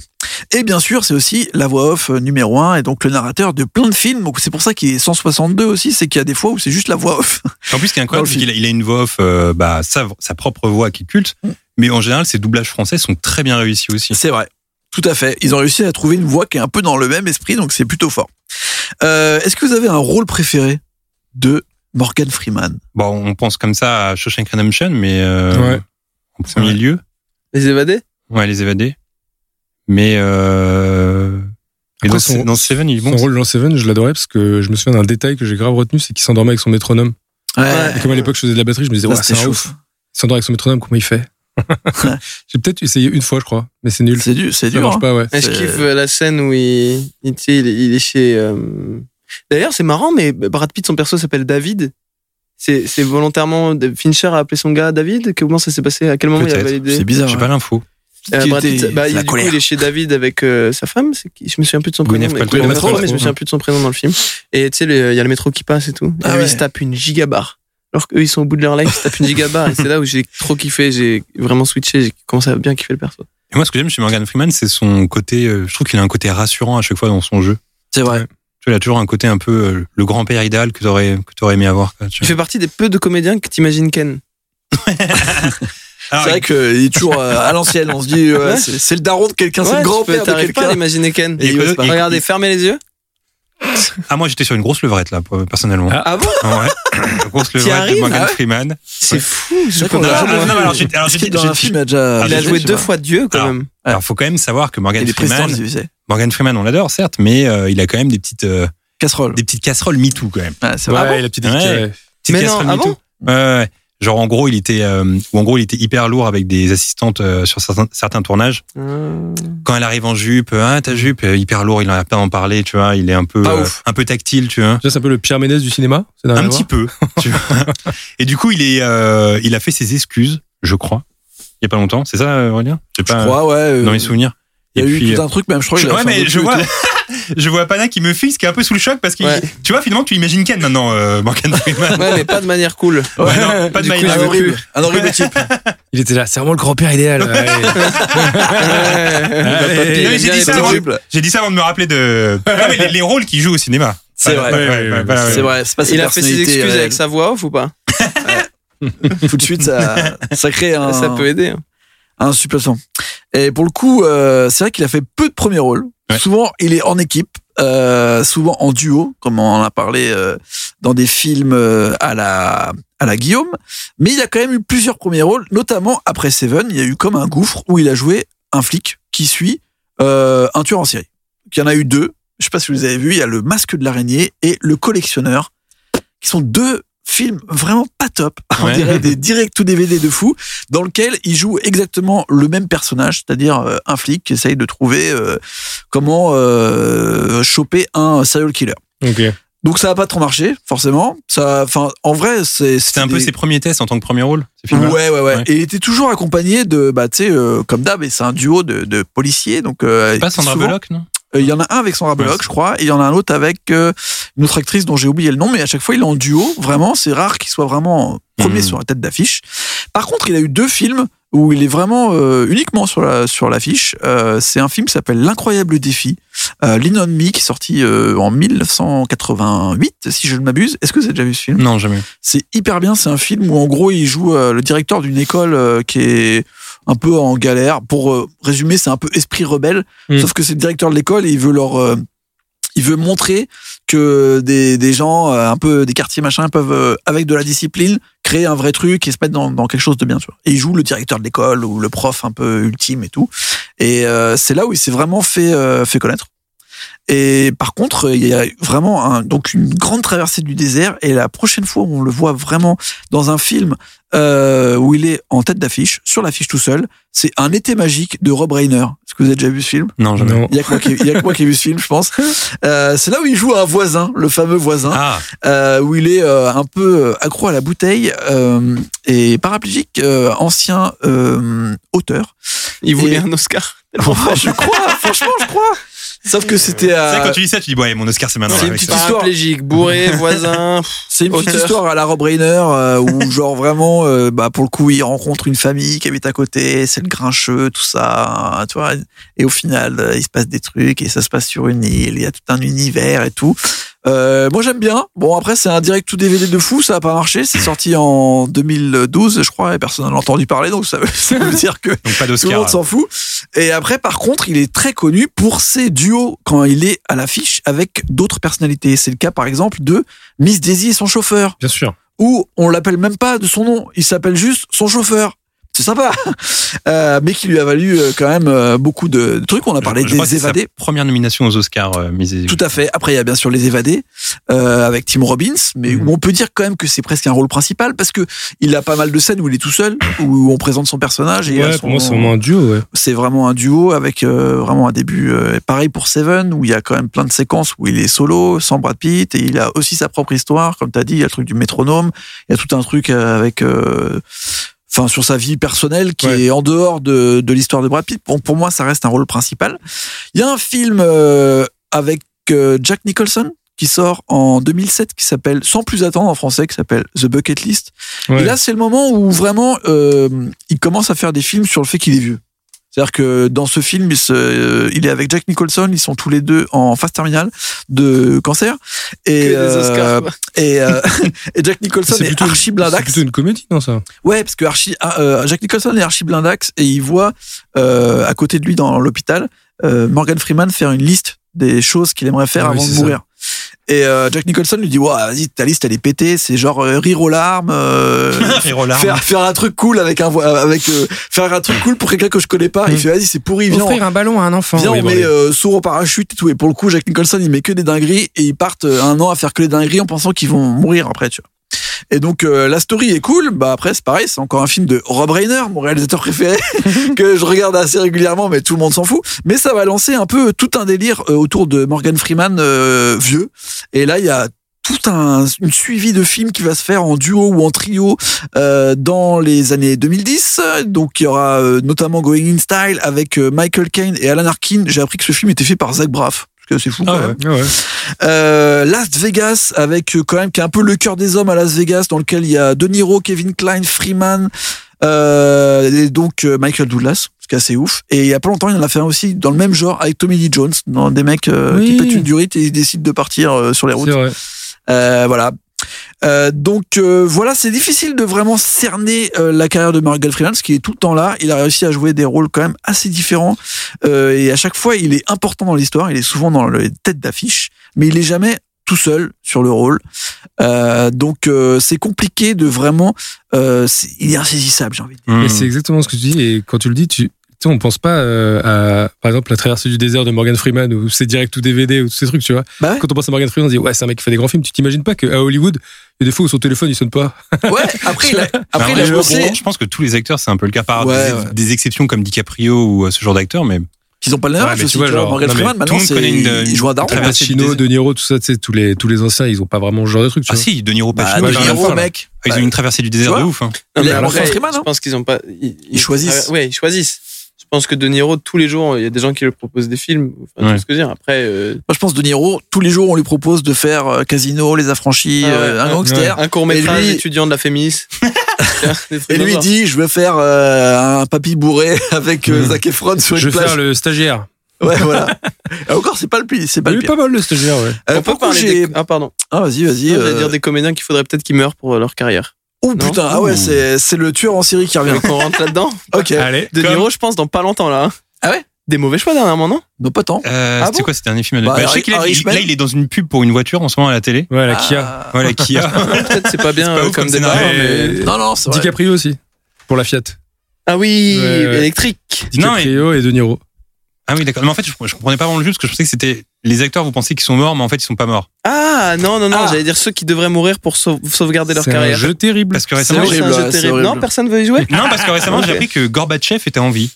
Speaker 5: Et bien sûr, c'est aussi la voix off euh, numéro un et donc le narrateur de plein de films. Donc c'est pour ça qu'il est 162 aussi, c'est qu'il y a des fois où c'est juste la voix
Speaker 6: (laughs)
Speaker 5: off.
Speaker 4: En plus, ce qui est
Speaker 5: Dans
Speaker 4: incroyable,
Speaker 5: le
Speaker 4: c'est qu'il a, il a une voix off, euh, bah, sa, sa propre voix qui est culte.
Speaker 5: Mm.
Speaker 4: Mais en général, ses doublages français sont très bien réussis aussi.
Speaker 5: C'est vrai. Tout à fait. Ils ont réussi à trouver une voix qui est un peu dans le même esprit, donc c'est plutôt fort. Euh, Est-ce que vous avez un rôle préféré de Morgan Freeman
Speaker 4: Bon, on pense comme ça à Shawshank Redemption, mais euh,
Speaker 7: Ouais.
Speaker 4: en premier
Speaker 7: vrai.
Speaker 4: lieu,
Speaker 6: Les évadés
Speaker 4: ouais, les évadés. Mais euh, mais
Speaker 7: Après,
Speaker 4: dans,
Speaker 7: son-
Speaker 4: dans Seven, il est
Speaker 7: Son
Speaker 4: bon.
Speaker 7: rôle dans Seven, je l'adorais parce que je me souviens d'un détail que j'ai grave retenu, c'est qu'il s'endormait avec son métronome. Et comme à l'époque je faisais de la batterie, je me disais,
Speaker 5: Ça,
Speaker 7: ouais,
Speaker 5: c'était
Speaker 7: c'est un
Speaker 5: chaud,
Speaker 7: ouf. Il s'endort avec son métronome, comment
Speaker 5: (laughs)
Speaker 7: il fait J'ai peut-être essayé une fois, je crois, mais c'est nul.
Speaker 5: C'est dur, c'est
Speaker 7: Ça
Speaker 5: dur.
Speaker 7: marche
Speaker 5: hein.
Speaker 7: pas, ouais.
Speaker 6: Je
Speaker 5: C'est-
Speaker 6: kiffe euh, la scène où il, il, tu sais, il, est- il est chez... euh, D'ailleurs, c'est marrant, mais Brad Pitt, son perso s'appelle David. C'est c'est volontairement... Fincher a appelé son gars David que- Comment ça s'est passé À quel moment il a
Speaker 4: Peut-être.
Speaker 6: validé
Speaker 5: C'est bizarre. hein.
Speaker 4: J'ai
Speaker 5: ouais.
Speaker 4: pas l'info.
Speaker 6: Euh,
Speaker 5: Qui
Speaker 6: Brad
Speaker 5: était-
Speaker 6: Pitt, bah, il,
Speaker 5: la
Speaker 6: du coup,
Speaker 5: colère.
Speaker 6: il est chez David avec euh, sa femme. c'est qui je me souviens plus de son
Speaker 4: Gwyneth
Speaker 6: prénom. mais-
Speaker 4: Paltrow.
Speaker 6: Gwyneth Paltrow,
Speaker 7: Gwyneth
Speaker 6: mais je me souviens plus de son prénom dans le film. Et tu sais, le- il y a le métro qui passe et tout. Et
Speaker 5: Ah
Speaker 6: lui,
Speaker 5: ouais.
Speaker 6: il se tape une gigabarre. Alors qu'eux, ils sont au bout de leur life, ils se tapent une gigabarre. et c'est là où j'ai trop kiffé. J'ai vraiment switché. J'ai commencé à bien kiffer le perso.
Speaker 4: Et moi, ce que j'aime chez Morgan Freeman, c'est son côté. euh, je trouve qu'il a un côté rassurant à chaque fois dans son jeu.
Speaker 5: C'est vrai.
Speaker 4: Tu vois, il a toujours un côté un peu euh, le grand-père idéal que t'aurais que t'aurais aimé avoir. quoi, tu
Speaker 6: Il
Speaker 4: vois.
Speaker 6: fait partie des peu de comédiens que t'imagines Ken.
Speaker 4: Alors,
Speaker 5: C'est vrai qu'il
Speaker 6: (laughs)
Speaker 5: est toujours euh, à l'ancienne. On se dit, ouais,
Speaker 6: Ouais.
Speaker 5: c'est c'est le daron de quelqu'un, c'est
Speaker 6: Ouais,
Speaker 5: le
Speaker 6: tu peux-
Speaker 5: grand-père de
Speaker 6: T'arrives pas à
Speaker 5: quelqu'un.
Speaker 6: l'imaginer Ken.
Speaker 4: Et
Speaker 6: Il ose
Speaker 4: que-
Speaker 6: pas.
Speaker 4: et-
Speaker 6: Regardez, fermez les yeux.
Speaker 4: Ah, moi, j'étais sur une grosse levrette, là, pour- personnellement.
Speaker 7: Ah.
Speaker 6: Ah bon
Speaker 4: Ah
Speaker 6: (coughs)
Speaker 4: ouais. Une grosse levrette
Speaker 6: arrives,
Speaker 4: de Morgan
Speaker 6: ah ouais
Speaker 4: Freeman.
Speaker 6: C'est fou. je
Speaker 5: vrai qu'on
Speaker 6: comprends
Speaker 5: a
Speaker 6: pas.
Speaker 5: jamais
Speaker 6: Ah,
Speaker 5: vu.
Speaker 6: non, alors,
Speaker 4: j'ai- alors, j'ai-
Speaker 5: Est-ce qu'il, dans
Speaker 4: j'ai-
Speaker 5: un film, a déjà.
Speaker 6: Il a joué deux fois Dieu quand
Speaker 4: Alors,
Speaker 6: même.
Speaker 4: Alors, faut quand même savoir que Morgan
Speaker 5: Il est
Speaker 4: Freeman,
Speaker 5: président du USA.
Speaker 4: Morgan Freeman, on l'adore, certes, mais euh, il a quand même des petites, euh,
Speaker 5: Casserole.
Speaker 4: des petites casseroles MeToo, quand même.
Speaker 5: Ouais, c'est
Speaker 7: Ouais,
Speaker 5: vrai.
Speaker 7: la petite
Speaker 4: Ah Ouais.
Speaker 7: étiquette, ouais.
Speaker 4: Petites
Speaker 6: Mais non,
Speaker 4: casseroles
Speaker 6: ah
Speaker 4: MeToo. Ouais, ouais. Genre en gros, il était, euh, ou en gros, il était hyper lourd avec des assistantes euh, sur certains, certains tournages. Quand elle arrive en jupe, ah ta jupe euh, hyper lourd, il en a pas à en parler, tu vois. Il est un peu,
Speaker 5: Mm. Pas
Speaker 4: euh,
Speaker 5: ouf.
Speaker 4: un peu tactile, tu vois.
Speaker 7: Tu vois, c'est un peu le Pierre Ménès du cinéma. ça n'a rien
Speaker 4: Un
Speaker 7: à
Speaker 4: petit
Speaker 7: voir.
Speaker 4: peu. tu vois. Et du coup, il est, euh, il a fait ses excuses, je crois. Il y a pas longtemps, c'est ça, Aurélien J'ai
Speaker 5: Je
Speaker 4: pas
Speaker 5: crois, ouais. euh,
Speaker 4: dans mes souvenirs.
Speaker 5: Il y a
Speaker 4: Et
Speaker 5: eu
Speaker 4: puis,
Speaker 5: tout un truc, même, je crois
Speaker 4: je-
Speaker 5: qu'il a
Speaker 4: ouais,
Speaker 5: fait un
Speaker 4: mais
Speaker 5: docu
Speaker 4: je
Speaker 5: et
Speaker 4: vois,
Speaker 5: tout.
Speaker 4: (laughs) je vois Pana qui me fixe, qui est un peu sous le choc parce que
Speaker 6: Ouais.
Speaker 4: tu vois finalement tu imagines Ken maintenant, euh, (laughs) Morgan Freeman.
Speaker 6: Ouais, mais pas de manière cool.
Speaker 4: Ouais, non, pas de
Speaker 5: Du coup,
Speaker 4: manière
Speaker 5: un
Speaker 4: cool.
Speaker 5: horrible, un horrible type.
Speaker 7: Il était là, c'est vraiment le grand-père
Speaker 4: (laughs)
Speaker 7: idéal. ouais.
Speaker 4: Non, mais
Speaker 6: J'ai
Speaker 4: j'ai dit ça,
Speaker 5: C'est
Speaker 4: avant-
Speaker 5: horrible.
Speaker 4: j'ai dit ça avant de me rappeler de non, mais les, les rôles qu'il joue au cinéma.
Speaker 5: C'est
Speaker 4: Ouais,
Speaker 5: vrai.
Speaker 4: ouais, ouais, ouais, ouais,
Speaker 5: C'est
Speaker 4: ouais.
Speaker 5: vrai, c'est pas
Speaker 6: Il a fait ses excuses avec
Speaker 5: ça.
Speaker 6: sa voix off ou pas
Speaker 5: Tout de suite, (laughs) ça, ça crée un,
Speaker 6: Ça peut aider. hein.
Speaker 5: un supplément. Et pour le coup, euh, c'est vrai qu'il a fait peu de premiers rôles.
Speaker 4: Ouais.
Speaker 5: Souvent, il est en équipe, euh, souvent en duo, comme on en a parlé euh, dans des films euh, à la à la Guillaume. Mais il a quand même eu plusieurs premiers rôles, notamment après Seven. Il y a eu comme un gouffre où il a joué un flic qui suit euh, un tueur en série. Donc, Il y en a eu deux. Je sais pas si vous avez vu. Il y a le Masque de l'araignée et le Collectionneur, qui sont deux films vraiment pas top. (laughs) On
Speaker 4: Ouais.
Speaker 5: dirait des directs ou DVD de fou dans lequel il joue exactement le même personnage, c'est-à-dire euh, un flic qui essaye de trouver euh, comment euh, choper un serial killer.
Speaker 7: Ok.
Speaker 5: Donc ça a pas trop marché, forcément. Ça, enfin, en vrai, c'est
Speaker 4: C'était un peu
Speaker 5: des-
Speaker 4: ses premiers tests en tant que premier rôle. Ces films-là.
Speaker 5: Ouais, ouais, ouais,
Speaker 4: Ouais.
Speaker 5: Et il était toujours accompagné de, bah, tu sais, euh, comme d'hab, et c'est un duo de, de policiers. Donc, euh,
Speaker 4: Pas Sandra
Speaker 5: souvent-
Speaker 4: Bullock, non
Speaker 5: euh, Il y en a un avec Sandra Bullock,
Speaker 4: Ouais.
Speaker 5: je crois, et il y en a un autre avec euh, une autre actrice dont j'ai oublié le nom, mais à chaque fois il est en duo. Vraiment, c'est rare qu'il soit vraiment euh, premier
Speaker 4: Mhm.
Speaker 5: sur la tête d'affiche. Par contre, il a eu deux films où il est vraiment euh, uniquement sur la sur l'affiche. Euh, c'est un film qui s'appelle L'incroyable défi, euh, Lean on Me, qui est sorti euh, en 1988, si je ne m'abuse. Est-ce que vous avez déjà vu ce film
Speaker 4: Non, jamais.
Speaker 5: c'est hyper bien. C'est un film où en gros il joue euh, le directeur d'une école euh, qui est un peu en galère. Pour euh, résumer, c'est un peu esprit rebelle.
Speaker 7: Mm.
Speaker 5: Sauf que c'est le directeur de l'école et il veut leur, euh, il veut montrer que des, des gens euh, un peu des quartiers machin peuvent euh, avec de la discipline créer un vrai truc et se mettre dans, dans quelque chose de bien. Tu vois. Et il joue le directeur de l'école ou le prof un peu ultime et tout. Et euh, c'est là où il s'est vraiment fait euh, fait connaître. Et par contre, il y a vraiment un- donc une grande traversée du désert. Et la prochaine fois où on le voit vraiment dans un film euh, où il est en tête d'affiche, sur l'affiche tout seul, c'est Un été magique de Rob Reiner. Est-ce que vous avez déjà vu ce film
Speaker 4: Non, jamais.
Speaker 7: Non.
Speaker 5: Il y a que moi qui, il y a que moi qui ai vu ce film, je pense. Euh, c'est là où il joue un voisin, le fameux voisin
Speaker 4: Ah,
Speaker 5: euh, où il est euh, un peu accro à la bouteille euh, et paraplégique, euh, ancien euh, auteur.
Speaker 6: Il voulait
Speaker 5: Et-
Speaker 6: un Oscar.
Speaker 5: je crois, franchement, je crois. Sauf que c'était
Speaker 4: c'est
Speaker 5: à
Speaker 4: vrai, quand tu dis ça, tu dis, ouais, mon Oscar, c'est maintenant.
Speaker 5: C'est
Speaker 4: là,
Speaker 5: une
Speaker 4: avec
Speaker 5: petite
Speaker 4: ça.
Speaker 5: histoire.
Speaker 6: Paraplégique, (laughs) bourré, voisin.
Speaker 5: C'est une petite
Speaker 6: Auteur.
Speaker 5: histoire à la Rob Reiner euh, où genre vraiment euh, bah pour le coup il rencontre une famille qui habite à côté, c'est le grincheux tout ça, hein, tu vois. Et au final euh, il se passe des trucs et ça se passe sur une île, il y a tout un univers et tout. Euh, moi j'aime bien. Bon après c'est un direct tout DVD de fou, ça a pas marché, c'est sorti en 2012 je crois et personne n'en a entendu parler donc ça veut, (laughs) ça veut dire que
Speaker 4: Donc pas
Speaker 5: tout le monde
Speaker 4: d'Oscar.
Speaker 5: s'en fout. Et après, par contre, il est très connu pour ses duos quand il est à l'affiche avec d'autres personnalités. C'est le cas, par exemple, de Miss Daisy et son chauffeur,
Speaker 7: Bien sûr.
Speaker 5: où on l'appelle même pas de son nom, il s'appelle juste son chauffeur. C'est sympa, (laughs) Euh, mais qui lui a valu euh, quand même euh, beaucoup de trucs. On a parlé
Speaker 4: Je- je crois que
Speaker 5: des
Speaker 4: c'est sa
Speaker 5: évadés.
Speaker 4: Première nomination aux Oscars, euh, Miss Daisy.
Speaker 5: Tout à fait. Après, il y a bien sûr les évadés euh, avec Tim Robbins, mais où on peut dire quand même que c'est presque un rôle principal parce que il a pas mal de scènes où il est tout seul, où on présente son personnage. Et il a
Speaker 7: Ouais,
Speaker 5: son-
Speaker 7: pour moi, c'est vraiment un duo. Ouais.
Speaker 5: c'est vraiment un duo avec euh, vraiment un début euh, et pareil pour Seven où il y a quand même plein de séquences où il est solo sans Brad Pitt et il a aussi sa propre histoire comme t'as dit il y a le truc du métronome il y a tout un truc euh, avec euh, enfin sur sa vie personnelle qui
Speaker 7: Ouais.
Speaker 5: est en dehors de, de l'histoire de Brad Pitt bon pour moi ça reste un rôle principal il y a un film euh, avec euh, Jack Nicholson qui sort en 2007 qui s'appelle sans plus attendre en français qui s'appelle The Bucket List
Speaker 7: Ouais.
Speaker 5: et là, c'est le moment où vraiment euh, il commence à faire des films sur le fait qu'il est vieux. C'est-à-dire que dans ce film, il, se- euh, il est avec Jack Nicholson, ils sont tous les deux en phase terminale de cancer.
Speaker 6: Que
Speaker 5: Et,
Speaker 6: des
Speaker 5: euh,
Speaker 6: Oscars. quoi. (laughs)
Speaker 5: et, euh, et Jack Nicholson
Speaker 7: C'est
Speaker 5: est,
Speaker 7: plutôt-
Speaker 5: archi
Speaker 7: C'est
Speaker 5: blindax.
Speaker 7: plutôt une comédie, non, ça
Speaker 5: Ouais, parce que Archie, ah, euh, Jack Nicholson est archi blindax et il voit euh, à côté de lui dans l'hôpital euh, Morgan Freeman faire une liste des choses qu'il aimerait faire
Speaker 7: Ah oui,
Speaker 5: avant de
Speaker 7: c'est ça.
Speaker 5: mourir. Et euh, Jack Nicholson lui dit ouais, vas-y, ta liste elle est pétée, c'est genre euh, rire aux larmes,
Speaker 7: (laughs)
Speaker 5: euh,
Speaker 4: Rire aux larmes.
Speaker 5: faire faire un truc cool avec un vo- avec euh, faire un truc cool pour quelqu'un que je connais pas. Il
Speaker 7: Mm.
Speaker 5: fait vas-y, c'est pourri, viens. on-
Speaker 7: un ballon à un enfant.
Speaker 5: Viens,
Speaker 7: Oui,
Speaker 5: on
Speaker 7: bon,
Speaker 5: met
Speaker 7: allez.
Speaker 5: euh, sourd au parachute et tout. Et pour le coup, Jack Nicholson, il met que des dingueries et ils partent euh, un an à faire que des dingueries en pensant qu'ils vont mourir après, tu vois. Et donc euh, la story est cool. Bah après c'est pareil, c'est encore un film de Rob Reiner, mon réalisateur
Speaker 7: (laughs)
Speaker 5: préféré, que je regarde assez régulièrement, mais tout le monde s'en fout. Mais ça va lancer un peu tout un délire euh, autour de Morgan Freeman euh, vieux. Et là il y a tout un une suivi de films qui va se faire en duo ou en trio euh, dans les années 2010. Donc il y aura euh, notamment Going in Style avec euh, Michael Caine et Alan Arkin. J'ai appris que ce film était fait par Zach Braff. C'est fou. quand même.
Speaker 7: Ah ouais.
Speaker 5: Euh, Las Vegas avec euh, quand même qui est un peu le cœur des hommes à Las Vegas dans lequel il y a De Niro, Kevin Klein, Freeman euh, et donc euh, Michael Douglas, ce qui est assez ouf. Et il y a pas longtemps, il en a fait un aussi dans le même genre avec Tommy Lee Jones, dans des mecs euh, qui
Speaker 7: Oui.
Speaker 5: pètent une durite et ils décident de partir euh, sur les routes.
Speaker 7: C'est vrai.
Speaker 5: Euh, voilà. Euh, donc euh, voilà, c'est difficile de vraiment cerner euh, la carrière de Morgan Freeman, parce qu'il est tout le temps là. Il a réussi à jouer des rôles quand même assez différents, Euh, et à chaque fois, il est important dans l'histoire. Il est souvent dans les têtes d'affiche, mais il est jamais tout seul sur le rôle. Euh, donc euh, c'est compliqué de vraiment. euh, c'est- il est insaisissable, j'ai envie de dire.
Speaker 4: Hmm.
Speaker 7: Et c'est exactement ce que tu dis. Et quand tu le dis, tu, tu sais, on pense pas euh, à, par exemple, la traversée du désert de Morgan Freeman ou c'est direct ou DVD ou tous ces trucs, tu vois.
Speaker 5: Bah ouais.
Speaker 7: Quand on pense à Morgan Freeman, on se dit, ouais, c'est un mec qui fait des grands films. Tu t'imagines pas qu'à Hollywood, il y a des fois où son téléphone, il sonne pas.
Speaker 5: Ouais. Après, il a,
Speaker 4: Alors,
Speaker 5: après, il a
Speaker 4: Ben je,
Speaker 5: bossé.
Speaker 4: je pense que tous les acteurs, c'est un peu le cas par
Speaker 5: Ouais,
Speaker 4: des,
Speaker 5: ouais.
Speaker 4: des exceptions comme DiCaprio ou euh, ce genre d'acteurs, mais
Speaker 5: Ils ont pas le
Speaker 4: Ouais,
Speaker 5: nerf.
Speaker 4: mais tu
Speaker 5: aussi, tu
Speaker 4: vois,
Speaker 5: vois,
Speaker 4: genre,
Speaker 5: Morgan
Speaker 4: non, mais
Speaker 5: Freeman,
Speaker 4: tout
Speaker 5: maintenant,
Speaker 4: le monde
Speaker 5: c'est
Speaker 4: connaît une-
Speaker 5: il joue un daron.
Speaker 4: Traverser du
Speaker 7: Pacino,
Speaker 4: désert.
Speaker 7: De Niro, tout ça, tu sais, tous les, tous les anciens, ils ont pas vraiment ce genre de truc, tu
Speaker 4: ah
Speaker 7: vois.
Speaker 4: si, De Niro
Speaker 5: Bah,
Speaker 4: Pacino,
Speaker 7: Ouais,
Speaker 5: De
Speaker 4: j'en ai
Speaker 7: Niro,
Speaker 4: parlé.
Speaker 5: mec. Bah,
Speaker 4: ils ont une traversée du désert
Speaker 5: tu
Speaker 4: de
Speaker 5: vois
Speaker 4: ouf. hein.
Speaker 6: Non,
Speaker 5: Il
Speaker 6: mais
Speaker 5: a
Speaker 6: après,
Speaker 5: Morgan Freeman,
Speaker 6: Je
Speaker 5: hein.
Speaker 6: pense qu'ils ont pas.
Speaker 5: Ils choisissent.
Speaker 6: Ouais, ils choisissent. Je pense que De Niro, tous les jours, il y a des gens qui lui proposent des films. Enfin, tu
Speaker 4: Ouais.
Speaker 6: vois ce que je veux dire. Après, euh,
Speaker 5: Moi, je pense De Niro, tous les jours, on lui propose de faire euh, Casino, Les Affranchis,
Speaker 6: Ah ouais,
Speaker 5: euh, un
Speaker 6: ouais.
Speaker 5: gangster.
Speaker 6: un court métrage
Speaker 5: Et lui-
Speaker 6: étudiant de la fémis.
Speaker 5: Et lui, il dit, je veux faire euh, un papy bourré (laughs) avec
Speaker 4: Mm.
Speaker 5: euh, Zac Efron sur une
Speaker 7: Je vais
Speaker 5: plage.
Speaker 7: faire le stagiaire.
Speaker 5: (laughs) Ouais, voilà. Et encore, c'est pas le pire. C'est pas
Speaker 7: Il
Speaker 5: le
Speaker 7: est
Speaker 5: pire.
Speaker 7: pas mal, le stagiaire, ouais.
Speaker 6: On
Speaker 5: Euh,
Speaker 6: peut
Speaker 5: par contre,
Speaker 6: parler
Speaker 5: j'ai-
Speaker 6: des... Ah, pardon.
Speaker 5: Ah, vas-y, vas-y.
Speaker 6: Non, j'allais
Speaker 5: euh,
Speaker 6: dire des comédiens qu'il faudrait peut-être qu'ils meurent pour euh, leur carrière.
Speaker 5: Oh
Speaker 6: Non.
Speaker 5: putain, ah ouais,
Speaker 4: Ouh.
Speaker 5: c'est c'est le tueur en série qui revient.
Speaker 6: On rentre là-dedans.
Speaker 5: Ok.
Speaker 4: Allez,
Speaker 6: De
Speaker 4: comme-
Speaker 6: Niro, je pense, dans pas longtemps, là. hein.
Speaker 5: Ah ouais
Speaker 6: Des mauvais choix dernièrement, non
Speaker 5: Non, pas tant.
Speaker 4: Euh,
Speaker 5: Ah
Speaker 4: c'était
Speaker 5: bon
Speaker 4: quoi ce dernier film de...
Speaker 5: Bah,
Speaker 4: bah, Je
Speaker 5: Harry-
Speaker 4: sais qu'il a-
Speaker 5: Harry
Speaker 4: il-
Speaker 5: Schman.
Speaker 4: là, il est dans une pub pour une voiture en ce moment à la télé.
Speaker 7: Ouais, la Kia.
Speaker 5: Ah.
Speaker 4: Voilà, Kia.
Speaker 6: (laughs)
Speaker 5: (laughs)
Speaker 6: Peut-être c'est pas bien
Speaker 4: pas
Speaker 6: euh,
Speaker 4: ouf
Speaker 6: comme
Speaker 4: comme
Speaker 6: des
Speaker 4: scénario,
Speaker 6: parents, mais-
Speaker 4: mais-
Speaker 5: Non, non, c'est vrai.
Speaker 7: DiCaprio aussi. Pour la Fiat.
Speaker 6: Ah oui,
Speaker 7: Ouais, ouais.
Speaker 6: électrique.
Speaker 4: Non,
Speaker 7: DiCaprio et De Niro.
Speaker 4: Ah oui, d'accord. Mais en fait, je, je comprenais pas vraiment le jeu parce que je pensais que c'était les acteurs, vous pensez qu'ils sont morts, mais en fait, ils sont pas morts.
Speaker 6: Ah non, non, non,
Speaker 5: Ah.
Speaker 6: j'allais dire ceux qui devraient mourir pour sau- sauvegarder leur
Speaker 7: C'est un
Speaker 6: carrière. Ah
Speaker 7: jeu terrible.
Speaker 4: Parce que
Speaker 6: C'est
Speaker 4: récemment,
Speaker 6: un
Speaker 5: horrible,
Speaker 6: jeu
Speaker 5: ouais, c'est
Speaker 6: terrible.
Speaker 5: horrible.
Speaker 6: Non, personne veut y
Speaker 4: (laughs)
Speaker 6: jouer.
Speaker 4: non, parce que récemment,
Speaker 6: Ok.
Speaker 4: j'ai appris que Gorbatchev était en vie.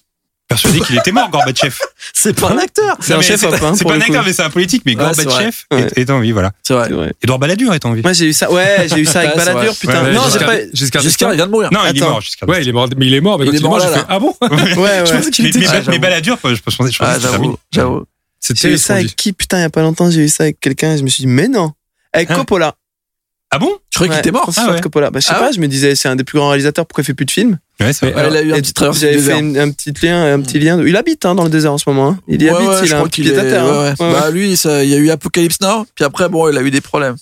Speaker 4: Persuadé qu'il était mort, Gorbatchev.
Speaker 5: C'est pas un acteur.
Speaker 6: Hein C'est
Speaker 4: Non,
Speaker 6: un
Speaker 4: mais
Speaker 6: chef-op, hein,
Speaker 4: C'est
Speaker 6: pour
Speaker 4: pas un
Speaker 6: le coup.
Speaker 4: acteur, mais c'est un politique. Mais
Speaker 5: Ouais, c'est
Speaker 4: Gorbatchev
Speaker 6: vrai.
Speaker 4: est, est en vie, voilà.
Speaker 5: C'est vrai.
Speaker 6: C'est vrai.
Speaker 4: Edouard Balladur est en vie.
Speaker 6: Moi j'ai eu ça, ouais, j'ai eu ça avec
Speaker 5: Ouais, c'est
Speaker 6: Balladur,
Speaker 5: vrai.
Speaker 6: putain.
Speaker 7: Ouais,
Speaker 6: non, j'ai (laughs)
Speaker 7: Giscard-
Speaker 6: pas.
Speaker 7: Giscard
Speaker 5: Giscard, il
Speaker 7: d'Estaing.
Speaker 5: vient de mourir.
Speaker 4: Non, il est
Speaker 6: Attends.
Speaker 4: mort jusqu'à
Speaker 7: Ouais, il est mort, mais il est mort, mais
Speaker 5: Il
Speaker 7: quand
Speaker 5: est
Speaker 7: il est
Speaker 5: mort
Speaker 7: mort, j'ai
Speaker 5: là,
Speaker 7: fait,
Speaker 5: là.
Speaker 7: ah bon?
Speaker 6: Ouais,
Speaker 7: Je
Speaker 6: ouais.
Speaker 7: pensais
Speaker 4: (laughs)
Speaker 7: qu'il
Speaker 4: Mais,
Speaker 7: était
Speaker 4: mais-
Speaker 5: Ah,
Speaker 4: mais
Speaker 5: j'avoue.
Speaker 4: Balladur, je pense je pensais je pensais
Speaker 5: Ah,
Speaker 4: que c'était
Speaker 5: j'avoue,
Speaker 4: terminé.
Speaker 5: j'avoue.
Speaker 7: C'est
Speaker 6: J'ai eu
Speaker 7: terrible. ce
Speaker 6: ça
Speaker 7: qu'on dit.
Speaker 6: avec qui, putain, il y a pas longtemps, j'ai eu ça avec quelqu'un, et je me suis dit, mais non. Avec
Speaker 4: Hein
Speaker 6: Coppola.
Speaker 4: Ah bon
Speaker 5: Je croyais qu'il
Speaker 6: Ouais,
Speaker 5: était mort.
Speaker 6: François
Speaker 4: Ah ouais.
Speaker 6: Coppola. Bah, je sais
Speaker 5: Ah
Speaker 6: pas,
Speaker 5: ouais
Speaker 6: je me disais, c'est un des plus grands réalisateurs, pourquoi il fait plus de films
Speaker 4: Ouais, c'est vrai.
Speaker 5: Ouais, il a eu un
Speaker 6: Et
Speaker 5: petit traversée du
Speaker 6: J'avais
Speaker 5: désert.
Speaker 6: fait une- un petit lien, un petit lien. Il habite hein, dans le désert en ce moment. hein. Il y
Speaker 5: Ouais,
Speaker 6: habite,
Speaker 5: ouais,
Speaker 6: il
Speaker 5: je
Speaker 6: a un
Speaker 5: crois
Speaker 6: petit
Speaker 5: qu'il
Speaker 6: pied à
Speaker 5: est-
Speaker 6: terre. hein.
Speaker 5: ouais, ouais.
Speaker 6: Ouais, ouais.
Speaker 5: Bah, lui, ça- il y a eu Apocalypse Now, puis après, bon, il a eu des problèmes.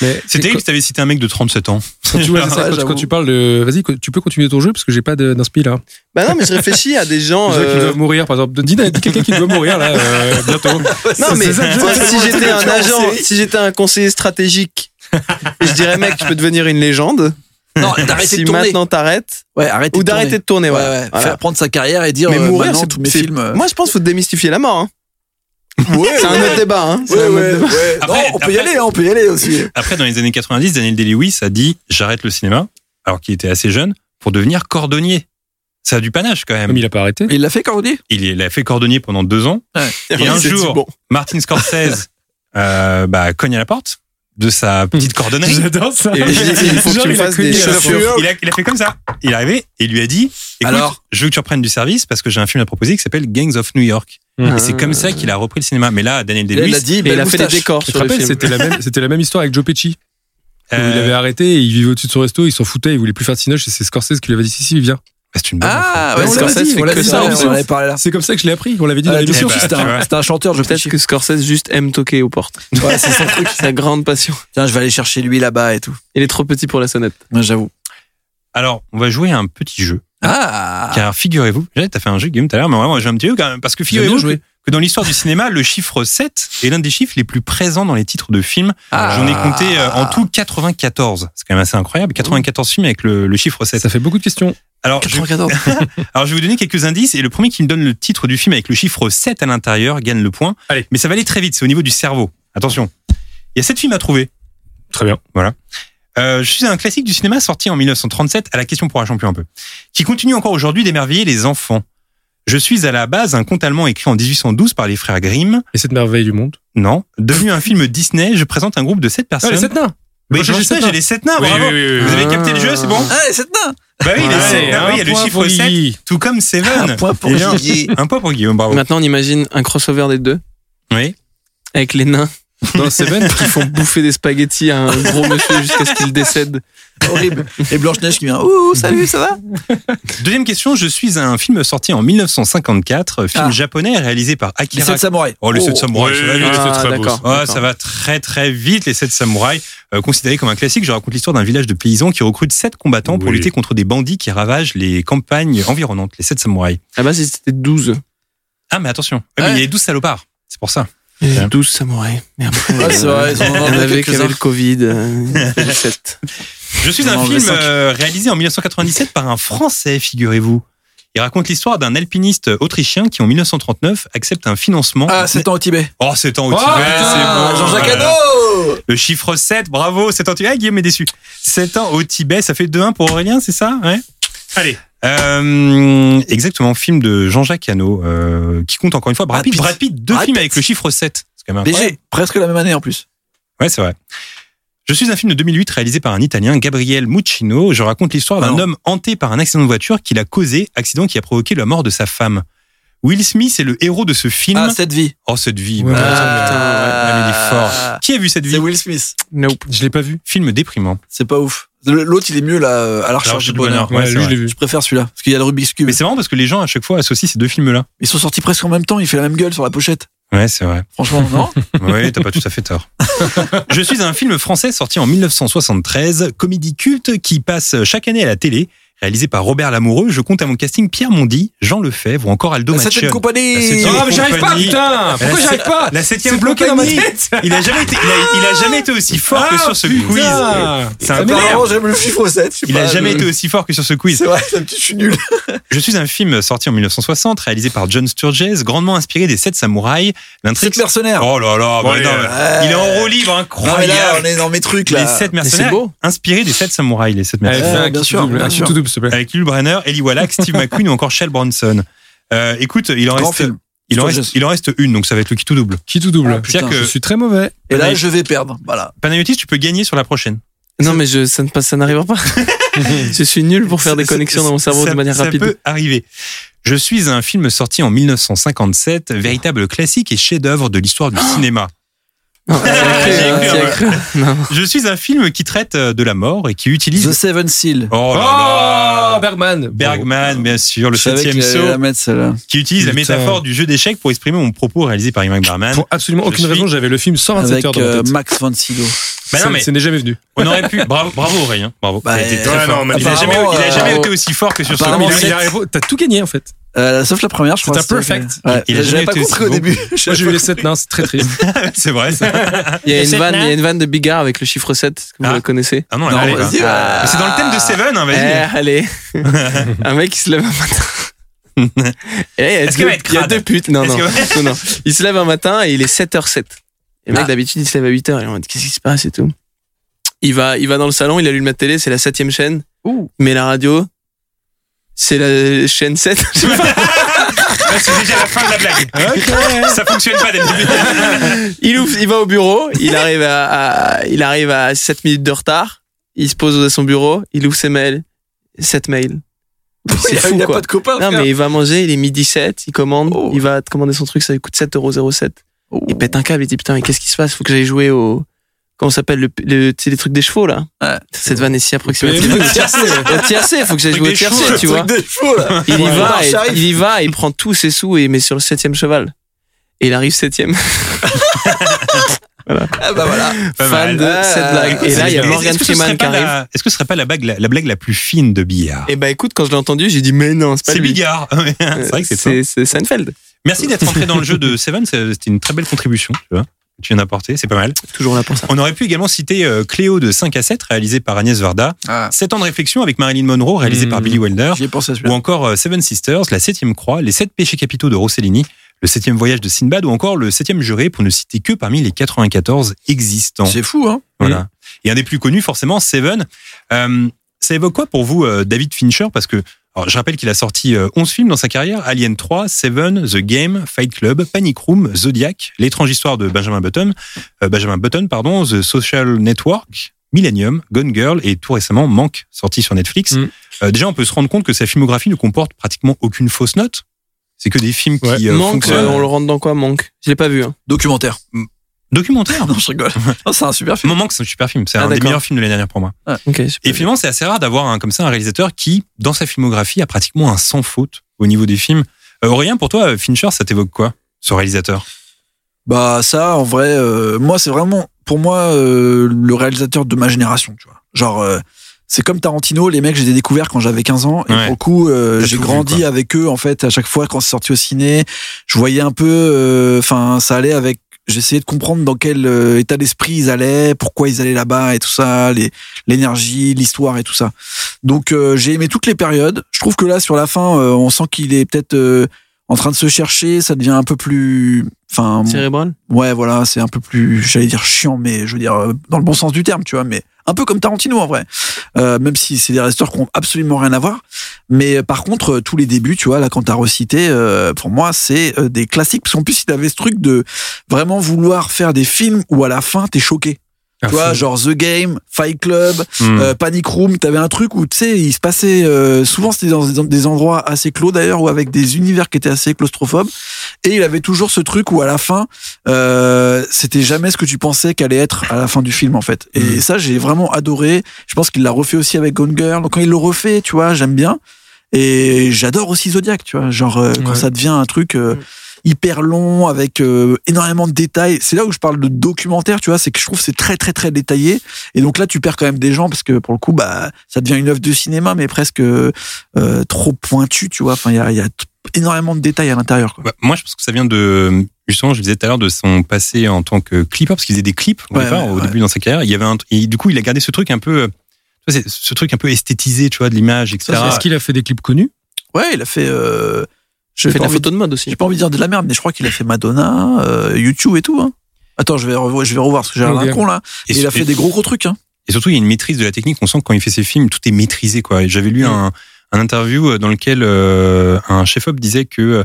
Speaker 7: Mais
Speaker 4: C'est terrible que t'avais cité un mec de 37 ans.
Speaker 7: quand tu, vois, c'est ça,
Speaker 5: Ouais,
Speaker 7: quand- quand,
Speaker 5: j'avoue.
Speaker 7: tu parles de. Vas-y, tu peux continuer ton jeu parce que j'ai pas de- d'inspi là.
Speaker 6: Bah non, mais je réfléchis à des
Speaker 5: (laughs)
Speaker 7: Les
Speaker 6: gens.
Speaker 7: gens qui
Speaker 6: euh,
Speaker 7: doivent mourir, par exemple. Dis, dis quelqu'un qui doit mourir là, euh, bientôt.
Speaker 6: Non, mais
Speaker 7: C'est ça le jeu.
Speaker 5: (laughs)
Speaker 6: si j'étais un agent, si j'étais un conseiller stratégique, je dirais, mec, tu peux devenir une
Speaker 5: (laughs)
Speaker 6: légende.
Speaker 5: Non, d'arrêter
Speaker 6: si
Speaker 5: de tourner.
Speaker 6: maintenant t'arrêtes,
Speaker 5: Ouais, arrêter
Speaker 6: ou
Speaker 5: de tourner.
Speaker 6: d'arrêter de tourner,
Speaker 5: Ouais,
Speaker 6: voilà.
Speaker 5: ouais.
Speaker 6: Voilà.
Speaker 5: Faire prendre sa carrière et dire
Speaker 6: Mais
Speaker 5: euh,
Speaker 6: mourir,
Speaker 5: maintenant,
Speaker 6: c'est
Speaker 5: tous mes
Speaker 6: c'est-
Speaker 5: films. euh,
Speaker 6: Moi, je pense qu'il faut démystifier la mort. hein. (laughs) c'est un autre débat. hein. C'est
Speaker 5: ouais,
Speaker 6: un autre
Speaker 5: ouais,
Speaker 6: débat.
Speaker 5: ouais.
Speaker 4: Après-
Speaker 5: non, on peut y
Speaker 4: après-
Speaker 5: aller, hein, on peut y aller aussi.
Speaker 4: Après, dans les années 90, Daniel Day-Lewis a dit J'arrête le cinéma, alors qu'il était assez jeune, pour devenir cordonnier. Ça a du panache quand même.
Speaker 7: Comme il a pas arrêté.
Speaker 5: Il l'a fait, Cordy
Speaker 4: Il, il a fait cordonnier pendant deux ans.
Speaker 5: Ouais.
Speaker 4: Et un
Speaker 6: Il s'est dit,
Speaker 4: jour,
Speaker 6: bon.
Speaker 4: Martin
Speaker 6: (laughs)
Speaker 4: Scorsese euh, bah, cogne à la porte de sa petite cordonnerie.
Speaker 7: J'adore ça.
Speaker 6: Et je lui ai dit, il faut que
Speaker 7: Genre,
Speaker 6: tu me
Speaker 7: il a
Speaker 6: fasses
Speaker 7: connu
Speaker 6: des
Speaker 7: la
Speaker 6: chaussures.
Speaker 7: fureur.
Speaker 4: Il a, il a fait comme ça. Il est arrivé et il lui a dit Écoute,
Speaker 5: Alors
Speaker 4: je veux que tu reprennes du service parce que j'ai un film à proposer qui s'appelle Gangs of New York. Et c'est comme ça qu'il a repris le cinéma. Mais là, Daniel
Speaker 5: Il
Speaker 4: Day-Lewis,
Speaker 5: a dit,
Speaker 6: Et il a fait des
Speaker 5: moustache.
Speaker 6: décors
Speaker 7: Tu te
Speaker 6: sur le
Speaker 7: rappelles,
Speaker 6: film.
Speaker 7: c'était la, même- c'était la même histoire avec Joe Pesci. où
Speaker 4: euh,
Speaker 7: Il avait arrêté, et il vivait au-dessus de son resto, il s'en foutait, il voulait plus faire de cinoche, et c'est Scorsese qui lui avait dit si, si, viens.
Speaker 4: euh, c'est une bonne
Speaker 5: Ah,
Speaker 7: Mais
Speaker 5: ouais,
Speaker 7: on
Speaker 5: Scorsese
Speaker 7: l'avait dit,
Speaker 5: fait
Speaker 7: on
Speaker 5: que
Speaker 7: l'avait dit
Speaker 5: ça,
Speaker 7: dans
Speaker 5: on en
Speaker 7: l'émission.
Speaker 5: avait parlé là.
Speaker 7: C'est comme ça que je l'ai appris, on l'avait dit dans
Speaker 5: Ah,
Speaker 7: l'émission.
Speaker 4: bah,
Speaker 5: c'était
Speaker 4: tu
Speaker 5: un,
Speaker 4: vois.
Speaker 5: c'était un chanteur, je
Speaker 6: Peut-être
Speaker 5: pense.
Speaker 6: que Scorsese juste aime toquer aux portes.
Speaker 5: Ouais, c'est son truc.
Speaker 6: Sa grande passion.
Speaker 5: Tiens, je vais aller chercher lui là-bas et tout.
Speaker 6: Il est trop petit pour la sonnette.
Speaker 5: Ouais, J'avoue.
Speaker 4: Alors, on va jouer à un petit jeu.
Speaker 5: Ah
Speaker 4: Car figurez-vous, déjà, t'as fait un jeu, Guillaume, tout à l'heure, mais vraiment, j'ai un petit jeu quand même. Parce que figurez-vous
Speaker 7: J'aime bien
Speaker 4: que, que dans l'histoire du cinéma, le chiffre 7 est l'un des chiffres les plus présents dans les titres de films.
Speaker 5: Ah.
Speaker 4: J'en ai compté euh, en tout 94. C'est quand même assez incroyable. 94 films avec le, le chiffre 7.
Speaker 7: Ça fait beaucoup de questions.
Speaker 4: Alors, je,
Speaker 5: 94.
Speaker 4: alors, je vais vous donner quelques indices et le premier qui me donne le titre du film avec le chiffre 7 à l'intérieur gagne le point.
Speaker 7: Allez.
Speaker 4: Mais ça va aller très vite, c'est au niveau du cerveau. Attention. Il y a 7 films à trouver.
Speaker 7: Très bien.
Speaker 4: Euh, je suis un classique du cinéma sorti en 1937 à la question pour un champion un peu, qui continue encore aujourd'hui d'émerveiller les enfants. Je suis à la base un conte allemand écrit en 1812 par les frères Grimm.
Speaker 7: Et cette merveille du monde.
Speaker 4: Non, devenu un film Disney, je présente un groupe de sept
Speaker 7: Ah,
Speaker 4: personnes.
Speaker 7: les sept nains
Speaker 4: Oui,
Speaker 7: Moi,
Speaker 4: je
Speaker 7: j'ai les
Speaker 4: sais,
Speaker 7: sept
Speaker 4: j'ai
Speaker 7: nains.
Speaker 4: les sept nains,
Speaker 7: Oui,
Speaker 4: Ah, bravo.
Speaker 7: oui, oui, oui.
Speaker 4: Vous avez capté le jeu, c'est bon
Speaker 5: Ah, c'est nains
Speaker 4: Bah oui, les
Speaker 7: Ouais,
Speaker 4: sept nains,
Speaker 7: un
Speaker 4: oui, il y a le
Speaker 7: point
Speaker 4: chiffre
Speaker 7: pour
Speaker 4: 7,
Speaker 7: Guy.
Speaker 4: tout comme Seven.
Speaker 5: Un point pour
Speaker 4: Eh bien,
Speaker 5: Guy.
Speaker 4: Un point pour Guillaume, bravo.
Speaker 6: Maintenant, on imagine un crossover des deux
Speaker 4: Oui.
Speaker 6: avec les nains
Speaker 7: Dans Seven
Speaker 6: qui font bouffer des spaghettis à un gros monsieur jusqu'à ce qu'il décède.
Speaker 5: Horrible. Et Blanche-Neige qui vient. Ouh, salut, ça va
Speaker 4: Deuxième question, je suis un film sorti en 1954, film
Speaker 5: Ah.
Speaker 4: japonais réalisé par
Speaker 5: Les
Speaker 4: Akira.
Speaker 5: 7 samouraïs.
Speaker 4: Oh, les sept samouraïs,
Speaker 7: Oui,
Speaker 4: ça va
Speaker 7: oui,
Speaker 4: vite.
Speaker 7: oui, c'est très beau,
Speaker 6: d'accord.
Speaker 4: Ah, ça va très très vite, les sept samouraïs, euh, considérés comme un classique. Je raconte l'histoire d'un village de paysans qui recrute sept combattants pour
Speaker 7: Oui.
Speaker 4: lutter contre des bandits qui ravagent les campagnes environnantes, les sept samouraïs.
Speaker 6: Ah bah, c'était 12.
Speaker 4: Ah, mais attention, Ah, mais
Speaker 5: Ouais.
Speaker 4: il y a 12 salopards, c'est pour ça.
Speaker 6: Euh, 12 samouraïs. Mais après,
Speaker 5: Ouais, c'est vrai, ils en ont
Speaker 6: euh, il y en
Speaker 5: enlevé
Speaker 6: avait qui
Speaker 5: quelques-uns.
Speaker 6: avaient le Covid.
Speaker 5: (laughs)
Speaker 6: euh, 17.
Speaker 4: Je suis
Speaker 5: On
Speaker 4: un
Speaker 5: en
Speaker 4: film
Speaker 5: avait cinq.
Speaker 4: euh, réalisé en 1997 par un Français, figurez-vous. Il raconte l'histoire d'un alpiniste autrichien qui, en 1939, accepte un financement.
Speaker 5: Ah, 7 ans au Tibet.
Speaker 4: Oh, c'est en haut.
Speaker 7: Oh, putain,
Speaker 5: Ah,
Speaker 7: bon,
Speaker 5: Jean-Jacques
Speaker 7: voilà.
Speaker 5: Hano
Speaker 4: Le chiffre 7, bravo, 7 ans. Ah, Guillaume est déçu. 7 ans au Tibet, ça fait 2-1 pour Aurélien, c'est ça Ouais. Allez. Euh, exactement, film de Jean-Jacques Hano, euh, qui compte encore une fois Brad
Speaker 5: Brad
Speaker 4: Pitt.
Speaker 5: Pitt.
Speaker 4: Brad Pitt, deux
Speaker 5: Brad
Speaker 4: films
Speaker 5: Pitt.
Speaker 4: avec le chiffre 7. C'est quand même incroyable.
Speaker 5: DG, presque la même année en plus.
Speaker 4: Ouais, c'est vrai. Je suis un film de 2008 réalisé par un Italien, Gabriel Muccino. Je raconte l'histoire d'un
Speaker 5: Ah non.
Speaker 4: homme hanté par un accident de voiture qu'il a causé, accident qui a provoqué la mort de sa femme. Will Smith est le héros de ce film.
Speaker 5: Ah, cette vie.
Speaker 4: oh, cette vie.
Speaker 7: Ouais.
Speaker 4: bah,
Speaker 5: Ah.
Speaker 4: putain, ouais, mais il est fort. Qui a vu cette vie
Speaker 5: C'est Will Smith.
Speaker 6: Nope.
Speaker 7: Je l'ai pas vu.
Speaker 4: Film déprimant.
Speaker 5: C'est pas ouf. Le- L'autre, il est mieux là, euh, à la recherche du bonheur.
Speaker 4: Ouais,
Speaker 7: Ouais,
Speaker 4: c'est
Speaker 7: lui, je
Speaker 4: vrai.
Speaker 7: l'ai vu.
Speaker 5: Je préfère celui-là, parce qu'il y a le Rubik's Cube.
Speaker 4: Mais c'est marrant parce que les gens à chaque fois associent ces deux films-là.
Speaker 5: Ils sont sortis presque en même temps, il fait la même gueule sur la pochette.
Speaker 4: Ouais, c'est vrai.
Speaker 5: Franchement, non
Speaker 4: (laughs) Oui, t'as pas tout à fait tort. (laughs) Je suis un film français sorti en 1973, comédie culte qui passe chaque année à la télé. Réalisé par Robert Lamoureux, je compte à mon casting Pierre Mondi, Jean Lefebvre ou encore Aldo
Speaker 5: Ça
Speaker 4: Machon.
Speaker 5: fait une compagnie
Speaker 4: La septième
Speaker 7: Ah, mais j'arrive pas,
Speaker 4: compagnie.
Speaker 7: putain Pourquoi
Speaker 4: La-
Speaker 7: j'arrive pas
Speaker 4: La septième
Speaker 7: C'est bloqué dans ma
Speaker 4: compagnie.
Speaker 7: tête
Speaker 4: Il a jamais été, il a, il a jamais été aussi fort
Speaker 5: Ah,
Speaker 4: que sur ce quiz.
Speaker 7: putain.
Speaker 4: C'est un
Speaker 5: Apparemment, Ah, j'aime le chiffre 7. je sais
Speaker 4: Il a
Speaker 5: pas,
Speaker 4: jamais
Speaker 5: je-
Speaker 4: été aussi fort que sur ce quiz.
Speaker 5: C'est vrai, c'est un petit, je suis nul.
Speaker 4: Je suis un film sorti en 1960, réalisé par John Sturges, grandement inspiré des Sept Samouraïs. L'intrigue.
Speaker 5: Sept mercenaires.
Speaker 4: Oh là là,
Speaker 7: Bon,
Speaker 4: bah
Speaker 7: allez,
Speaker 4: non,
Speaker 7: euh,
Speaker 4: mais- il est en roue libre,
Speaker 5: Non, mais
Speaker 4: incroyable.
Speaker 5: là, on est dans mes trucs là.
Speaker 4: les sept
Speaker 6: Mais c'est
Speaker 4: mercenaires,
Speaker 6: beau.
Speaker 4: inspirés des sept samouraïs, les sept
Speaker 7: Allez,
Speaker 4: mercenaires.
Speaker 7: fais un
Speaker 5: Eh, bien
Speaker 7: petit
Speaker 5: sûr,
Speaker 7: double,
Speaker 5: bien
Speaker 6: hein.
Speaker 7: un
Speaker 5: sûr.
Speaker 7: tout double, s'il te plaît.
Speaker 4: Avec Yul Brenner, Eli Wallach,
Speaker 5: (laughs)
Speaker 4: Steve McQueen ou encore Shell Bronson. Euh, écoute, il en
Speaker 5: Grand
Speaker 4: reste,
Speaker 5: film.
Speaker 4: il en
Speaker 5: Sturges.
Speaker 4: reste, il en reste une, donc ça va être le qui tout double.
Speaker 7: Qui tout double
Speaker 5: Ah, putain,
Speaker 7: C'est-à-dire
Speaker 4: je
Speaker 7: Je suis très mauvais.
Speaker 5: Et là,
Speaker 4: Panayotis-
Speaker 5: je vais perdre. Voilà.
Speaker 4: Panayotis, tu peux gagner sur la prochaine.
Speaker 6: Non, mais je, ça, ne passe- ça n'arrivera
Speaker 5: (laughs)
Speaker 6: pas. je suis nul pour faire des
Speaker 4: Ça-
Speaker 6: connexions
Speaker 4: ça-
Speaker 6: dans mon cerveau
Speaker 4: ça-
Speaker 6: de manière
Speaker 4: ça
Speaker 6: rapide.
Speaker 4: peut arriver. Je suis un film sorti en 1957, véritable classique et chef-d'œuvre de l'histoire du cinéma. Ah,
Speaker 6: Non, t'y as cru,
Speaker 4: J'ai
Speaker 6: hein,
Speaker 4: cru,
Speaker 6: t'y as
Speaker 4: ouais.
Speaker 6: cru. Non.
Speaker 4: Je suis un film qui traite euh, de la mort et qui utilise.
Speaker 5: The Seven Seal.
Speaker 4: Oh là
Speaker 7: Oh,
Speaker 4: là
Speaker 7: Bergman
Speaker 4: Bergman, bien sûr, le
Speaker 5: Je savais
Speaker 4: septième
Speaker 5: qu'il allait
Speaker 4: saut,
Speaker 5: la mettre, celle-là.
Speaker 4: qui utilise la
Speaker 7: Putain.
Speaker 4: métaphore du jeu d'échecs pour exprimer mon propos réalisé par Ingmar Bergman.
Speaker 7: Pour absolument
Speaker 4: Je
Speaker 7: aucune
Speaker 4: suis-
Speaker 7: raison, j'avais le film
Speaker 4: Ah,
Speaker 7: 127
Speaker 5: Avec
Speaker 7: heures dans ma
Speaker 5: euh,
Speaker 7: tête.
Speaker 5: Max von Sydow.
Speaker 4: Bah non,
Speaker 7: Ça-
Speaker 4: mais-
Speaker 7: ça n'est jamais venu.
Speaker 4: On aurait pu. Bravo, bravo Aurélien. Bravo.
Speaker 5: Bah,
Speaker 4: Ça a été très
Speaker 5: ouais,
Speaker 4: fort.
Speaker 5: non, mais
Speaker 4: il a jamais,
Speaker 5: apparemment,
Speaker 4: il a jamais
Speaker 5: euh,
Speaker 4: été aussi fort que sur ce
Speaker 5: apparemment,
Speaker 4: film.
Speaker 5: il
Speaker 7: Il
Speaker 5: sept.
Speaker 7: arrive- T'as tout gagné en fait.
Speaker 5: Euh, sauf la première, je crois.
Speaker 7: C'était un
Speaker 5: c'était-
Speaker 7: perfect.
Speaker 5: Ouais.
Speaker 4: Il a jamais
Speaker 5: J'avais pas
Speaker 4: été
Speaker 5: compris
Speaker 4: aussi
Speaker 5: au
Speaker 4: bon.
Speaker 5: début. (laughs)
Speaker 7: Moi j'ai eu les 7 nains, c'est très triste.
Speaker 4: C'est vrai. Ça.
Speaker 6: Il y a
Speaker 4: Et
Speaker 6: une
Speaker 4: cette
Speaker 6: vanne, il y a
Speaker 4: nain
Speaker 6: une vanne de Bigard avec le chiffre 7, est-ce que vous
Speaker 4: Ah.
Speaker 6: le connaissez.
Speaker 4: Ah non,
Speaker 5: Non,
Speaker 4: elle arrive,
Speaker 5: vas-y,
Speaker 4: hein. Mais C'est dans le thème de Seven, hein,
Speaker 6: Eh,
Speaker 4: vas-y.
Speaker 6: allez. Un mec, il se lève un matin. Eh,
Speaker 4: Est-ce
Speaker 6: est-ce
Speaker 4: qu'il
Speaker 6: que-
Speaker 4: va être
Speaker 6: il y a
Speaker 4: crade
Speaker 6: deux putes. Non, non,
Speaker 4: Est-ce
Speaker 6: non, non. Il se lève un matin et il est 7h07. Et le mec,
Speaker 5: Ah.
Speaker 6: d'habitude, il se lève à 8h. Il est en mode, qu'est-ce qui se passe et tout. Il va, il va dans le salon, il allume la télé, c'est la 7 chaîne.
Speaker 5: Ouh.
Speaker 6: Mais la radio, c'est la chaîne 7.
Speaker 4: (laughs)
Speaker 6: Je sais pas.
Speaker 4: Ah, C'est déjà la fin de la blague. (laughs) Ça fonctionne pas dès le début.
Speaker 6: il, ouvre, il va au bureau, il arrive à, à- il arrive à 7 minutes de retard, il se pose à son bureau, il ouvre ses mails, 7 mails. C'est fou,
Speaker 5: Il a
Speaker 6: quoi.
Speaker 5: pas de
Speaker 6: (laughs)
Speaker 5: copain.
Speaker 6: Non,
Speaker 5: frère.
Speaker 6: mais il va manger, il est midi 7, il commande,
Speaker 5: Oh.
Speaker 6: il va te commander son truc, ça lui coûte 7,07€.
Speaker 5: Oh.
Speaker 6: Il pète un câble, il dit putain, mais qu'est-ce qui se passe Faut que j'aille jouer au. Comment ça s'appelle le, le, tu sais, les trucs des chevaux là
Speaker 5: Ouais.
Speaker 6: Cette vanne est si approximative.
Speaker 7: PMU,
Speaker 6: (laughs) Au tiercé, au tiercé, faut que j'aille
Speaker 4: Truc
Speaker 6: jouer au
Speaker 4: des
Speaker 6: tiercé,
Speaker 4: chevaux,
Speaker 6: tu
Speaker 5: Le
Speaker 6: vois.
Speaker 5: truc des chevaux, là.
Speaker 6: Il y
Speaker 5: Ouais.
Speaker 6: va,
Speaker 5: Marche,
Speaker 6: et-
Speaker 5: arrive.
Speaker 6: il y va, il prend tous ses sous et il met sur le septième cheval. Et il arrive septième.
Speaker 5: Ah bah voilà.
Speaker 4: Pas
Speaker 6: fan
Speaker 4: mal. Ah,
Speaker 6: de cette blague. Et là, il y a
Speaker 4: Est-ce-
Speaker 6: Morgan
Speaker 4: est-ce que ce
Speaker 6: Freeman
Speaker 4: serait
Speaker 6: qui
Speaker 4: pas
Speaker 6: arrive.
Speaker 4: la- Est-ce que ce serait pas la blague, la, la blague la plus fine de Billard
Speaker 6: Et bah écoute, quand je l'ai entendu, j'ai dit mais non, c'est pas
Speaker 4: C'est
Speaker 6: lui.
Speaker 4: Bigard. (laughs) c'est vrai que c'est ça.
Speaker 6: Euh, c'est c'est Seinfeld.
Speaker 4: Merci d'être entré dans le jeu de Seven. c'est- C'était une très belle contribution. Tu vois, que tu viens d'apporter. C'est pas mal.
Speaker 6: Toujours là pour ça.
Speaker 4: On aurait pu également citer euh, Cléo de 5 à 7, réalisé par Agnès Varda.
Speaker 5: Ah.
Speaker 4: 7 ans de réflexion avec Marilyn Monroe, réalisé
Speaker 7: Mm.
Speaker 4: par Billy Wilder.
Speaker 5: J'y ai pensé à
Speaker 4: ou
Speaker 5: celui-là.
Speaker 4: encore euh, Seven Sisters, La Septième Croix, Les Sept Péchés Capitaux de Rossellini, le septième voyage de Sinbad ou encore le septième juré pour ne citer que parmi les 94 existants.
Speaker 5: C'est fou, hein
Speaker 4: Voilà. Et un des plus connus, forcément, Seven. Euh, ça évoque quoi pour vous, euh, David Fincher Parce que alors, je rappelle qu'il a sorti euh, 11 films dans sa carrière Alien 3, Seven, The Game, Fight Club, Panic Room, Zodiac, L'étrange histoire de Benjamin Button, euh, Benjamin Button, pardon, The Social Network. Millennium, Gone Girl et tout récemment Manque, sorti sur Netflix.
Speaker 7: Mm.
Speaker 4: Euh, déjà, on peut se rendre compte que sa filmographie ne comporte pratiquement aucune fausse note. C'est que des films
Speaker 7: Ouais.
Speaker 4: qui euh,
Speaker 6: Manque,
Speaker 4: fonctionnent.
Speaker 6: euh, on le rentre dans quoi Manque Je l'ai pas vu. Hein.
Speaker 5: Documentaire.
Speaker 4: Documentaire.
Speaker 5: non, je rigole. Non, c'est un super film.
Speaker 4: Mon Manque, c'est un super film. C'est
Speaker 6: Ah,
Speaker 4: un des
Speaker 6: d'accord.
Speaker 4: meilleurs films de l'année dernière pour moi.
Speaker 6: Ok. je sais pas.
Speaker 4: Et finalement, c'est assez rare d'avoir un, comme ça un réalisateur qui, dans sa filmographie, a pratiquement un sans faute au niveau des films. Euh, Aurélien, pour toi, Fincher, ça t'évoque quoi, ce réalisateur
Speaker 5: Bah ça, en vrai, euh, moi c'est vraiment pour moi euh, le réalisateur de ma génération, tu vois. Genre euh, c'est comme Tarantino, les mecs, je les ai découverts quand j'avais 15 ans et
Speaker 4: Ouais.
Speaker 5: pour le coup, euh,
Speaker 4: T'as
Speaker 5: j'ai
Speaker 4: tout vu,
Speaker 5: grandi
Speaker 4: quoi.
Speaker 5: avec eux en fait à chaque fois quand c'est sorti au ciné, je voyais un peu euh, enfin ça allait avec j'essayais de comprendre dans quel euh, état d'esprit ils allaient, pourquoi ils allaient là-bas et tout ça, les l'énergie, l'histoire et tout ça. Donc euh, j'ai aimé toutes les périodes. Je trouve que là sur la fin, euh, on sent qu'il est peut-être euh, en train de se chercher, ça devient un peu plus enfin
Speaker 6: Cérébral
Speaker 5: Ouais, voilà, c'est un peu plus, j'allais dire chiant, mais je veux dire euh, dans le bon sens du terme, tu vois, mais un peu comme Tarantino en vrai. Euh, même si c'est des resteurs qui ont absolument rien à voir. Mais euh, par contre, euh, tous les débuts, tu vois, là, quand t'as recité, euh, pour moi, c'est euh, des classiques. Parce qu'en plus, il avait ce truc de vraiment vouloir faire des films où à la fin, t'es choqué.
Speaker 7: Ah,
Speaker 5: Tu vois, genre The Game, Fight Club,
Speaker 4: Mm. Hmm.
Speaker 5: euh, Panic Room, t'avais un truc où tu sais, il se passait euh, souvent c'était dans des- des endroits assez clos d'ailleurs ou avec des univers qui étaient assez claustrophobes et il avait toujours ce truc où à la fin euh, c'était jamais ce que tu pensais qu'allait être à la fin du film en fait. Et ça j'ai vraiment adoré. Je pense qu'il l'a refait aussi avec Gone Girl. Donc quand il le refait, tu vois, j'aime bien. Et j'adore aussi Zodiac, tu vois, genre euh, quand
Speaker 7: Ouais.
Speaker 5: ça devient un truc
Speaker 6: Mm.
Speaker 5: euh, hyper long avec euh, énormément de détails. C'est là où je parle de documentaire, tu vois, c'est que je trouve que c'est très très très détaillé. Et donc là, tu perds quand même des gens parce que pour le coup, bah, ça devient une œuvre de cinéma, mais presque euh, euh, trop pointue, tu vois. Enfin, il y a, il y a t- énormément de détails à l'intérieur. quoi.
Speaker 4: Bah, Moi, je pense que ça vient de justement, je le disais tout à l'heure, de son passé en tant que clipper, parce qu'il faisait des clips au,
Speaker 5: Ouais,
Speaker 4: départ,
Speaker 5: ouais,
Speaker 4: au
Speaker 5: ouais.
Speaker 4: début dans sa carrière. Il y avait un, et du coup, il a gardé ce truc un peu, euh, tu vois, c'est ce truc un peu esthétisé, tu vois, de l'image, etc.
Speaker 7: Est-ce qu'il a fait des clips connus
Speaker 5: Ouais, il a fait. Euh,
Speaker 6: Je
Speaker 5: j'ai
Speaker 6: fais de
Speaker 5: pas
Speaker 6: la
Speaker 5: envie
Speaker 6: photo de mode
Speaker 5: de- J'ai
Speaker 6: aussi.
Speaker 5: pas envie de dire de la merde, mais je crois qu'il a fait Madonna, euh, YouTube et tout. Hein. Attends, je vais revoir, je vais revoir parce que j'ai
Speaker 7: Ok.
Speaker 5: un con là.
Speaker 4: Et
Speaker 5: Et il a
Speaker 4: sur-
Speaker 5: fait des gros gros trucs. Hein.
Speaker 4: Et surtout, il y a une maîtrise de la technique. On sent que quand il fait ses films, tout est maîtrisé. Quoi. Et J'avais
Speaker 6: Mm.
Speaker 4: lu un, un interview dans lequel euh, un chef-op disait que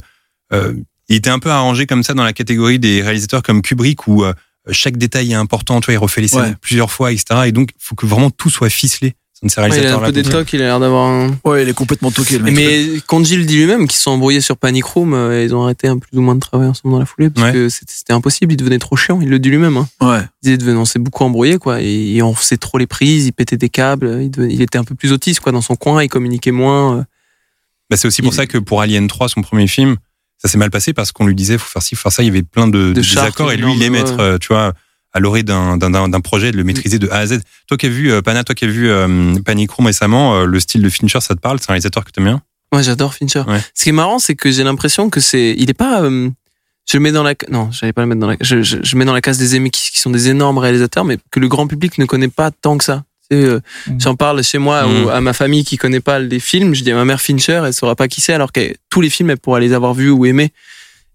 Speaker 4: euh, il était un peu arrangé comme ça dans la catégorie des réalisateurs comme Kubrick où euh, chaque détail est important. Tu vois, il refait les scènes
Speaker 5: Ouais.
Speaker 4: plusieurs fois, etc. Et donc, il faut que vraiment tout soit ficelé. C'est un de ces
Speaker 6: Ouais, il a un
Speaker 4: réalisateurs-là.
Speaker 6: peu des tocs, il a l'air d'avoir un.
Speaker 5: Ouais, il est complètement toqué le mec.
Speaker 6: Mais Kanji le dit lui-même, qu'ils se sont embrouillés sur Panic Room, euh, ils ont arrêté un plus ou moins de travail ensemble dans la foulée parce
Speaker 4: Ouais.
Speaker 6: que c'était c'était impossible, il devenait trop chiant, il le dit lui-même. Hein.
Speaker 5: Ouais.
Speaker 6: Il disait, devenait- on s'est beaucoup embrouillé quoi, et, et on faisait trop les prises, il pétait des câbles, il, devenait- il était un peu plus autiste quoi dans son coin, il communiquait moins. euh.
Speaker 4: Bah, c'est aussi pour
Speaker 6: Il-
Speaker 4: ça que pour Alien 3, son premier film, ça s'est mal passé parce qu'on lui disait faut faire ci, faut faire ça. Il y avait plein de, de
Speaker 6: chartes,
Speaker 4: désaccords et lui,
Speaker 6: énorme,
Speaker 4: il aimait être,
Speaker 6: ouais.
Speaker 4: euh, tu vois, à l'orée d'un, d'un, d'un- d'un projet, de le maîtriser de A à Z. Toi qui as vu euh, Pana, toi qui as vu euh, Panic Room récemment, euh, le style de Fincher, ça te parle C'est un réalisateur que t'aimes bien
Speaker 6: Moi j'adore Fincher.
Speaker 4: Ouais.
Speaker 6: Ce qui est marrant c'est que j'ai l'impression que c'est, il est pas, euh, je le mets dans la, non j'allais pas le mettre dans la, je, je, je mets dans la case des aimés qui, qui sont des énormes réalisateurs mais que le grand public ne connaît pas tant que ça. Tu sais, euh, J'en parle chez moi
Speaker 4: Mm.
Speaker 6: ou à ma famille qui connaît pas les films. Je dis à ma mère Fincher, elle saura pas qui c'est, alors que tous les films, elle pourra les avoir vus ou aimés.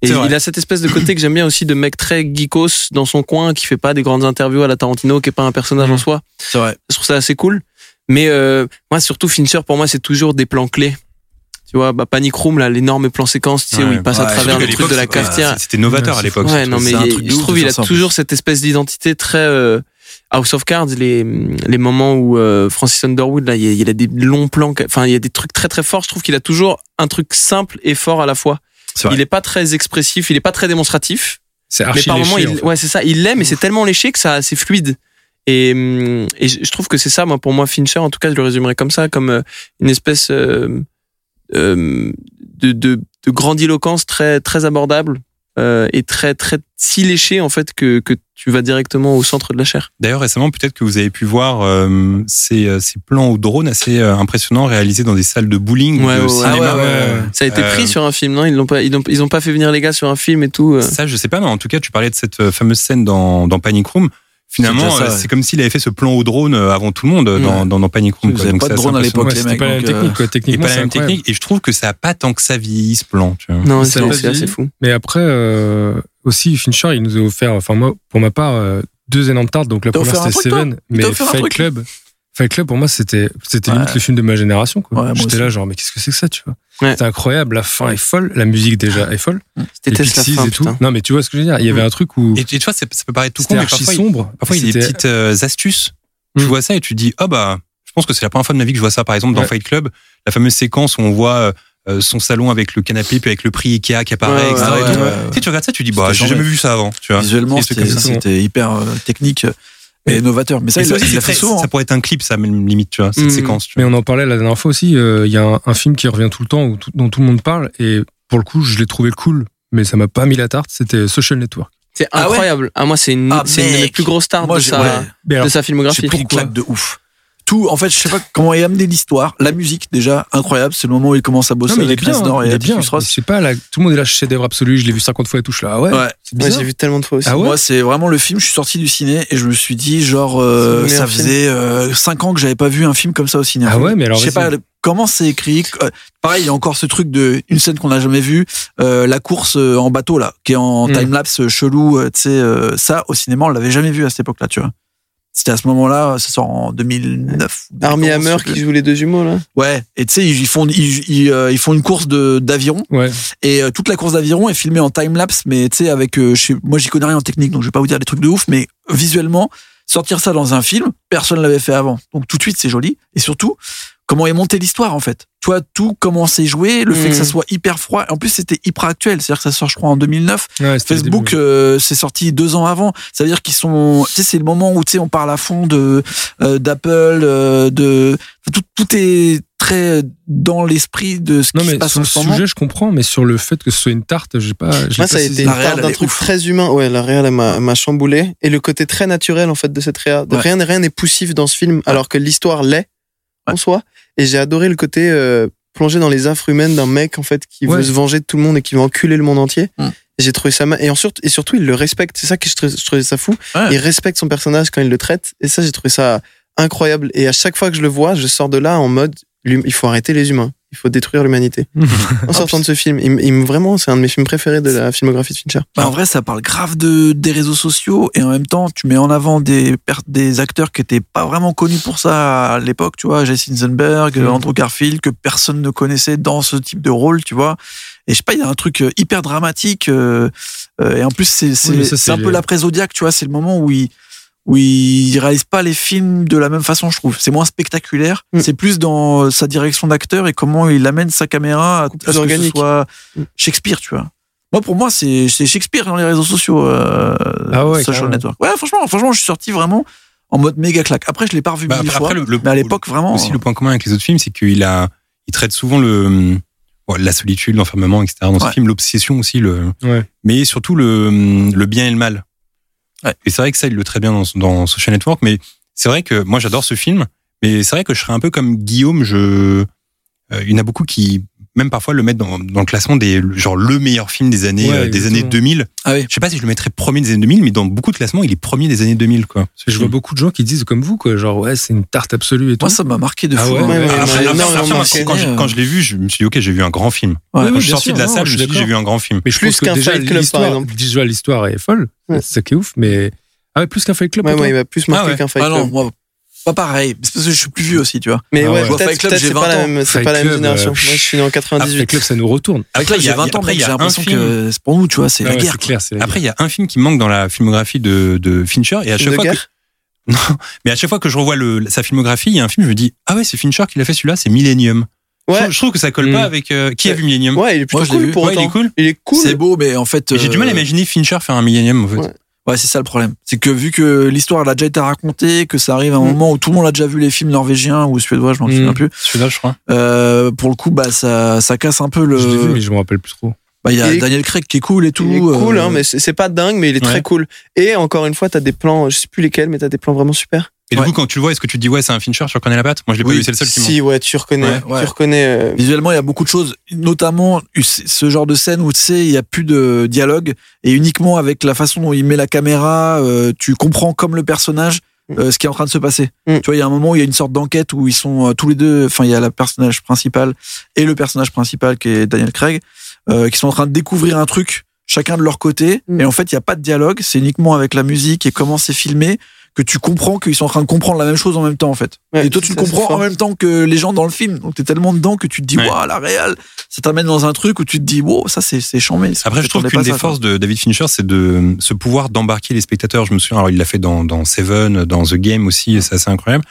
Speaker 6: Et
Speaker 4: C'est vrai.
Speaker 6: il a cette espèce de côté que j'aime bien aussi de mec très geekos dans son coin, qui fait pas des grandes interviews à la Tarantino, qui est pas un personnage
Speaker 4: Mm.
Speaker 6: en soi.
Speaker 5: C'est vrai.
Speaker 6: Je trouve ça assez cool. Mais euh, moi, surtout Fincher, pour moi, c'est toujours des plans clés. Tu vois, bah, Panic Room, là, l'énorme plan séquence, tu sais, où
Speaker 4: Ouais.
Speaker 6: il passe à
Speaker 5: Ouais,
Speaker 6: Ah, travers
Speaker 5: surtout
Speaker 6: le
Speaker 5: qu'à
Speaker 6: truc de la
Speaker 5: l'époque, c'est-
Speaker 6: cafetière.
Speaker 4: C'était- C'était novateur à
Speaker 7: Ouais,
Speaker 4: l'époque.
Speaker 6: Ouais, non,
Speaker 5: c'est
Speaker 6: mais
Speaker 5: un
Speaker 6: il-
Speaker 5: truc de
Speaker 6: je
Speaker 5: ouf
Speaker 6: trouve
Speaker 5: de
Speaker 6: il a
Speaker 5: faire ça, en
Speaker 6: toujours
Speaker 5: plus.
Speaker 6: cette espèce d'identité très euh, House of Cards, les les moments où euh, Francis Underwood là, il y a- il y a, des longs plans, que- enfin il y a des trucs très très forts. Je trouve qu'il a toujours un truc simple et fort à la fois.
Speaker 4: C'est vrai.
Speaker 6: Il est pas très expressif, il est pas très démonstratif,
Speaker 7: C'est
Speaker 6: mais
Speaker 7: archi
Speaker 6: par moments,
Speaker 7: léché,
Speaker 6: il,
Speaker 7: en fait.
Speaker 6: ouais c'est ça, il l'aime et c'est tellement léché que ça c'est fluide. Et, hum, et je je trouve que c'est ça, moi pour moi Fincher, en tout cas je le résumerais comme ça, comme euh, une espèce euh, euh, de, de, de grandiloquence très très abordable euh, et très très si léché en fait que, que tu vas directement au centre de la chair.
Speaker 4: D'ailleurs, récemment, peut-être que vous avez pu voir euh, ces, euh, ces plans au drone assez euh, impressionnants réalisés dans des salles de bowling ou
Speaker 6: Ouais,
Speaker 4: de
Speaker 6: ouais,
Speaker 4: cinéma.
Speaker 5: ouais, ouais, ouais.
Speaker 6: Ça a été
Speaker 4: Euh,
Speaker 6: pris sur un film, non Ils l'ont pas ils n'ont ils ont pas fait venir les gars sur un film et tout. euh.
Speaker 4: Ça, je sais pas, mais en tout cas, tu parlais de cette euh, fameuse scène dans, dans Panic Room. Finalement,
Speaker 5: déjà ça,
Speaker 4: euh,
Speaker 5: ouais.
Speaker 4: c'est comme s'il avait fait ce plan au drone euh, avant tout le monde euh, dans,
Speaker 6: Ouais.
Speaker 4: dans, dans Panic Room.
Speaker 5: Vous
Speaker 4: quoi.
Speaker 5: avez
Speaker 4: Donc
Speaker 5: pas de
Speaker 4: c'est assez
Speaker 5: drone à l'époque,
Speaker 4: impressionnant.
Speaker 5: les
Speaker 7: c'était
Speaker 5: mecs,
Speaker 7: pas la même
Speaker 5: donc, euh,
Speaker 7: technique, quoi.
Speaker 4: Et
Speaker 7: Techniquement,
Speaker 4: pas la
Speaker 7: c'est
Speaker 4: même
Speaker 7: incroyable.
Speaker 4: technique. Et je trouve que ça a pas tant que ça vieilli ce plan. Tu vois.
Speaker 6: Non,
Speaker 7: Ça
Speaker 6: c'est
Speaker 7: l'a
Speaker 6: c'est
Speaker 7: dit.
Speaker 6: assez fou.
Speaker 7: Mais après, euh, aussi, Fincher, il nous a offert, enfin, moi, pour ma part, euh, deux énormes tartes. Donc, la
Speaker 5: T'as
Speaker 7: première,
Speaker 5: offert un truc,
Speaker 7: c'était
Speaker 5: toi
Speaker 7: Seven,
Speaker 5: Il t'a
Speaker 7: mais
Speaker 5: offert un
Speaker 7: Fight
Speaker 5: truc
Speaker 7: Club. Fight Club, pour moi, c'était, c'était
Speaker 5: Ouais.
Speaker 7: limite le film de ma génération, quoi.
Speaker 5: Ouais, moi
Speaker 7: J'étais
Speaker 5: aussi.
Speaker 7: là, genre, mais qu'est-ce que c'est que ça, tu vois?
Speaker 6: Ouais.
Speaker 7: C'était incroyable. La fin est folle. La musique, déjà, est folle.
Speaker 6: C'était
Speaker 7: les
Speaker 6: test la
Speaker 7: Pixies
Speaker 6: fin,
Speaker 7: et tout.
Speaker 6: putain.
Speaker 7: Non, mais tu vois ce que je veux dire? Il y avait
Speaker 6: Mm.
Speaker 7: un truc où
Speaker 4: Et, et tu vois, c'est- ça peut paraître tout con,
Speaker 7: c'était
Speaker 4: mais
Speaker 7: archi
Speaker 4: parfois, il-
Speaker 7: sombre.
Speaker 4: Parfois, il y a des
Speaker 7: C'était-
Speaker 4: petites euh, astuces. Tu
Speaker 5: Hmm.
Speaker 7: Mm.
Speaker 4: vois ça et tu te dis, ah bah, je pense que c'est la première fois de ma vie que je vois ça. Par exemple, dans
Speaker 7: Ouais.
Speaker 4: Fight Club, la fameuse séquence où on voit euh, son salon avec le canapé, puis avec le prix Ikea qui apparaît,
Speaker 6: Ouais,
Speaker 4: etc.
Speaker 5: ouais,
Speaker 4: et tout.
Speaker 5: ouais, ouais.
Speaker 4: Tu sais, tu regardes ça, tu dis,
Speaker 5: C'était
Speaker 4: bah, j'ai
Speaker 5: chambé.
Speaker 4: jamais vu ça avant. Tu vois.
Speaker 5: Visuellement,
Speaker 4: Et c'est
Speaker 5: c'était
Speaker 4: comme ça, c'est
Speaker 5: c'était hyper euh, technique et novateur. Mais ça,
Speaker 4: Et
Speaker 5: il
Speaker 4: ça
Speaker 5: l'a
Speaker 4: aussi,
Speaker 5: il
Speaker 4: c'est
Speaker 5: l'a fait
Speaker 4: très-
Speaker 5: souvent. hein.
Speaker 4: ça pourrait être un clip, ça, même limite, tu vois, cette
Speaker 6: Mm.
Speaker 4: séquence. Tu
Speaker 5: euh,
Speaker 7: Mais on en parlait la dernière fois aussi. euh, Il y a un, un film qui revient tout le temps, où tout- dont tout le monde parle. Et pour le coup, je l'ai trouvé cool, mais ça m'a pas mis la tarte. C'était Social Network.
Speaker 6: C'est
Speaker 5: Ah ouais
Speaker 6: incroyable. Ah, moi, c'est une,
Speaker 5: Ah,
Speaker 6: c'est une de mes
Speaker 5: mec.
Speaker 6: plus grosses stars
Speaker 5: Moi,
Speaker 6: de
Speaker 5: j'ai-
Speaker 6: sa,
Speaker 5: ouais.
Speaker 7: Mais
Speaker 6: de
Speaker 7: alors,
Speaker 6: sa filmographie.
Speaker 5: J'ai pris une claque de ouf. Tout, en fait, je sais pas comment est amené l'histoire. La musique, déjà, incroyable. C'est le moment où il commence à bosser
Speaker 7: non, mais il est
Speaker 5: avec
Speaker 7: bien.
Speaker 5: Reznor
Speaker 7: hein,
Speaker 5: et
Speaker 7: il est
Speaker 5: Atticus
Speaker 7: bien. Je
Speaker 5: Ross.
Speaker 7: sais pas, là, tout le monde est là, chef-d'œuvre absolu. Je l'ai vu 50 fois et touche là. Ah ouais.
Speaker 5: Ouais.
Speaker 7: C'est
Speaker 6: Ouais,
Speaker 7: bizarre.
Speaker 6: j'ai vu tellement de fois aussi.
Speaker 7: Ah ouais
Speaker 5: Moi, c'est vraiment le film. Je suis sorti du ciné et je me suis dit, genre, euh,
Speaker 6: C'est le meilleur
Speaker 5: ça
Speaker 6: film.
Speaker 5: faisait 5 ans que j'avais pas vu un film comme ça au ciné.
Speaker 7: Ah ouais, mais alors,
Speaker 5: Je sais
Speaker 7: vas-y.
Speaker 5: pas le- comment c'est écrit. Euh, Pareil, il y a encore ce truc de une scène qu'on n'a jamais vue, euh, la course euh, en bateau là, qui est en
Speaker 7: Hmm.
Speaker 6: Mm.
Speaker 5: time lapse chelou. euh, tu sais, euh, ça au cinéma on l'avait jamais vu à cette époque-là, tu vois. C'était à ce moment-là, ça sort en 2009.
Speaker 6: Armie
Speaker 5: 2011,
Speaker 6: Hammer
Speaker 5: je sais plus.
Speaker 6: qui joue les deux jumeaux, là.
Speaker 5: Ouais, et tu sais, ils font ils, ils, euh, ils font une course de d'aviron
Speaker 7: Ouais.
Speaker 5: et euh, toute la course d'aviron est filmée en time lapse, mais tu sais avec euh, je sais- moi j'y connais rien en technique, donc je vais pas vous dire des trucs de ouf, mais visuellement sortir ça dans un film, personne l'avait fait avant, donc tout de suite c'est joli et surtout comment est montée l'histoire en fait. Toi tout comment c'est joué, le fait que ça
Speaker 6: Mhm.
Speaker 5: soit hyper froid, en plus c'était hyper actuel, c'est-à-dire que ça sort je crois en 2009
Speaker 7: Ouais, c'était le
Speaker 5: Facebook,
Speaker 7: début.
Speaker 5: euh, c'est sorti deux ans avant. Ça veut dire qu'ils sont. Tu sais, c'est le moment où tu sais, on parle à fond de euh, d'Apple, euh, de enfin, tout, tout est très dans l'esprit de ce
Speaker 7: Non
Speaker 5: euh, qui se
Speaker 7: mais
Speaker 5: passe
Speaker 7: sur
Speaker 5: en
Speaker 7: le
Speaker 5: ce moment.
Speaker 7: sujet, je comprends, mais sur le fait que ce soit une tarte, j'ai pas. je l'ai
Speaker 6: Moi,
Speaker 7: pas
Speaker 6: ça a
Speaker 7: saisi.
Speaker 6: été une
Speaker 5: La réal,
Speaker 6: part
Speaker 5: elle
Speaker 6: d'un
Speaker 5: est
Speaker 6: truc
Speaker 5: ouf.
Speaker 6: très humain. Ouais, la réal, elle m'a m'a chamboulé. Et le côté très naturel, en fait, de cette réa. De
Speaker 5: Ouais.
Speaker 6: Rien rien n'est poussif dans ce film, alors que l'histoire l'est, en soi. Et j'ai adoré le côté euh, plongé dans les affres humaines d'un mec, en fait, qui
Speaker 7: Ouais.
Speaker 6: veut se venger de tout le monde et qui veut enculer le monde entier.
Speaker 5: Hum.
Speaker 6: Et J'ai trouvé ça ma- et en sur- et surtout il le respecte c'est ça que je, trou- je trouvais ça fou
Speaker 5: Ouais.
Speaker 6: il respecte son personnage quand il le traite et ça j'ai trouvé ça incroyable et à chaque fois que je le vois je sors de là en mode l'hum- il faut arrêter les humains il faut détruire
Speaker 7: (laughs)
Speaker 6: l'humanité en sortant de ce film il, m- il me- vraiment c'est un de mes films préférés de la filmographie de Fincher
Speaker 5: Bah, en vrai, ça parle grave de des réseaux sociaux et en même temps, tu mets en avant des per- des acteurs qui étaient pas vraiment connus pour ça à l'époque, tu vois, Jesse Eisenberg,
Speaker 6: Mhm.
Speaker 5: Andrew Garfield, que personne ne connaissait dans ce type de rôle, tu vois. Et je sais pas, il y a un truc euh, hyper dramatique euh, euh, et en plus c'est c'est
Speaker 7: Oui, mais ça,
Speaker 5: c'est un
Speaker 7: c'est-
Speaker 5: peu l'après Zodiac, tu vois, c'est le moment où il où il réalise pas les films de la même façon, je trouve. C'est moins spectaculaire,
Speaker 6: Mm.
Speaker 5: c'est plus dans euh, sa direction d'acteur et comment il amène sa caméra à,
Speaker 6: plus
Speaker 5: à ce que ce
Speaker 6: organique.
Speaker 5: soit
Speaker 6: Mm.
Speaker 5: Shakespeare, tu vois. Moi, pour moi, c'est c'est Shakespeare dans les réseaux sociaux, euh,
Speaker 7: Ah ouais,
Speaker 5: social
Speaker 7: carrément.
Speaker 5: network. Ouais, franchement, franchement, je suis sorti vraiment en mode méga claque. Après, je l'ai pas revu
Speaker 4: Bah,
Speaker 5: mille
Speaker 4: après,
Speaker 5: fois,
Speaker 4: après, le- le-
Speaker 5: mais à l'époque, vraiment.
Speaker 4: aussi le point commun avec les autres films, c'est qu'il a, il traite souvent le, hum, bon, la solitude, l'enfermement, etc. Dans
Speaker 5: Ouais.
Speaker 4: ce film, l'obsession aussi, le,
Speaker 7: Ouais.
Speaker 4: mais surtout le, hum, le bien et le mal.
Speaker 5: Ouais.
Speaker 4: Et c'est vrai que ça, il le traite bien dans, dans Social Network, mais c'est vrai que moi, j'adore ce film, mais c'est vrai que je serais un peu comme Guillaume, je, euh, il y en a beaucoup qui, même parfois, le mettent dans, dans le classement des, genre, le meilleur film des années,
Speaker 7: Ouais,
Speaker 4: euh, des
Speaker 7: exactement.
Speaker 4: années 2000.
Speaker 5: Ah oui.
Speaker 4: Je sais pas si je le mettrais premier des années 2000, mais dans beaucoup de classements, il est premier des années 2000, quoi. ce
Speaker 7: Je vois
Speaker 4: film.
Speaker 7: beaucoup de gens qui disent comme vous, quoi. Genre, ouais, c'est une tarte absolue et tout.
Speaker 5: Moi, ça m'a marqué de
Speaker 7: Ah
Speaker 5: fou.
Speaker 7: ouais,
Speaker 5: hein.
Speaker 7: ouais, ouais,
Speaker 5: Ah,
Speaker 4: Après,
Speaker 6: ouais,
Speaker 5: j'ai-
Speaker 4: après,
Speaker 6: non,
Speaker 4: après,
Speaker 6: non,
Speaker 4: moi,
Speaker 6: ok.
Speaker 4: quand, je- quand je l'ai vu, je me suis dit, ok, j'ai vu un grand film.
Speaker 5: hein. Ouais,
Speaker 4: quand je
Speaker 7: oui,
Speaker 4: suis
Speaker 7: bien
Speaker 4: sorti
Speaker 7: sûr,
Speaker 4: de la
Speaker 7: non,
Speaker 4: salle,
Speaker 7: je
Speaker 4: je
Speaker 7: suis
Speaker 4: me suis dit, j'ai
Speaker 7: d'accord.
Speaker 4: vu un grand film.
Speaker 7: Mais je
Speaker 6: Plus
Speaker 7: pense que
Speaker 6: qu'un
Speaker 7: déjà
Speaker 6: Fight Club, par
Speaker 7: l'histoire,
Speaker 6: exemple.
Speaker 7: déjà l'histoire est folle.
Speaker 6: Ouais.
Speaker 7: C'est ça qui est ouf, mais ah ouais, plus qu'un Fight Club.
Speaker 6: ouais,
Speaker 7: pour
Speaker 6: moi,
Speaker 7: toi
Speaker 6: il m'a plus marqué
Speaker 4: Ah ouais.
Speaker 6: qu'un Fight
Speaker 5: ah non,
Speaker 6: Club
Speaker 5: moi, pas pareil. C'est parce que je suis plus vieux aussi, tu vois.
Speaker 6: mais
Speaker 7: Ah
Speaker 6: ouais,
Speaker 7: ouais.
Speaker 6: peut-être
Speaker 5: Fight Club,
Speaker 6: peut-être
Speaker 5: j'ai
Speaker 6: c'est
Speaker 5: 20
Speaker 6: pas la
Speaker 5: ans.
Speaker 6: même c'est
Speaker 7: Fight
Speaker 6: pas la même
Speaker 7: Club,
Speaker 6: génération
Speaker 7: euh,
Speaker 6: moi je suis né en
Speaker 7: Ah, Fight
Speaker 6: 98
Speaker 7: Club, ça nous retourne.
Speaker 5: Après,
Speaker 4: il y
Speaker 5: j'ai
Speaker 4: a-
Speaker 5: 20 ans,
Speaker 4: après,
Speaker 5: mec,
Speaker 4: il y a
Speaker 5: j'ai
Speaker 4: un
Speaker 5: l'impression
Speaker 4: film-
Speaker 5: que c'est pour nous, tu vois, c'est
Speaker 7: Ah
Speaker 5: la
Speaker 7: ouais,
Speaker 5: guerre.
Speaker 7: c'est clair. c'est la
Speaker 4: Après, il y a un film qui me manque dans la filmographie de, de Fincher, et à chaque
Speaker 6: de
Speaker 4: fois que, (laughs)
Speaker 6: guerre
Speaker 4: mais à chaque fois que je revois le, sa filmographie, il y a un film, je me dis, ah ouais, c'est Fincher qui l'a fait celui-là, c'est Millennium. Je
Speaker 6: ouais
Speaker 4: trouve- Je, trouve que ça colle
Speaker 6: Mm.
Speaker 4: pas avec, euh, qui a vu Millennium?
Speaker 6: ouais il est plutôt
Speaker 5: Moi, je l'ai
Speaker 6: cool
Speaker 5: vu.
Speaker 6: pour
Speaker 4: Ouais, il est
Speaker 6: autant
Speaker 4: cool.
Speaker 6: il est
Speaker 5: C'est
Speaker 6: cool
Speaker 5: beau, mais en fait.
Speaker 4: Mais J'ai du mal à
Speaker 5: euh,
Speaker 4: imaginer Fincher faire un Millennium, en fait.
Speaker 6: Ouais.
Speaker 5: Ouais, c'est ça le problème. C'est que vu que l'histoire elle a déjà été racontée, que ça arrive à un
Speaker 6: Mm.
Speaker 5: moment où tout le monde a déjà vu les films norvégiens ou suédois, je m'en
Speaker 7: Mm.
Speaker 5: souviens plus.
Speaker 4: Celui-là, je crois.
Speaker 5: Euh, pour le coup, bah ça, ça casse un peu le.
Speaker 7: Je l'ai vu, mais je me rappelle plus trop.
Speaker 5: Bah, il y a
Speaker 6: Il est-
Speaker 5: Daniel Craig qui est cool et tout.
Speaker 6: Il est cool,
Speaker 5: euh,
Speaker 6: hein, mais c'est c'est pas dingue, mais il est
Speaker 4: Ouais.
Speaker 6: très cool. Et encore une fois, t'as des plans, je sais plus lesquels, mais t'as des plans vraiment super.
Speaker 4: Et
Speaker 5: Ouais.
Speaker 4: du coup, quand tu le vois, est-ce que tu te dis, ouais, c'est un Fincher, tu reconnais la patte Moi, je l'ai
Speaker 5: Oui,
Speaker 4: pas vu, c'est le seul qui me
Speaker 6: Si, ouais, tu reconnais.
Speaker 5: Ouais, ouais.
Speaker 6: Tu reconnais. euh,
Speaker 5: Visuellement, il y a beaucoup de choses, notamment ce genre de scène où tu sais, il y a plus de dialogue et uniquement avec la façon dont il met la caméra, euh, tu comprends comme le personnage euh, ce qui est en train de se passer.
Speaker 6: Mm.
Speaker 5: Tu vois, il y a un moment où il y a une sorte d'enquête où ils sont euh, tous les deux, enfin, il y a la personnage principale et le personnage principal qui est Daniel Craig, euh, qui sont en train de découvrir un truc chacun de leur côté
Speaker 6: Mm.
Speaker 5: et en fait, il y a pas de dialogue, c'est uniquement avec la musique et comment c'est filmé que tu comprends qu'ils sont en train de comprendre la même chose en même temps en fait.
Speaker 6: Ouais,
Speaker 5: et toi, tu
Speaker 6: ça,
Speaker 5: le
Speaker 6: c'est
Speaker 5: comprends en
Speaker 6: fort.
Speaker 5: même temps que les gens dans le film. Donc, t'es tellement dedans que tu te dis,
Speaker 4: Ouais.
Speaker 5: waouh, la réal. Ça t'amène dans un truc où tu te dis, wow, ça, c'est, c'est chambé.
Speaker 4: Après, je trouve
Speaker 5: T'attendais
Speaker 4: qu'une
Speaker 5: pas hein.
Speaker 4: des
Speaker 5: ça, quoi.
Speaker 4: forces de David Fincher, c'est de ce pouvoir d'embarquer les spectateurs. Je me souviens, alors il l'a fait dans, dans Seven, dans The Game aussi, et c'est assez incroyable.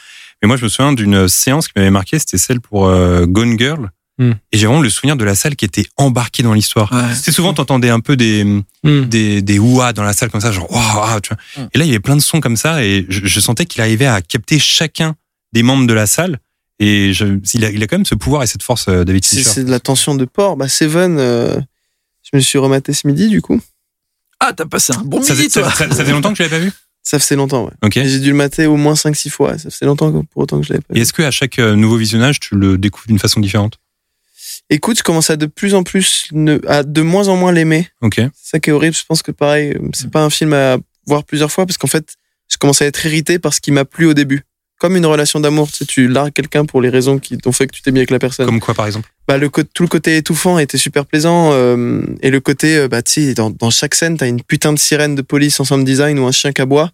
Speaker 4: Mais moi, je me souviens d'une séance qui m'avait marqué, c'était celle pour euh, Gone Girl.
Speaker 7: Hmm.
Speaker 4: Et j'ai vraiment le souvenir de la salle qui était embarquée dans l'histoire.
Speaker 5: Ouais.
Speaker 4: C'est souvent, t'entendais un peu des,
Speaker 7: Hmm.
Speaker 4: des, des ouah dans la salle comme ça, genre, waouh, waouh, tu vois.
Speaker 5: Hmm.
Speaker 4: Et là, il y avait plein de sons comme ça, et je, je sentais qu'il arrivait à capter chacun des membres de la salle. Et je, il, a, il a quand même ce pouvoir et cette force, euh, David
Speaker 6: C'est
Speaker 4: Fincher.
Speaker 6: c'est de la tension de port. Bah, Seven, euh, je me le suis rematé ce midi, du coup.
Speaker 5: Ah, t'as passé un bon
Speaker 4: Ça,
Speaker 5: midi,
Speaker 4: faisait- ça,
Speaker 5: toi.
Speaker 4: ça- ça faisait longtemps que tu l'avais pas vu?
Speaker 6: Ça faisait longtemps, ouais.
Speaker 4: Ok.
Speaker 6: Et J'ai dû le mater au moins 5-6 fois. Ça faisait longtemps que- pour autant que je l'avais pas
Speaker 4: Et
Speaker 6: vu.
Speaker 4: est-ce qu'à chaque euh, nouveau visionnage, tu le découvres d'une façon différente
Speaker 6: Écoute, je commence à de plus en plus, ne- à de moins en moins l'aimer.
Speaker 4: Ok.
Speaker 6: C'est ça qui est horrible. Je pense que pareil, euh, c'est pas un film à voir plusieurs fois parce qu'en fait, je commence à être irrité par ce qui m'a plu au début. Comme une relation d'amour, tu sais, tu largues quelqu'un pour les raisons qui t'ont fait que tu t'es mis avec la personne.
Speaker 4: Comme quoi, par exemple
Speaker 6: Bah, le co- tout le côté étouffant était super plaisant euh, et le côté, euh, bah, tu sais, dans, dans chaque scène, t'as une putain de sirène de police en sound design ou un chien qui aboie.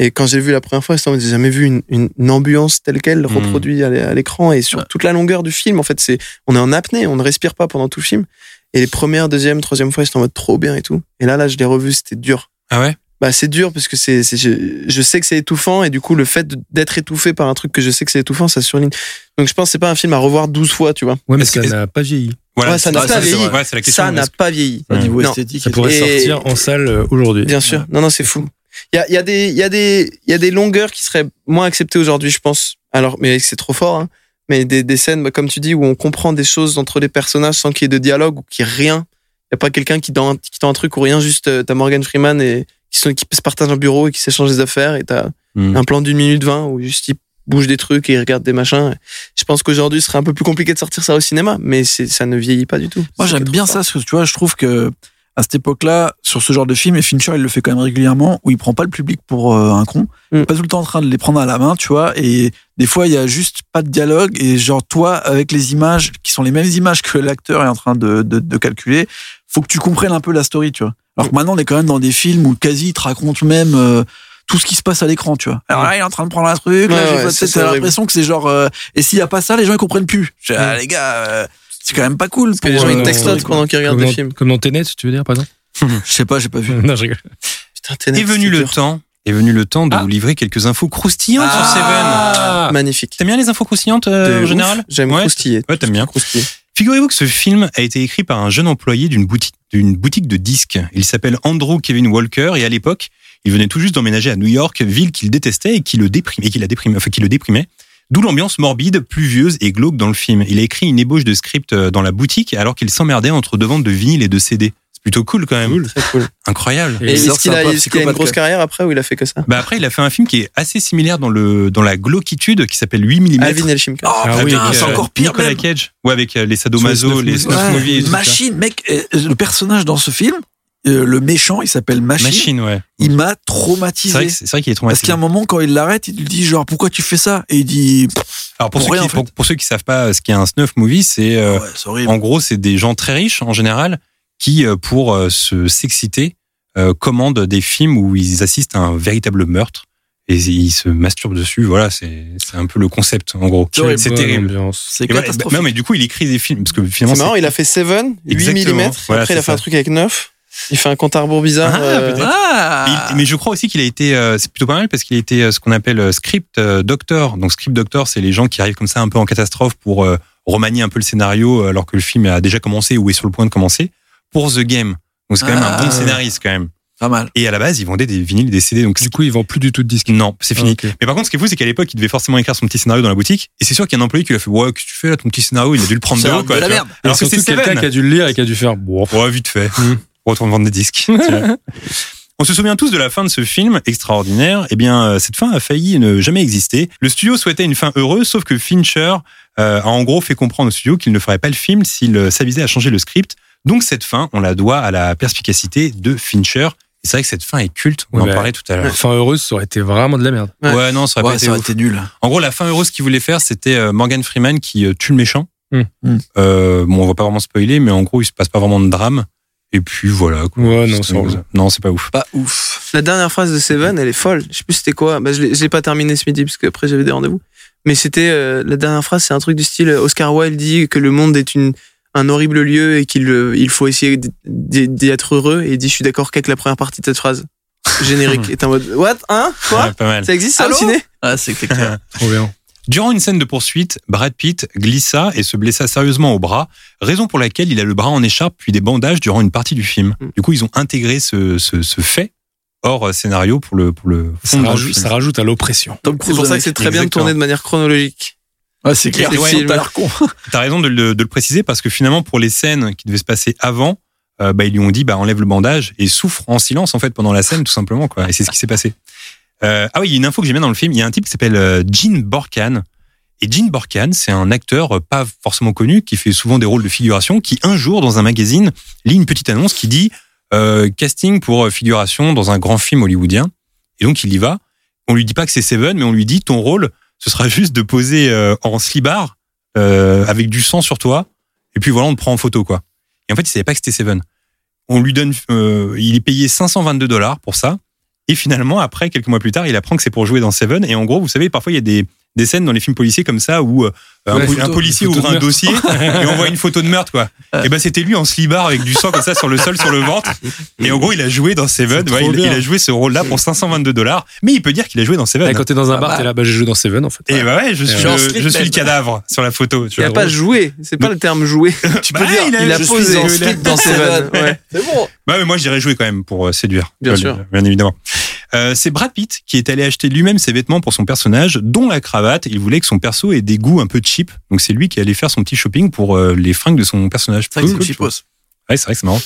Speaker 6: Et quand j'ai vu la première fois, je t'en- j'ai jamais vu une, une, une ambiance telle quelle
Speaker 4: Hmm.
Speaker 6: reproduite à l'é- à l'écran et sur toute la longueur du film. En fait, c'est on est en apnée, on ne respire pas pendant tout le film. Et les premières, deuxième, troisième fois, j'étais en mode trop bien et tout. Et là, là, je l'ai revu, c'était dur.
Speaker 4: Ah ouais
Speaker 6: Bah, c'est dur parce que c'est, c'est- je, je sais que c'est étouffant et du coup, le fait de- d'être étouffé par un truc que je sais que c'est étouffant, ça surligne. Donc, je pense que c'est pas un film à revoir 12 fois, tu vois.
Speaker 7: Ouais, mais
Speaker 4: Est-ce
Speaker 7: ça
Speaker 4: que-
Speaker 7: n'a pas vieilli.
Speaker 4: voilà,
Speaker 6: Ouais, ça n'a
Speaker 5: ah,
Speaker 6: pas
Speaker 5: ça, c'est
Speaker 6: vieilli.
Speaker 5: vrai.
Speaker 4: Ouais, c'est la question.
Speaker 6: Ça n'a
Speaker 4: Est-ce-
Speaker 6: pas vieilli.
Speaker 5: Au niveau
Speaker 6: Non.
Speaker 5: esthétique,
Speaker 7: Ça pourrait
Speaker 6: Et-
Speaker 7: sortir en salle euh, aujourd'hui.
Speaker 6: Bien sûr. Non, non, c'est fou. Il y a, il y, a des- il y, a des- il y a des longueurs qui seraient moins acceptées aujourd'hui, je pense. Alors, mais c'est trop fort. hein. Mais des, des scènes, bah, comme tu dis, où on comprend des choses entre les personnages sans qu'il y ait de dialogue ou qu'il n'y ait rien. Il n'y a pas quelqu'un qui tente qui tend un truc ou rien, juste euh, t'as Morgan Freeman et qui, sont, qui se partagent un bureau et qui s'échangent des affaires et t'as
Speaker 4: Hmm.
Speaker 6: un plan d'une minute vingt où juste ils bougent des trucs et ils regardent des machins. Je pense qu'aujourd'hui, ce serait un peu plus compliqué de sortir ça au cinéma, mais c'est- ça ne vieillit pas du tout.
Speaker 5: Moi,
Speaker 6: C'est
Speaker 5: j'aime
Speaker 6: trop
Speaker 5: bien
Speaker 6: fort.
Speaker 5: ça, parce que tu vois, je trouve que à cette époque-là, sur ce genre de film, et Fincher, il le fait quand même régulièrement, où il prend pas le public pour euh, un con. Il est
Speaker 6: Mm.
Speaker 5: Pas tout le temps en train de les prendre à la main, tu vois. Et des fois, il y a juste pas de dialogue. Et genre, toi, avec les images, qui sont les mêmes images que l'acteur est en train de, de, de calculer, faut que tu comprennes un peu la story, tu vois.
Speaker 6: Mm.
Speaker 5: Alors que maintenant, on est quand même dans des films où quasi ils te racontent même euh, tout ce qui se passe à l'écran, tu vois. Alors là, il est en train de prendre un truc, là,
Speaker 6: Ouais,
Speaker 5: j'ai
Speaker 6: ouais,
Speaker 5: pas-
Speaker 6: ça, c'est
Speaker 5: t'as
Speaker 6: horrible.
Speaker 5: l'impression que c'est genre, euh, et s'il y a pas ça, les gens ils comprennent plus. Je dis, ah,
Speaker 6: Mm.
Speaker 5: les gars, euh, c'est quand même pas cool.
Speaker 6: Parce que les gens,
Speaker 5: pour,
Speaker 6: ils
Speaker 5: euh,
Speaker 6: textotent pendant qu'ils regardent
Speaker 7: Comme
Speaker 6: des
Speaker 7: dans,
Speaker 6: films.
Speaker 7: comme dans Tenet, tu veux dire, par exemple
Speaker 5: (laughs) Je sais pas, j'ai pas vu.
Speaker 7: (laughs) Non, je rigole.
Speaker 6: Putain, Tenet,
Speaker 4: Est venu
Speaker 6: c'est
Speaker 4: le
Speaker 6: dur.
Speaker 4: temps. Est venu le temps de
Speaker 5: Ah.
Speaker 4: vous livrer quelques infos croustillantes sur Seven.
Speaker 6: Magnifique.
Speaker 4: T'aimes bien les infos croustillantes
Speaker 6: De
Speaker 4: euh, en
Speaker 6: ouf.
Speaker 4: général
Speaker 6: J'aime
Speaker 4: ouais.
Speaker 6: croustiller.
Speaker 4: Ouais, t'aimes bien.
Speaker 6: Croustiller.
Speaker 4: Figurez-vous que ce film a été écrit par un jeune employé d'une boutique, d'une boutique de disques. Il s'appelle Andrew Kevin Walker et à l'époque, il venait tout juste d'emménager à New York, ville qu'il détestait et qui le déprimait, et qui la déprimait, enfin, qui le déprimait. D'où l'ambiance morbide, pluvieuse et glauque dans le film. Il a écrit une ébauche de script euh, dans la boutique alors qu'il s'emmerdait entre deux ventes de vinyle et de CD. C'est plutôt cool quand même.
Speaker 6: Très cool.
Speaker 4: Incroyable.
Speaker 6: Et
Speaker 5: bizarre,
Speaker 6: est-ce qu'il
Speaker 5: c'est
Speaker 6: a,
Speaker 5: un
Speaker 6: est-ce qu'il a
Speaker 5: peu
Speaker 6: une
Speaker 5: psychopathe,
Speaker 6: grosse
Speaker 5: quoi.
Speaker 6: carrière après ou il a fait que ça
Speaker 4: Bah après, il a fait un film qui est assez similaire dans le dans la glauquitude qui s'appelle 8 mm.
Speaker 6: Alvin et le Chimka.
Speaker 5: Oh,
Speaker 7: Ah oui,
Speaker 5: putain,
Speaker 7: avec,
Speaker 5: c'est
Speaker 7: euh,
Speaker 5: encore pire.
Speaker 4: Nicolas
Speaker 5: même.
Speaker 4: Cage. Ouais, avec euh, les sadomaso,
Speaker 7: Snuff
Speaker 4: les
Speaker 7: Movies.
Speaker 4: snuff
Speaker 5: Ouais,
Speaker 4: movies et tout ça.
Speaker 5: Machine, mec, euh, le personnage dans ce film, euh, le méchant, il s'appelle Machine.
Speaker 4: Machine, ouais.
Speaker 5: Il m'a
Speaker 4: C'est vrai
Speaker 5: traumatisé.
Speaker 4: que c'est- c'est vrai qu'il est
Speaker 5: Parce
Speaker 4: traumatisé.
Speaker 5: qu'à un moment, quand il l'arrête, il lui dit genre pourquoi tu fais ça Et il dit
Speaker 4: Alors pour,
Speaker 5: Pour
Speaker 4: ceux
Speaker 5: rien,
Speaker 4: qui,
Speaker 5: en fait.
Speaker 4: pour, pour ceux qui savent pas euh, ce qu'est un snuff movie, c'est euh,
Speaker 5: ouais, c'est horrible.
Speaker 4: en gros c'est des gens très riches en général qui euh, pour euh, se s'exciter euh, commandent des films où ils assistent à un véritable meurtre et ils se masturbent dessus. Voilà, c'est c'est un peu le concept en gros.
Speaker 5: C'est horrible.
Speaker 4: C'est
Speaker 7: Bonne
Speaker 4: terrible.
Speaker 7: ambiance.
Speaker 5: C'est
Speaker 4: Et voilà,
Speaker 5: catastrophique.
Speaker 4: bah, non mais du coup il écrit des films parce que
Speaker 6: C'est
Speaker 4: finalement
Speaker 6: marrant, il a fait Seven, 8
Speaker 4: Exactement.
Speaker 6: mm.
Speaker 4: Voilà,
Speaker 6: après, il a
Speaker 4: c'est
Speaker 6: fait un
Speaker 4: ça.
Speaker 6: truc avec 9. Il fait un compte à rebours bizarre.
Speaker 4: Ah,
Speaker 6: euh,
Speaker 4: peut-être.
Speaker 5: Ah
Speaker 4: Il- mais je crois aussi qu'il a été, euh, c'est plutôt pas mal parce qu'il a été euh, ce qu'on appelle euh, script euh, doctor. Donc script doctor, c'est les gens qui arrivent comme ça un peu en catastrophe pour euh, remanier un peu le scénario euh, alors que le film a déjà commencé ou est sur le point de commencer pour The Game. Donc c'est quand même
Speaker 5: Ah,
Speaker 4: un bon
Speaker 5: ouais.
Speaker 4: scénariste quand même.
Speaker 5: Pas mal.
Speaker 4: Et à la base, ils vendaient des vinyles, des CD. Donc
Speaker 7: Du coup, ils vendent plus du tout de disques.
Speaker 4: non, c'est fini.
Speaker 7: Ah, ok.
Speaker 4: Mais par contre, ce qui est fou, c'est qu'à l'époque, il devait forcément écrire son petit scénario dans la boutique. Et c'est sûr qu'il y a un employé qui lui a fait, ouais, qu'est-ce que tu fais là, ton petit scénario, il a dû le prendre de
Speaker 5: C'est
Speaker 4: haut, quoi.
Speaker 5: de la
Speaker 4: tu vois.
Speaker 5: merde.
Speaker 7: Et
Speaker 4: Alors que
Speaker 7: surtout,
Speaker 4: c'est
Speaker 7: quelqu'un
Speaker 4: Seven.
Speaker 7: qui a dû le lire et qui a dû faire. Bon,
Speaker 4: Ouais, vite fait.
Speaker 7: Mm. (laughs)
Speaker 4: Retourne vendre des disques. Tu vois. On se souvient tous de la fin de ce film extraordinaire. Eh bien, euh, cette fin a failli ne jamais exister. Le studio souhaitait une fin heureuse, sauf que Fincher euh, a en gros fait comprendre au studio qu'il ne ferait pas le film s'il euh, s'avisait à changer le script. Donc cette fin, on la doit à la perspicacité de Fincher. Et c'est vrai que cette fin est culte. On
Speaker 7: Ouais,
Speaker 4: en
Speaker 7: bah,
Speaker 4: parlait tout à l'heure.
Speaker 7: Enfin, heureuse, ça aurait été vraiment de la merde.
Speaker 6: Ouais.
Speaker 4: Ouais, non, ça aurait pas
Speaker 5: Ouais,
Speaker 4: été
Speaker 5: ça aurait
Speaker 4: ouf.
Speaker 5: été nul.
Speaker 4: En gros, la fin heureuse qu'il voulait faire, c'était euh, Morgan Freeman qui euh, tue le méchant.
Speaker 7: Hmm.
Speaker 5: Hmm.
Speaker 4: Euh, bon, on va pas vraiment spoiler, mais en gros, il se passe pas vraiment de drame. Et puis voilà. quoi.
Speaker 7: Ouais, non,
Speaker 4: C'est-
Speaker 7: c'est horrible.
Speaker 4: non, c'est pas ouf.
Speaker 5: Pas ouf.
Speaker 6: La dernière phrase de Seven, elle est folle. Je sais plus c'était quoi. Bah, je l'ai je l'ai pas terminé ce midi parce que après j'avais des rendez-vous. Mais c'était euh, la dernière phrase, c'est un truc du style euh, Oscar Wilde dit que le monde est une un horrible lieu et qu'il euh, il faut essayer d- d- d'y être heureux et il dit je suis d'accord qu'avec la première partie de cette phrase. Générique est en mode what hein quoi
Speaker 4: Ouais, pas mal.
Speaker 6: ça existe ça au
Speaker 5: Allô
Speaker 6: ciné
Speaker 5: Ah, c'est
Speaker 4: (laughs)
Speaker 5: c'est clair.
Speaker 7: Trop bien.
Speaker 4: Durant une scène de poursuite, Brad Pitt glissa et se blessa sérieusement au bras, raison pour laquelle il a le bras en écharpe puis des bandages durant une partie du film.
Speaker 6: Mm.
Speaker 4: Du coup, ils ont intégré ce, ce, ce fait hors euh, scénario pour le, pour le
Speaker 7: Ça
Speaker 4: fond
Speaker 7: rajoute, ça rajoute à l'oppression.
Speaker 6: C'est pour ça que c'est très bien de tourner de manière chronologique.
Speaker 5: Ah, c'est clair.
Speaker 4: Et ouais,
Speaker 5: Ils sont à leur con.
Speaker 4: T'as raison de le, de le préciser parce que finalement, pour les scènes qui devaient se passer avant, euh, bah, ils lui ont dit bah, enlève le bandage et souffre en silence en fait pendant la scène tout simplement quoi. Et c'est ce qui s'est passé. Euh, ah oui, il y a une info que j'aime bien dans le film. Il y a un type qui s'appelle euh, Gene Borkan. Et Gene Borkan, c'est un acteur euh, pas forcément connu qui fait souvent des rôles de figuration, qui un jour dans un magazine lit une petite annonce qui dit euh, casting pour euh, figuration dans un grand film hollywoodien. Et donc il y va. On lui dit pas que c'est Seven, mais on lui dit ton rôle, ce sera (laughs) juste de poser euh, en slibard euh, avec du sang sur toi. Et puis voilà, on te prend en photo, quoi. Et en fait, il savait pas que c'était Seven. On lui donne, euh, il est payé 522 dollars pour ça. Et finalement, après, quelques mois plus tard, il apprend que c'est pour jouer dans Seven. Et en gros, vous savez, parfois, il y a des, des scènes dans les films policiers comme ça où euh, un,
Speaker 7: Ouais,
Speaker 4: po-
Speaker 7: photo-
Speaker 4: un policier
Speaker 7: photo de
Speaker 4: ouvre un
Speaker 7: meurtre.
Speaker 4: dossier et on voit une photo de meurtre, quoi. Et ben, c'était lui en slibard avec du sang comme ça sur le sol, sur le ventre. Et en gros, il a joué dans Seven.
Speaker 7: C'est
Speaker 4: Ouais,
Speaker 7: trop
Speaker 4: il, il
Speaker 7: bien.
Speaker 4: a joué ce rôle-là pour 522 dollars. Mais il peut dire qu'il a joué dans Seven.
Speaker 7: Ouais, quand t'es dans un
Speaker 5: Ah
Speaker 7: bar,
Speaker 5: bah.
Speaker 7: t'es là, bah, j'ai joué dans Seven, en fait.
Speaker 4: Et bah ouais, je suis,
Speaker 7: Genre
Speaker 4: le, je
Speaker 5: Slipknot.
Speaker 4: suis le cadavre sur la photo. tu
Speaker 6: Il a
Speaker 4: vois.
Speaker 6: pas joué, c'est pas le terme joué.
Speaker 5: Tu
Speaker 4: Bah,
Speaker 5: peux dire,
Speaker 4: il a-
Speaker 6: Il a
Speaker 5: je
Speaker 6: posé
Speaker 5: suis en
Speaker 6: il a-
Speaker 4: (laughs)
Speaker 5: slip dans ses
Speaker 6: Seven,
Speaker 5: vannes.
Speaker 6: ouais.
Speaker 5: C'est bon.
Speaker 4: Bah ouais, moi j'irais jouer quand même pour euh, séduire.
Speaker 6: Bien
Speaker 4: Euh,
Speaker 6: sûr.
Speaker 4: Bien évidemment. Euh, c'est Brad Pitt qui est allé acheter lui-même ses vêtements pour son personnage, dont la cravate. Il voulait que son perso ait des goûts un peu cheap. Donc c'est lui qui allait faire son petit shopping pour euh, les fringues de son personnage.
Speaker 5: C'est vrai que
Speaker 4: Cool,
Speaker 5: c'est
Speaker 4: cool, tu vois.
Speaker 5: cheapos.
Speaker 4: Ouais, c'est vrai que c'est marrant.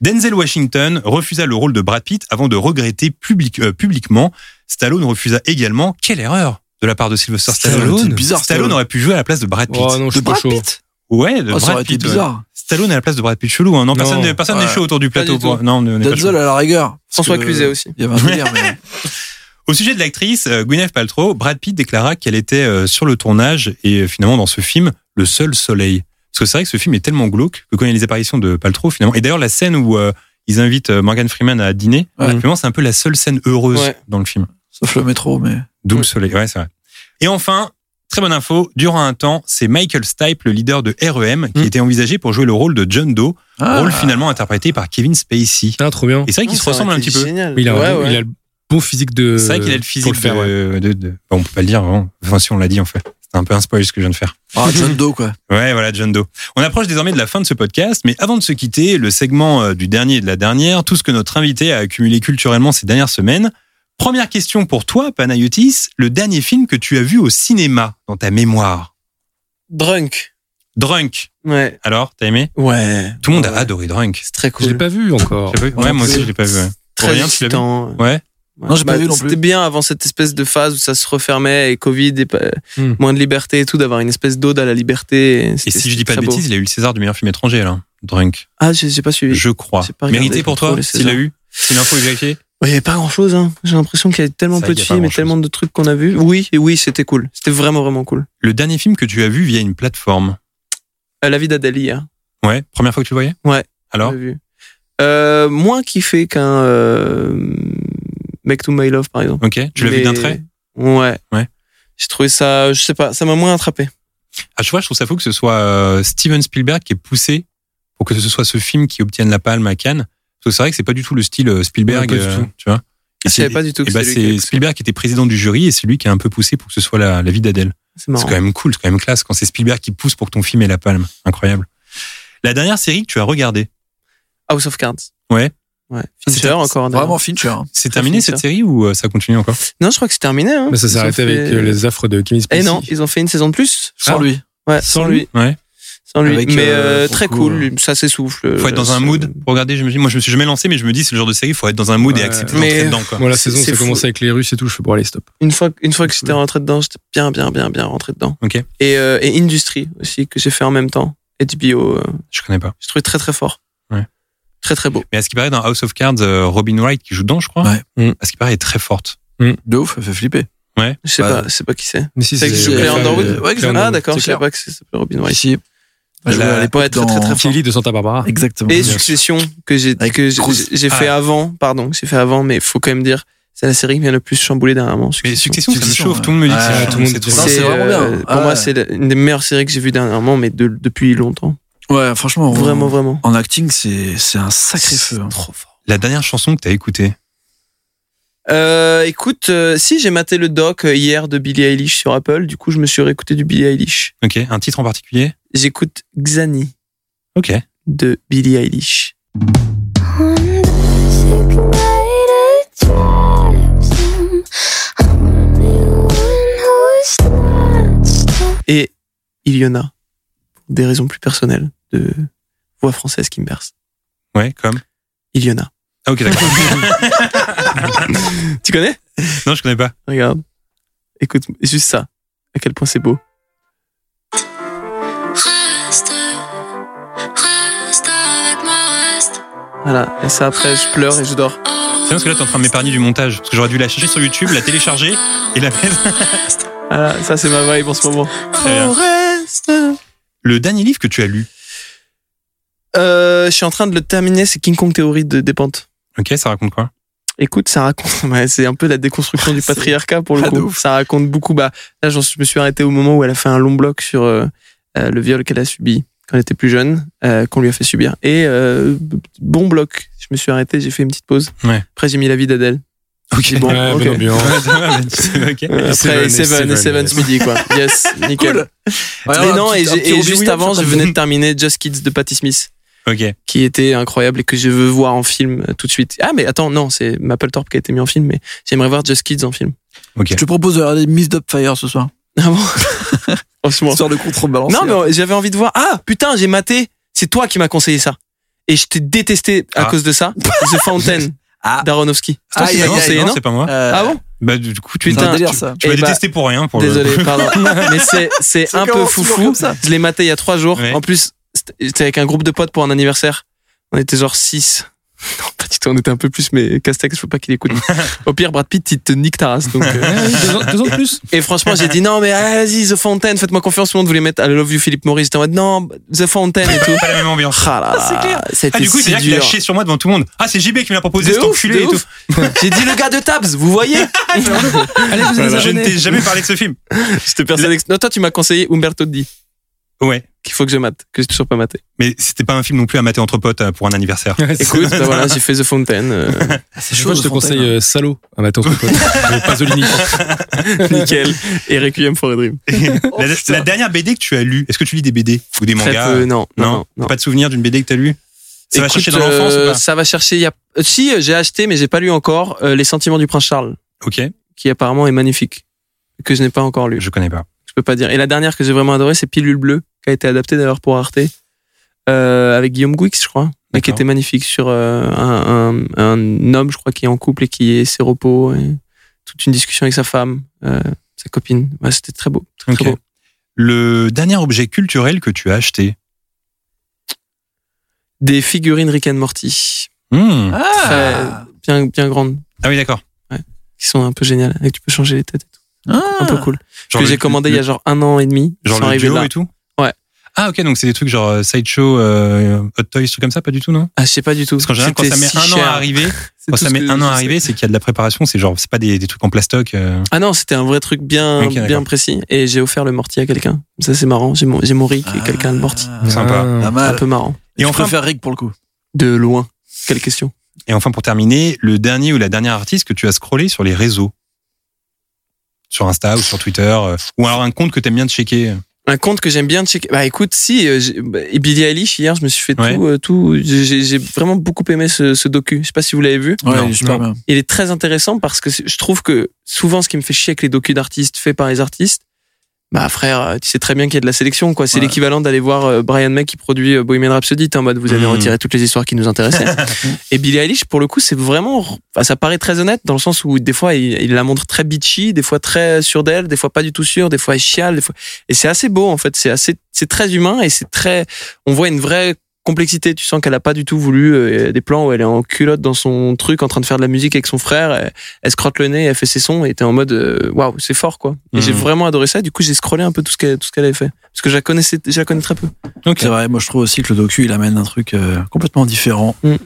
Speaker 4: Denzel Washington refusa le rôle de Brad Pitt avant de regretter public- euh, publiquement. Stallone refusa également. Quelle erreur de la part de Sylvester Stallone.
Speaker 7: Stallone.
Speaker 5: C'est bizarre.
Speaker 4: Stallone aurait pu jouer à la place de Brad Pitt.
Speaker 7: Oh non,
Speaker 5: De
Speaker 7: je suis pas
Speaker 5: Brad
Speaker 7: chaud.
Speaker 5: Pitt.
Speaker 4: Ouais, de
Speaker 5: Ah, Ça aurait
Speaker 4: Brad
Speaker 5: été
Speaker 4: Pitt. ouais.
Speaker 5: bizarre.
Speaker 4: Stallone à la place de Brad Pitt chelou. hein. Non,
Speaker 7: Non,
Speaker 4: personne n'est personne n'est
Speaker 5: ouais.
Speaker 4: chaud autour du plateau.
Speaker 6: du
Speaker 4: quoi.
Speaker 6: tout.
Speaker 4: Non, on n'est pas chaud.
Speaker 5: Denzel à la rigueur.
Speaker 6: François
Speaker 5: Parce que,
Speaker 6: Cluzet aussi.
Speaker 5: Il y avait un délire, mais
Speaker 4: Au sujet de l'actrice euh, Gwyneth Paltrow, Brad Pitt déclara qu'elle était euh, sur le tournage et euh, finalement dans ce film le seul soleil. Parce que c'est vrai que ce film est tellement glauque que quand il y a les apparitions de Paltrow finalement, et d'ailleurs la scène où euh, ils invitent euh, Morgan Freeman à dîner,
Speaker 5: Ouais.
Speaker 4: finalement c'est un peu la seule scène heureuse
Speaker 6: Ouais.
Speaker 4: dans le film.
Speaker 5: sauf le métro, mais hein.
Speaker 4: D'où le soleil, ouais c'est vrai. Et enfin, très bonne info, durant un temps, c'est Michael Stipe, le leader de REM, qui
Speaker 5: Hmm.
Speaker 7: Mm.
Speaker 4: était envisagé pour jouer le rôle de John Doe,
Speaker 5: Ah.
Speaker 4: rôle finalement interprété par Kevin Spacey.
Speaker 7: Ah, trop bien.
Speaker 4: Et c'est vrai qu'il se ressemble un petit peu.
Speaker 6: Génial.
Speaker 7: Il a,
Speaker 6: Ouais,
Speaker 7: un bon-
Speaker 6: ouais.
Speaker 7: il a le bon physique de.
Speaker 4: C'est vrai qu'il a le
Speaker 7: pour
Speaker 4: physique
Speaker 7: faire,
Speaker 4: de,
Speaker 7: ouais.
Speaker 4: de- de- Bon, on peut pas le dire, vraiment. Enfin, si on l'a dit, en fait. C'était un peu un spoil ce que je viens de faire. (laughs)
Speaker 5: ah, John Doe quoi.
Speaker 4: Ouais, voilà, John Doe. On approche désormais de la fin de ce podcast, mais avant de se quitter, le segment euh, du dernier et de la dernière, tout ce que notre invité a accumulé culturellement ces dernières semaines. Première question pour toi, Panayotis, le dernier film que tu as vu au cinéma, dans ta mémoire.
Speaker 6: Drunk.
Speaker 4: Drunk.
Speaker 6: Ouais.
Speaker 4: Alors, t'as aimé
Speaker 6: Ouais.
Speaker 4: Tout le monde a
Speaker 6: Ouais.
Speaker 4: adoré Drunk.
Speaker 6: C'est très
Speaker 7: Je l'ai
Speaker 6: cool.
Speaker 7: pas vu encore.
Speaker 4: Tu l'as pas vu Ouais, moi aussi,
Speaker 6: c'est-
Speaker 4: je l'ai pas vu. ouais.
Speaker 6: Très
Speaker 4: Aurélien, tu l'as vu
Speaker 6: excitant. Bah,
Speaker 4: Ouais.
Speaker 5: Non, j'ai pas vu non plus.
Speaker 6: C'était bien avant cette espèce de phase où ça se refermait et Covid et pas-
Speaker 7: Hmm.
Speaker 6: moins de liberté et tout, d'avoir une espèce d'ode à la liberté.
Speaker 4: Et si je dis pas de
Speaker 6: bêtises
Speaker 4: bêtises, il a eu le César du meilleur film étranger, là. Drunk.
Speaker 6: Ah, j'ai j'ai pas suivi.
Speaker 4: Je crois.
Speaker 6: j'ai pas regardé,
Speaker 4: Mérité pour
Speaker 6: j'ai pas trop
Speaker 4: toi,
Speaker 6: les
Speaker 4: s'il a
Speaker 6: Césars.
Speaker 4: eu. C'est l'info vérifiée.
Speaker 6: Ouais, Il y avait pas grand chose, hein. J'ai l'impression qu'il y avait tellement
Speaker 4: C'est
Speaker 6: peu
Speaker 4: vrai
Speaker 6: de
Speaker 4: qu'il y a pas
Speaker 6: films et
Speaker 4: grand-chose.
Speaker 6: tellement de trucs qu'on a vus. Oui, et oui, c'était cool. C'était vraiment, vraiment cool.
Speaker 4: Le dernier film que tu as vu via une plateforme.
Speaker 6: Euh, la vie d'Adali, hier.
Speaker 4: Ouais, première fois que tu le voyais
Speaker 6: Ouais.
Speaker 4: Alors
Speaker 6: j'ai vu. Euh, moins kiffé qu'un, euh, Make to My Love, par exemple.
Speaker 4: Ok, tu l'as vu
Speaker 6: Mais-
Speaker 4: d'un trait
Speaker 6: Ouais.
Speaker 4: Ouais.
Speaker 6: J'ai trouvé ça, je sais pas, ça m'a moins attrapé.
Speaker 4: Ah, tu vois, je trouve ça fou que ce soit euh, Steven Spielberg qui est poussé pour que ce soit ce film qui obtienne la palme à Cannes. Parce que c'est vrai que c'est pas du tout le style euh, Spielberg,
Speaker 7: Ouais, pas du
Speaker 4: euh,
Speaker 7: tout.
Speaker 4: tu vois.
Speaker 6: Ah, Je
Speaker 4: Et
Speaker 6: savais
Speaker 4: c'est-
Speaker 6: pas du tout que
Speaker 4: et bah,
Speaker 6: c'était lui qui avait
Speaker 4: c'est
Speaker 6: poussé.
Speaker 4: Spielberg qui était président du jury et c'est lui qui a un peu poussé pour que ce soit la, la vie d'Adèle.
Speaker 6: C'est marrant.
Speaker 4: C'est quand même cool, c'est quand même classe quand c'est Spielberg qui pousse pour que ton film ait la palme. Incroyable. La dernière série que tu as regardée,
Speaker 6: House of Cards.
Speaker 4: Ouais. Ah,
Speaker 6: Ouais.
Speaker 4: C'était-
Speaker 6: Fincher encore. d'ailleurs.
Speaker 5: Vraiment Fincher. hein.
Speaker 4: c'est
Speaker 6: Très
Speaker 4: terminé
Speaker 6: fin,
Speaker 4: cette série ou euh, ça continue encore
Speaker 6: Non, je crois que c'est terminé. Hein.
Speaker 7: Mais ça s'est
Speaker 6: Ils ont
Speaker 7: arrêté euh,
Speaker 6: fait-
Speaker 7: avec euh, les affres de Kevin Spacey.
Speaker 6: Eh non, ils ont fait une saison de plus.
Speaker 5: Sans
Speaker 7: Ah.
Speaker 5: lui.
Speaker 6: Ouais,
Speaker 7: Sans lui.
Speaker 4: Ouais.
Speaker 6: sans lui.
Speaker 5: Avec,
Speaker 6: mais
Speaker 5: euh,
Speaker 6: euh, très
Speaker 5: beaucoup,
Speaker 6: cool,
Speaker 5: euh,
Speaker 6: lui, ça s'essouffle.
Speaker 4: Faut être dans un
Speaker 6: C'est-
Speaker 4: mood pour regarder, j'imagine. Moi, je me suis jamais lancé, mais je me dis, c'est le genre de série, faut être dans un mood et
Speaker 7: Ouais.
Speaker 4: accepter
Speaker 6: Mais-
Speaker 4: d'entrer dedans, quoi.
Speaker 7: Moi, la
Speaker 6: C'est-
Speaker 7: saison,
Speaker 6: c'est
Speaker 7: ça
Speaker 6: fou.
Speaker 7: commence avec les Russes et tout. Je fais bon, allez, stop.
Speaker 6: Une fois, une fois que j'étais rentré dedans, j'étais bien, bien, bien, bien rentré dedans.
Speaker 4: Ok.
Speaker 6: Et, euh, et Industry aussi, que j'ai fait en même temps. HBO, euh,
Speaker 4: Je connais pas.
Speaker 6: je trouvais très, très fort.
Speaker 4: Ouais.
Speaker 6: Très, très beau.
Speaker 4: Mais à ce qui paraît, dans House of Cards, euh, Robin Wright qui joue dedans, je crois.
Speaker 5: Ouais.
Speaker 4: Mm. À ce qui paraît, elle est très forte.
Speaker 5: De ouf, ça fait flipper.
Speaker 6: Je sais
Speaker 5: Bah,
Speaker 6: pas, je sais pas qui c'est.
Speaker 7: Mais si,
Speaker 6: C'est avec
Speaker 5: c'est-
Speaker 6: Claire
Speaker 5: euh,
Speaker 6: Underwood
Speaker 5: ouais,
Speaker 6: Ah,
Speaker 5: Claire Underwood,
Speaker 6: d'accord,
Speaker 5: c'est
Speaker 6: je savais
Speaker 5: clair.
Speaker 6: pas que c'est s'appelait Robin Wright.
Speaker 5: Ici. Elle jouait
Speaker 4: Là,
Speaker 5: à l'époque
Speaker 6: ouais, très, très,
Speaker 5: dans-
Speaker 6: très fort.
Speaker 7: Kelly de Santa Barbara.
Speaker 5: Exactement.
Speaker 6: Et Succession que j'ai
Speaker 5: Avec
Speaker 6: que j'ai
Speaker 5: Cruz.
Speaker 6: j'ai fait
Speaker 4: Ah.
Speaker 6: avant, pardon, que j'ai fait avant, mais faut quand même dire, c'est la série qui m'a le plus chamboulé dernièrement.
Speaker 4: Mais
Speaker 6: Succession.
Speaker 4: Succession, ça me
Speaker 5: Succession,
Speaker 4: chauffe.
Speaker 5: ouais.
Speaker 4: Tout le monde me dit que
Speaker 5: Ouais,
Speaker 4: c'est-
Speaker 5: tout
Speaker 4: tout
Speaker 5: le
Speaker 4: le
Speaker 5: monde
Speaker 4: monde
Speaker 5: dit
Speaker 4: c'est
Speaker 5: ça.
Speaker 4: trop
Speaker 5: C'est
Speaker 4: bien.
Speaker 5: vraiment bien.
Speaker 6: euh, Pour
Speaker 5: Ah.
Speaker 6: moi, c'est la- une des meilleures séries que j'ai vues dernièrement, mais de- depuis longtemps.
Speaker 5: Ouais, franchement,
Speaker 6: Vraiment, vraiment.
Speaker 5: En acting, c'est c'est un sacré feu. hein.
Speaker 6: Trop fort.
Speaker 4: La dernière chanson que t'as écoutée.
Speaker 6: Euh, écoute, euh, si j'ai maté le doc euh, hier de Billie Eilish sur Apple, du coup, je me suis réécouté du Billie Eilish.
Speaker 4: Ok. Un titre en particulier?
Speaker 6: J'écoute Xani
Speaker 4: Ok.
Speaker 6: de Billie Eilish. et Iliona, pour des raisons plus personnelles de voix française qui me berce.
Speaker 4: Ouais, comme.
Speaker 6: Iliona.
Speaker 4: Ah, ok, d'accord.
Speaker 6: Tu connais
Speaker 4: non, je connais pas.
Speaker 6: Regarde. Écoute, juste ça. À quel point c'est beau. Voilà. Et ça, après, je pleure et je dors.
Speaker 4: C'est parce que là, t'es en train de m'épargner du montage. Parce que j'aurais dû la chercher sur YouTube, la télécharger et la mettre.
Speaker 6: Voilà. Ça, c'est ma vibe en ce moment.
Speaker 4: Très bien. Euh, Le dernier livre que tu as lu.
Speaker 6: Euh, je suis en train de le terminer. C'est King Kong Théorie de Dépente.
Speaker 4: Ok, ça raconte quoi?
Speaker 6: Écoute, ça raconte, (laughs) ouais, c'est un peu la déconstruction du patriarcat pour le
Speaker 5: pas de
Speaker 6: coup.
Speaker 5: ouf.
Speaker 6: Ça raconte beaucoup. Bah, là, j'en suis- je me suis arrêté au moment où elle a fait un long bloc sur euh, euh, le viol qu'elle a subi quand elle était plus jeune, euh, qu'on lui a fait subir. Et euh, bon bloc. Je me suis arrêté, j'ai fait une petite pause.
Speaker 4: Ouais.
Speaker 6: Après, j'ai mis la vie d'Adèle.
Speaker 4: Ok.
Speaker 6: Et bon,
Speaker 7: Ouais,
Speaker 6: ok.
Speaker 7: bonne ambiance.
Speaker 4: ok.
Speaker 6: Euh, Après,
Speaker 7: Seven,
Speaker 6: et Seven, et Seven,
Speaker 7: et Seven.
Speaker 6: ce midi, quoi. Yes, nickel. Mais non, et, j'ai- et juste avant, je venais de terminer Just Kids de Patti Smith,
Speaker 4: Ok.
Speaker 6: qui était incroyable et que je veux voir en film euh, tout de suite. Ah, mais attends, non, c'est Mapplethorpe qui a été mis en film, mais j'aimerais voir Just Kids en film. (laughs)
Speaker 4: Ok.
Speaker 5: Je te propose de regarder Miss Dubfire ce soir.
Speaker 6: Ah bon Franchement.
Speaker 5: Histoire de contrebalancer.
Speaker 6: Non, mais j'avais envie de voir. Ah, putain, j'ai maté. C'est toi qui m'as conseillé ça. Et je t'ai détesté à
Speaker 4: Ah.
Speaker 6: cause de ça. The Fountain
Speaker 5: Ah.
Speaker 6: d'Aronofsky. C'est toi
Speaker 5: Aïe,
Speaker 6: qui m'as
Speaker 5: aïe,
Speaker 4: non,
Speaker 5: aïe,
Speaker 6: conseillé,
Speaker 4: c'est- non,
Speaker 6: non
Speaker 4: c'est pas moi.
Speaker 5: Euh,
Speaker 6: Ah bon
Speaker 4: Bah, du coup, tu
Speaker 5: C'est
Speaker 6: putain,
Speaker 5: un délire, ça.
Speaker 4: Tu vas
Speaker 6: Eh bah,
Speaker 4: détester pour rien, pour le-
Speaker 6: Désolé, pardon. Mais c'est, c'est
Speaker 5: C'est
Speaker 6: un peu
Speaker 5: comment tu mens
Speaker 6: foufou.
Speaker 5: comme ça
Speaker 6: Je l'ai maté il y a trois jours.
Speaker 4: Ouais.
Speaker 6: En plus, c'était- j'étais avec un groupe de potes pour un anniversaire. On était genre six. (laughs) Non, pas du tout, on était un peu plus, mais Castex, je veux pas
Speaker 4: (laughs)
Speaker 6: qu'il écoute. Au pire, Brad Pitt, il te nique ta race.
Speaker 7: (laughs)
Speaker 6: Donc,
Speaker 4: Ah
Speaker 6: euh,
Speaker 7: Deux ans- deux ans de plus.
Speaker 6: Et franchement, j'ai dit non, mais ah, vas-y, The Fountain, faites-moi confiance. Tout le monde voulait mettre I Love You Philippe Maurice. J'étais en mode non, The Fountain et
Speaker 4: (laughs)
Speaker 6: tout.
Speaker 4: (laughs) Pas la même ambiance.
Speaker 6: Ah là là, c'était
Speaker 4: Ah, du coup,
Speaker 6: si
Speaker 4: c'est-à-dire qu'il a
Speaker 6: dur.
Speaker 4: chié sur moi devant tout le monde. Ah, c'est JB qui me l'a proposé,
Speaker 6: De
Speaker 4: cet
Speaker 6: ouf, de
Speaker 4: enculé et tout.
Speaker 6: ouf. J'ai dit le gars de Tabs,
Speaker 4: (laughs)
Speaker 6: vous voyez Allez, vous
Speaker 4: Voilà. Je ne t'ai jamais parlé de ce
Speaker 6: (laughs)
Speaker 4: film.
Speaker 6: J'étais persuadé que- Non, toi, tu m'as conseillé Umberto Di,
Speaker 4: Ouais.
Speaker 6: qu'il faut que je mate, que j'ai toujours pas maté.
Speaker 4: Mais c'était pas un film non plus à mater entre potes euh, pour un
Speaker 6: (laughs)
Speaker 4: anniversaire.
Speaker 6: Écoute, bah voilà, j'ai fait The Fountain. euh,
Speaker 5: Ah, c'est
Speaker 7: Je
Speaker 5: chaud.
Speaker 7: crois que je te
Speaker 5: le Fontaine.
Speaker 7: conseille euh, Salaud à matin entre potes. Mais Pasolini.
Speaker 6: (laughs) nickel. Et Requiem for a Dream.
Speaker 4: (laughs) la, la dernière BD que tu as lue, est-ce que tu lis des BD ou des
Speaker 6: Très
Speaker 4: mangas
Speaker 6: peu, non.
Speaker 4: Non,
Speaker 6: Non, non.
Speaker 4: Pas de souvenir d'une BD que t'as lue Ça va
Speaker 6: Écoute,
Speaker 4: chercher dans l'enfance
Speaker 6: euh,
Speaker 4: ou pas
Speaker 6: Ça va chercher. il Y a... euh, Si, euh, j'ai acheté, mais j'ai pas lu encore euh, Les Sentiments du Prince Charles,
Speaker 4: Ok,
Speaker 6: qui apparemment est magnifique, que je n'ai pas encore lu.
Speaker 4: je connais pas.
Speaker 6: je peux pas dire. Et la dernière que j'ai vraiment adorée, c'est Pilule Bleue, qui a été adaptée d'ailleurs pour Arte, euh, avec Guillaume Gouix, je crois, et qui
Speaker 4: D'accord.
Speaker 6: était magnifique sur euh, un, un, un homme, je crois, qui est en couple et qui est ses repos, et toute une discussion avec sa femme, euh, sa copine. Ouais, C'était très beau. Très, très
Speaker 4: Ok.
Speaker 6: beau.
Speaker 4: Le dernier objet culturel que tu as acheté
Speaker 6: Des figurines Rick and Morty,
Speaker 4: Hmm. ah.
Speaker 5: Ah,
Speaker 6: bien, bien grandes,
Speaker 4: oui, d'accord.
Speaker 6: qui sont un peu géniales, et tu peux changer les têtes, et tout.
Speaker 4: Ah.
Speaker 6: un peu cool.
Speaker 4: Genre
Speaker 6: que
Speaker 4: le-
Speaker 6: j'ai commandé il y a
Speaker 4: le-
Speaker 6: genre un an et demi.
Speaker 4: Genre
Speaker 6: sans
Speaker 4: le
Speaker 6: arriver
Speaker 4: duo
Speaker 6: là.
Speaker 4: et tout
Speaker 6: Ouais.
Speaker 4: Ah ok, donc c'est des trucs genre euh, Sideshow, euh, Hot Toys, trucs comme ça, pas du tout, non
Speaker 6: Ah, je sais pas du tout.
Speaker 4: Parce qu'en général, quand
Speaker 6: C'était
Speaker 4: ça met
Speaker 6: si
Speaker 4: un an
Speaker 6: cher.
Speaker 4: à
Speaker 6: (laughs)
Speaker 4: arriver,
Speaker 6: C'est
Speaker 4: quand
Speaker 6: tout
Speaker 4: ça
Speaker 6: ce
Speaker 4: met
Speaker 6: que
Speaker 4: un an à
Speaker 6: je sais.
Speaker 4: arriver, c'est qu'il y a de la préparation, c'est genre, c'est pas des, des trucs en plastoc. euh.
Speaker 6: Ah non, c'était un vrai truc bien,
Speaker 4: Ok, d'accord.
Speaker 6: bien précis. Et j'ai offert le mortier à quelqu'un. Ça, c'est marrant. J'ai mon, j'ai mon Rick et
Speaker 4: Ah.
Speaker 6: quelqu'un le mortier.
Speaker 7: Euh,
Speaker 4: Sympa.
Speaker 5: Ah, Pas
Speaker 6: Un
Speaker 5: mal.
Speaker 6: peu marrant.
Speaker 4: Et
Speaker 5: Et on
Speaker 4: enfin,
Speaker 5: préfère Rick pour le coup.
Speaker 6: De loin. Quelle question.
Speaker 4: Et enfin, pour terminer, le dernier ou la dernière artiste que tu as scrollé sur les réseaux Sur Insta ou sur Twitter euh, Ou alors un compte que t'aimes bien checker
Speaker 6: Un compte que j'aime bien checker. Bah écoute, si, euh, j'ai- bah, et Billie Eilish, hier, je me suis fait
Speaker 4: Ouais.
Speaker 6: tout, euh, tout. J'ai j'ai vraiment beaucoup aimé ce, ce docu. Je sais pas si vous l'avez vu.
Speaker 5: Ouais,
Speaker 4: Non,
Speaker 5: il est super bien.
Speaker 6: Il est très intéressant parce que c'est- je trouve que souvent, ce qui me fait chier avec les docus d'artistes faits par les artistes, Bah frère, euh, tu sais très bien qu'il y a de la sélection quoi. C'est
Speaker 5: Ouais.
Speaker 6: l'équivalent d'aller voir euh, Brian May qui produit euh, Bohemian Rhapsody. T'es en mode vous avez
Speaker 4: Mhm.
Speaker 6: retiré toutes les histoires qui nous intéressaient. et Billie Eilish pour le coup c'est vraiment, enfin, ça paraît très honnête dans le sens où des fois il, il la montre très bitchy, des fois très sûre d'elle, des fois pas du tout sûre, des fois elle chiale, des fois et c'est assez beau en fait. C'est assez, c'est très humain et c'est très, on voit une vraie complexité. Tu sens qu'elle a pas du tout voulu euh, des plans où elle est en culotte dans son truc en train de faire de la musique avec son frère. Elle, elle se crotte le nez, elle fait ses sons et t'es en mode euh, waouh c'est fort quoi. Et
Speaker 4: Mhm.
Speaker 6: j'ai vraiment adoré ça. Du coup j'ai scrollé un peu tout ce qu'elle tout ce qu'elle avait fait parce que je la connaissais, je la connais très peu.
Speaker 4: Ok.
Speaker 5: C'est vrai, moi je trouve aussi que le docu il amène un truc euh, complètement différent.
Speaker 6: Mm.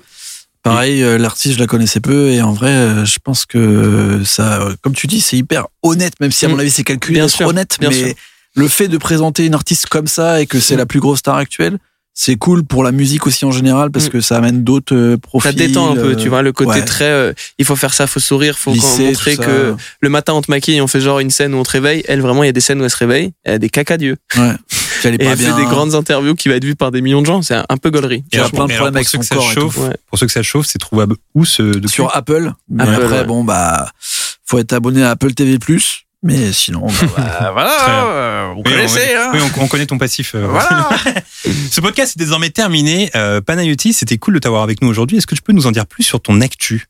Speaker 5: Pareil, euh, l'artiste je la connaissais peu et en vrai euh, je pense que euh, ça, euh, comme tu dis, c'est hyper honnête, même si à
Speaker 6: Mm.
Speaker 5: mon avis c'est calculé
Speaker 6: Bien
Speaker 5: d'être
Speaker 6: sûr,
Speaker 5: honnête,
Speaker 6: bien
Speaker 5: mais
Speaker 6: sûr.
Speaker 5: le fait de présenter une artiste comme ça et que c'est
Speaker 6: Mm.
Speaker 5: la plus grosse star actuelle, c'est cool pour la musique aussi en général parce
Speaker 6: Mm.
Speaker 5: que ça amène d'autres euh, profils.
Speaker 6: Ça détend un peu, tu
Speaker 5: euh,
Speaker 6: vois, le côté
Speaker 5: ouais.
Speaker 6: très, euh, il faut faire ça, faut sourire, faut
Speaker 5: lycée,
Speaker 6: montrer
Speaker 5: tout ça.
Speaker 6: que le matin on te maquille et on fait genre une scène où on te réveille. Elle vraiment, il y a des scènes où elle se réveille, elle a des caca d'yeux.
Speaker 5: Ouais. Qu'elle est
Speaker 6: (laughs) Et
Speaker 5: pas
Speaker 6: elle
Speaker 5: bien.
Speaker 6: fait des grandes interviews qui va être vue par des millions de gens. C'est un- un peu gaulerie.
Speaker 5: Tu as
Speaker 4: alors,
Speaker 5: plein de
Speaker 4: et alors,
Speaker 5: problèmes
Speaker 4: pour
Speaker 5: avec
Speaker 4: ceux
Speaker 5: son
Speaker 4: que ça
Speaker 5: corps et
Speaker 4: chauffe,
Speaker 6: tout. Ouais.
Speaker 4: Pour ceux que ça chauffe, c'est trouvable où ce docu
Speaker 5: sur Apple. Mais
Speaker 6: Apple,
Speaker 5: après,
Speaker 6: ouais.
Speaker 5: bon, bah, faut être abonné à Apple TV+. Mais sinon, bah,
Speaker 6: (laughs)
Speaker 5: bah,
Speaker 4: Très bien.
Speaker 6: Euh,
Speaker 5: voilà, vous
Speaker 4: Oui,
Speaker 5: connaissez, hein.
Speaker 4: on, oui, on- on connaît ton passif. euh,
Speaker 5: Voilà.
Speaker 6: (laughs)
Speaker 4: Ce podcast est désormais terminé. Euh, Panayoti, c'était cool de t'avoir avec nous aujourd'hui. Est-ce que tu peux nous en dire plus sur ton actu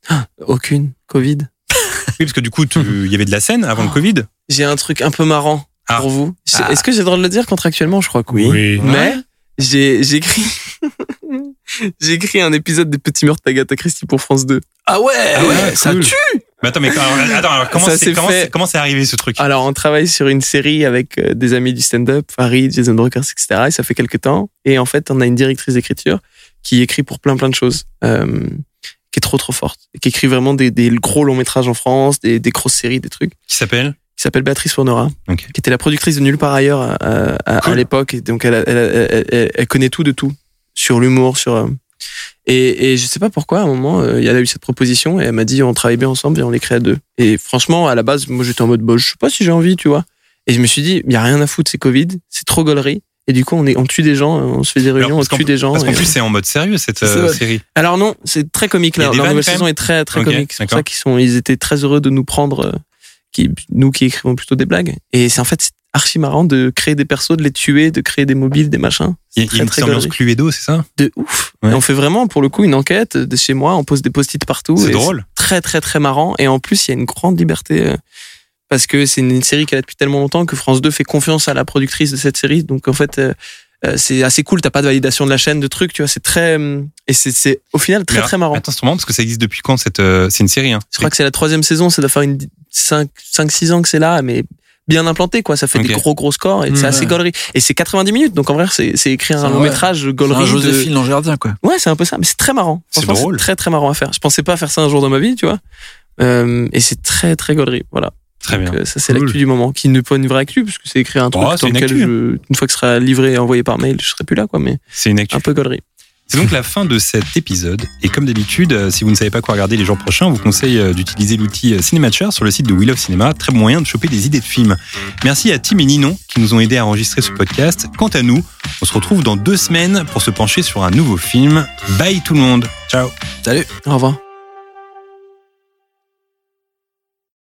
Speaker 6: Aucune. Covid.
Speaker 4: Oui, parce que du coup, tu- il y avait de la scène
Speaker 6: Ah.
Speaker 4: avant le Covid.
Speaker 6: J'ai un truc un peu marrant
Speaker 4: Ah.
Speaker 6: pour vous. Je- Est-ce que j'ai le droit de le dire contractuellement Je crois que oui.
Speaker 7: Oui.
Speaker 6: Mais j'ai j'ai écrit (laughs) j'ai écrit un épisode des Petits meurtres d'Agatha Christie pour France 2.
Speaker 5: Ah ouais,
Speaker 4: Ah ouais,
Speaker 5: ça
Speaker 7: cool.
Speaker 5: tue.
Speaker 4: Mais attends, mais alors, attends, alors, comment
Speaker 6: Ça
Speaker 4: c'est
Speaker 6: s'est
Speaker 4: comment
Speaker 6: fait. Ah.
Speaker 4: c'est- comment c'est arrivé ce truc
Speaker 6: Alors, on travaille sur une série avec euh, des amis du stand-up, Farid, Jason Brokers, etc. Et ça fait quelques temps. Et en fait, on a une directrice d'écriture qui écrit pour plein plein de choses, euh, qui est trop trop forte, et qui écrit vraiment des, des gros longs métrages en France, des, des grosses séries, des trucs.
Speaker 4: Qui s'appelle
Speaker 6: qui s'appelle Béatrice Fournera,
Speaker 4: Ok.
Speaker 6: qui était la productrice de Nulle part ailleurs à, à- à
Speaker 4: Cool.
Speaker 6: l'époque. Et Donc elle, a- elle, a- elle, elle- elle connaît tout de tout sur l'humour, sur euh, et, et je sais pas pourquoi à un moment euh, elle a eu cette proposition et elle m'a dit on travaille bien ensemble et on les crée à deux. Et franchement à la base moi j'étais en mode bah, je sais pas si j'ai envie tu vois. Et je me suis dit il y a rien à foutre c'est Covid, c'est trop gaulerie. Et du coup on est on tue des gens, on se fait des réunions,
Speaker 4: parce
Speaker 6: on
Speaker 4: qu'en-
Speaker 6: tue des gens.
Speaker 4: Parce qu'en
Speaker 6: et-
Speaker 4: plus, c'est en mode sérieux cette
Speaker 5: C'est
Speaker 4: euh,
Speaker 5: vrai.
Speaker 4: série.
Speaker 6: alors non, c'est très comique
Speaker 4: Il y a
Speaker 6: là.
Speaker 4: des
Speaker 6: La
Speaker 4: vannes,
Speaker 6: nouvelle
Speaker 4: quand
Speaker 6: saison est très très
Speaker 4: Ok,
Speaker 6: comique. C'est pour
Speaker 4: d'accord.
Speaker 6: ça qu'ils sont, ils étaient très heureux de nous prendre, euh, qui, nous qui écrivons plutôt des blagues. Et c'est en fait c'est archi marrant de créer des persos, de les tuer, de créer des mobiles, des machins.
Speaker 4: Il y a- il
Speaker 6: très,
Speaker 4: y a une
Speaker 6: très
Speaker 4: petite ambiance
Speaker 6: gaulerie.
Speaker 4: Cluedo, c'est ça
Speaker 6: De ouf.
Speaker 4: Ouais.
Speaker 6: Et on fait vraiment pour le coup une enquête euh, de chez moi. On pose des post-it partout.
Speaker 4: C'est
Speaker 6: Et
Speaker 4: drôle.
Speaker 6: Très très très marrant. Et en plus il y a une grande liberté. euh, parce que c'est une série qu'elle a depuis tellement longtemps que France 2 fait confiance à la productrice de cette série. Donc en fait, euh, euh, c'est assez cool. T'as pas de validation de la chaîne, de trucs, tu vois. C'est très hum, et c'est- c'est au final très
Speaker 4: Mais
Speaker 6: très marrant.
Speaker 4: Attends, c'est marrant parce que ça existe depuis quand cette euh, C'est une série. Hein.
Speaker 6: Je crois que c'est la troisième saison. Ça doit faire une 5 cinq six ans que c'est là, mais bien implanté quoi. Ça fait des
Speaker 4: Ok.
Speaker 6: gros gros scores et
Speaker 5: Mmh,
Speaker 6: c'est assez
Speaker 5: ouais.
Speaker 6: gaulerie. Et c'est 90 minutes, donc en vrai c'est c'est écrire un
Speaker 5: C'est
Speaker 6: long
Speaker 5: vrai.
Speaker 6: métrage
Speaker 5: C'est
Speaker 6: gaulerie.
Speaker 5: un
Speaker 6: de-
Speaker 5: Joséphine Langerdien, quoi.
Speaker 6: Ouais, c'est un peu ça, mais c'est très marrant.
Speaker 4: C'est
Speaker 6: Franchement,
Speaker 4: drôle.
Speaker 6: Très très marrant à faire. Je pensais pas faire ça un jour dans ma vie, tu vois. Euh, et c'est très très gaulerie, voilà.
Speaker 4: Très
Speaker 6: Donc,
Speaker 4: bien.
Speaker 6: euh, ça c'est
Speaker 4: Cool.
Speaker 6: l'actu du moment, qui n'est pas une vraie actu puisque c'est écrire un truc
Speaker 4: Oh, c'est
Speaker 6: dans
Speaker 4: une
Speaker 6: lequel
Speaker 4: actu.
Speaker 6: je- une fois que ce sera livré et envoyé par mail, je serai plus là quoi, mais
Speaker 4: C'est une actu.
Speaker 6: un peu gaulerie.
Speaker 4: C'est donc la fin de cet épisode. Et comme d'habitude, euh, si vous ne savez pas quoi regarder les jours prochains, on vous conseille euh, d'utiliser l'outil euh, Cinématcher sur le site de We Love Cinema. Très bon moyen de choper des idées de films. Merci à Tim et Ninon qui nous ont aidés à enregistrer ce podcast. Quant à nous, on se retrouve dans deux semaines pour se pencher sur un nouveau film. Bye tout le monde. Ciao.
Speaker 5: Salut.
Speaker 6: Au revoir.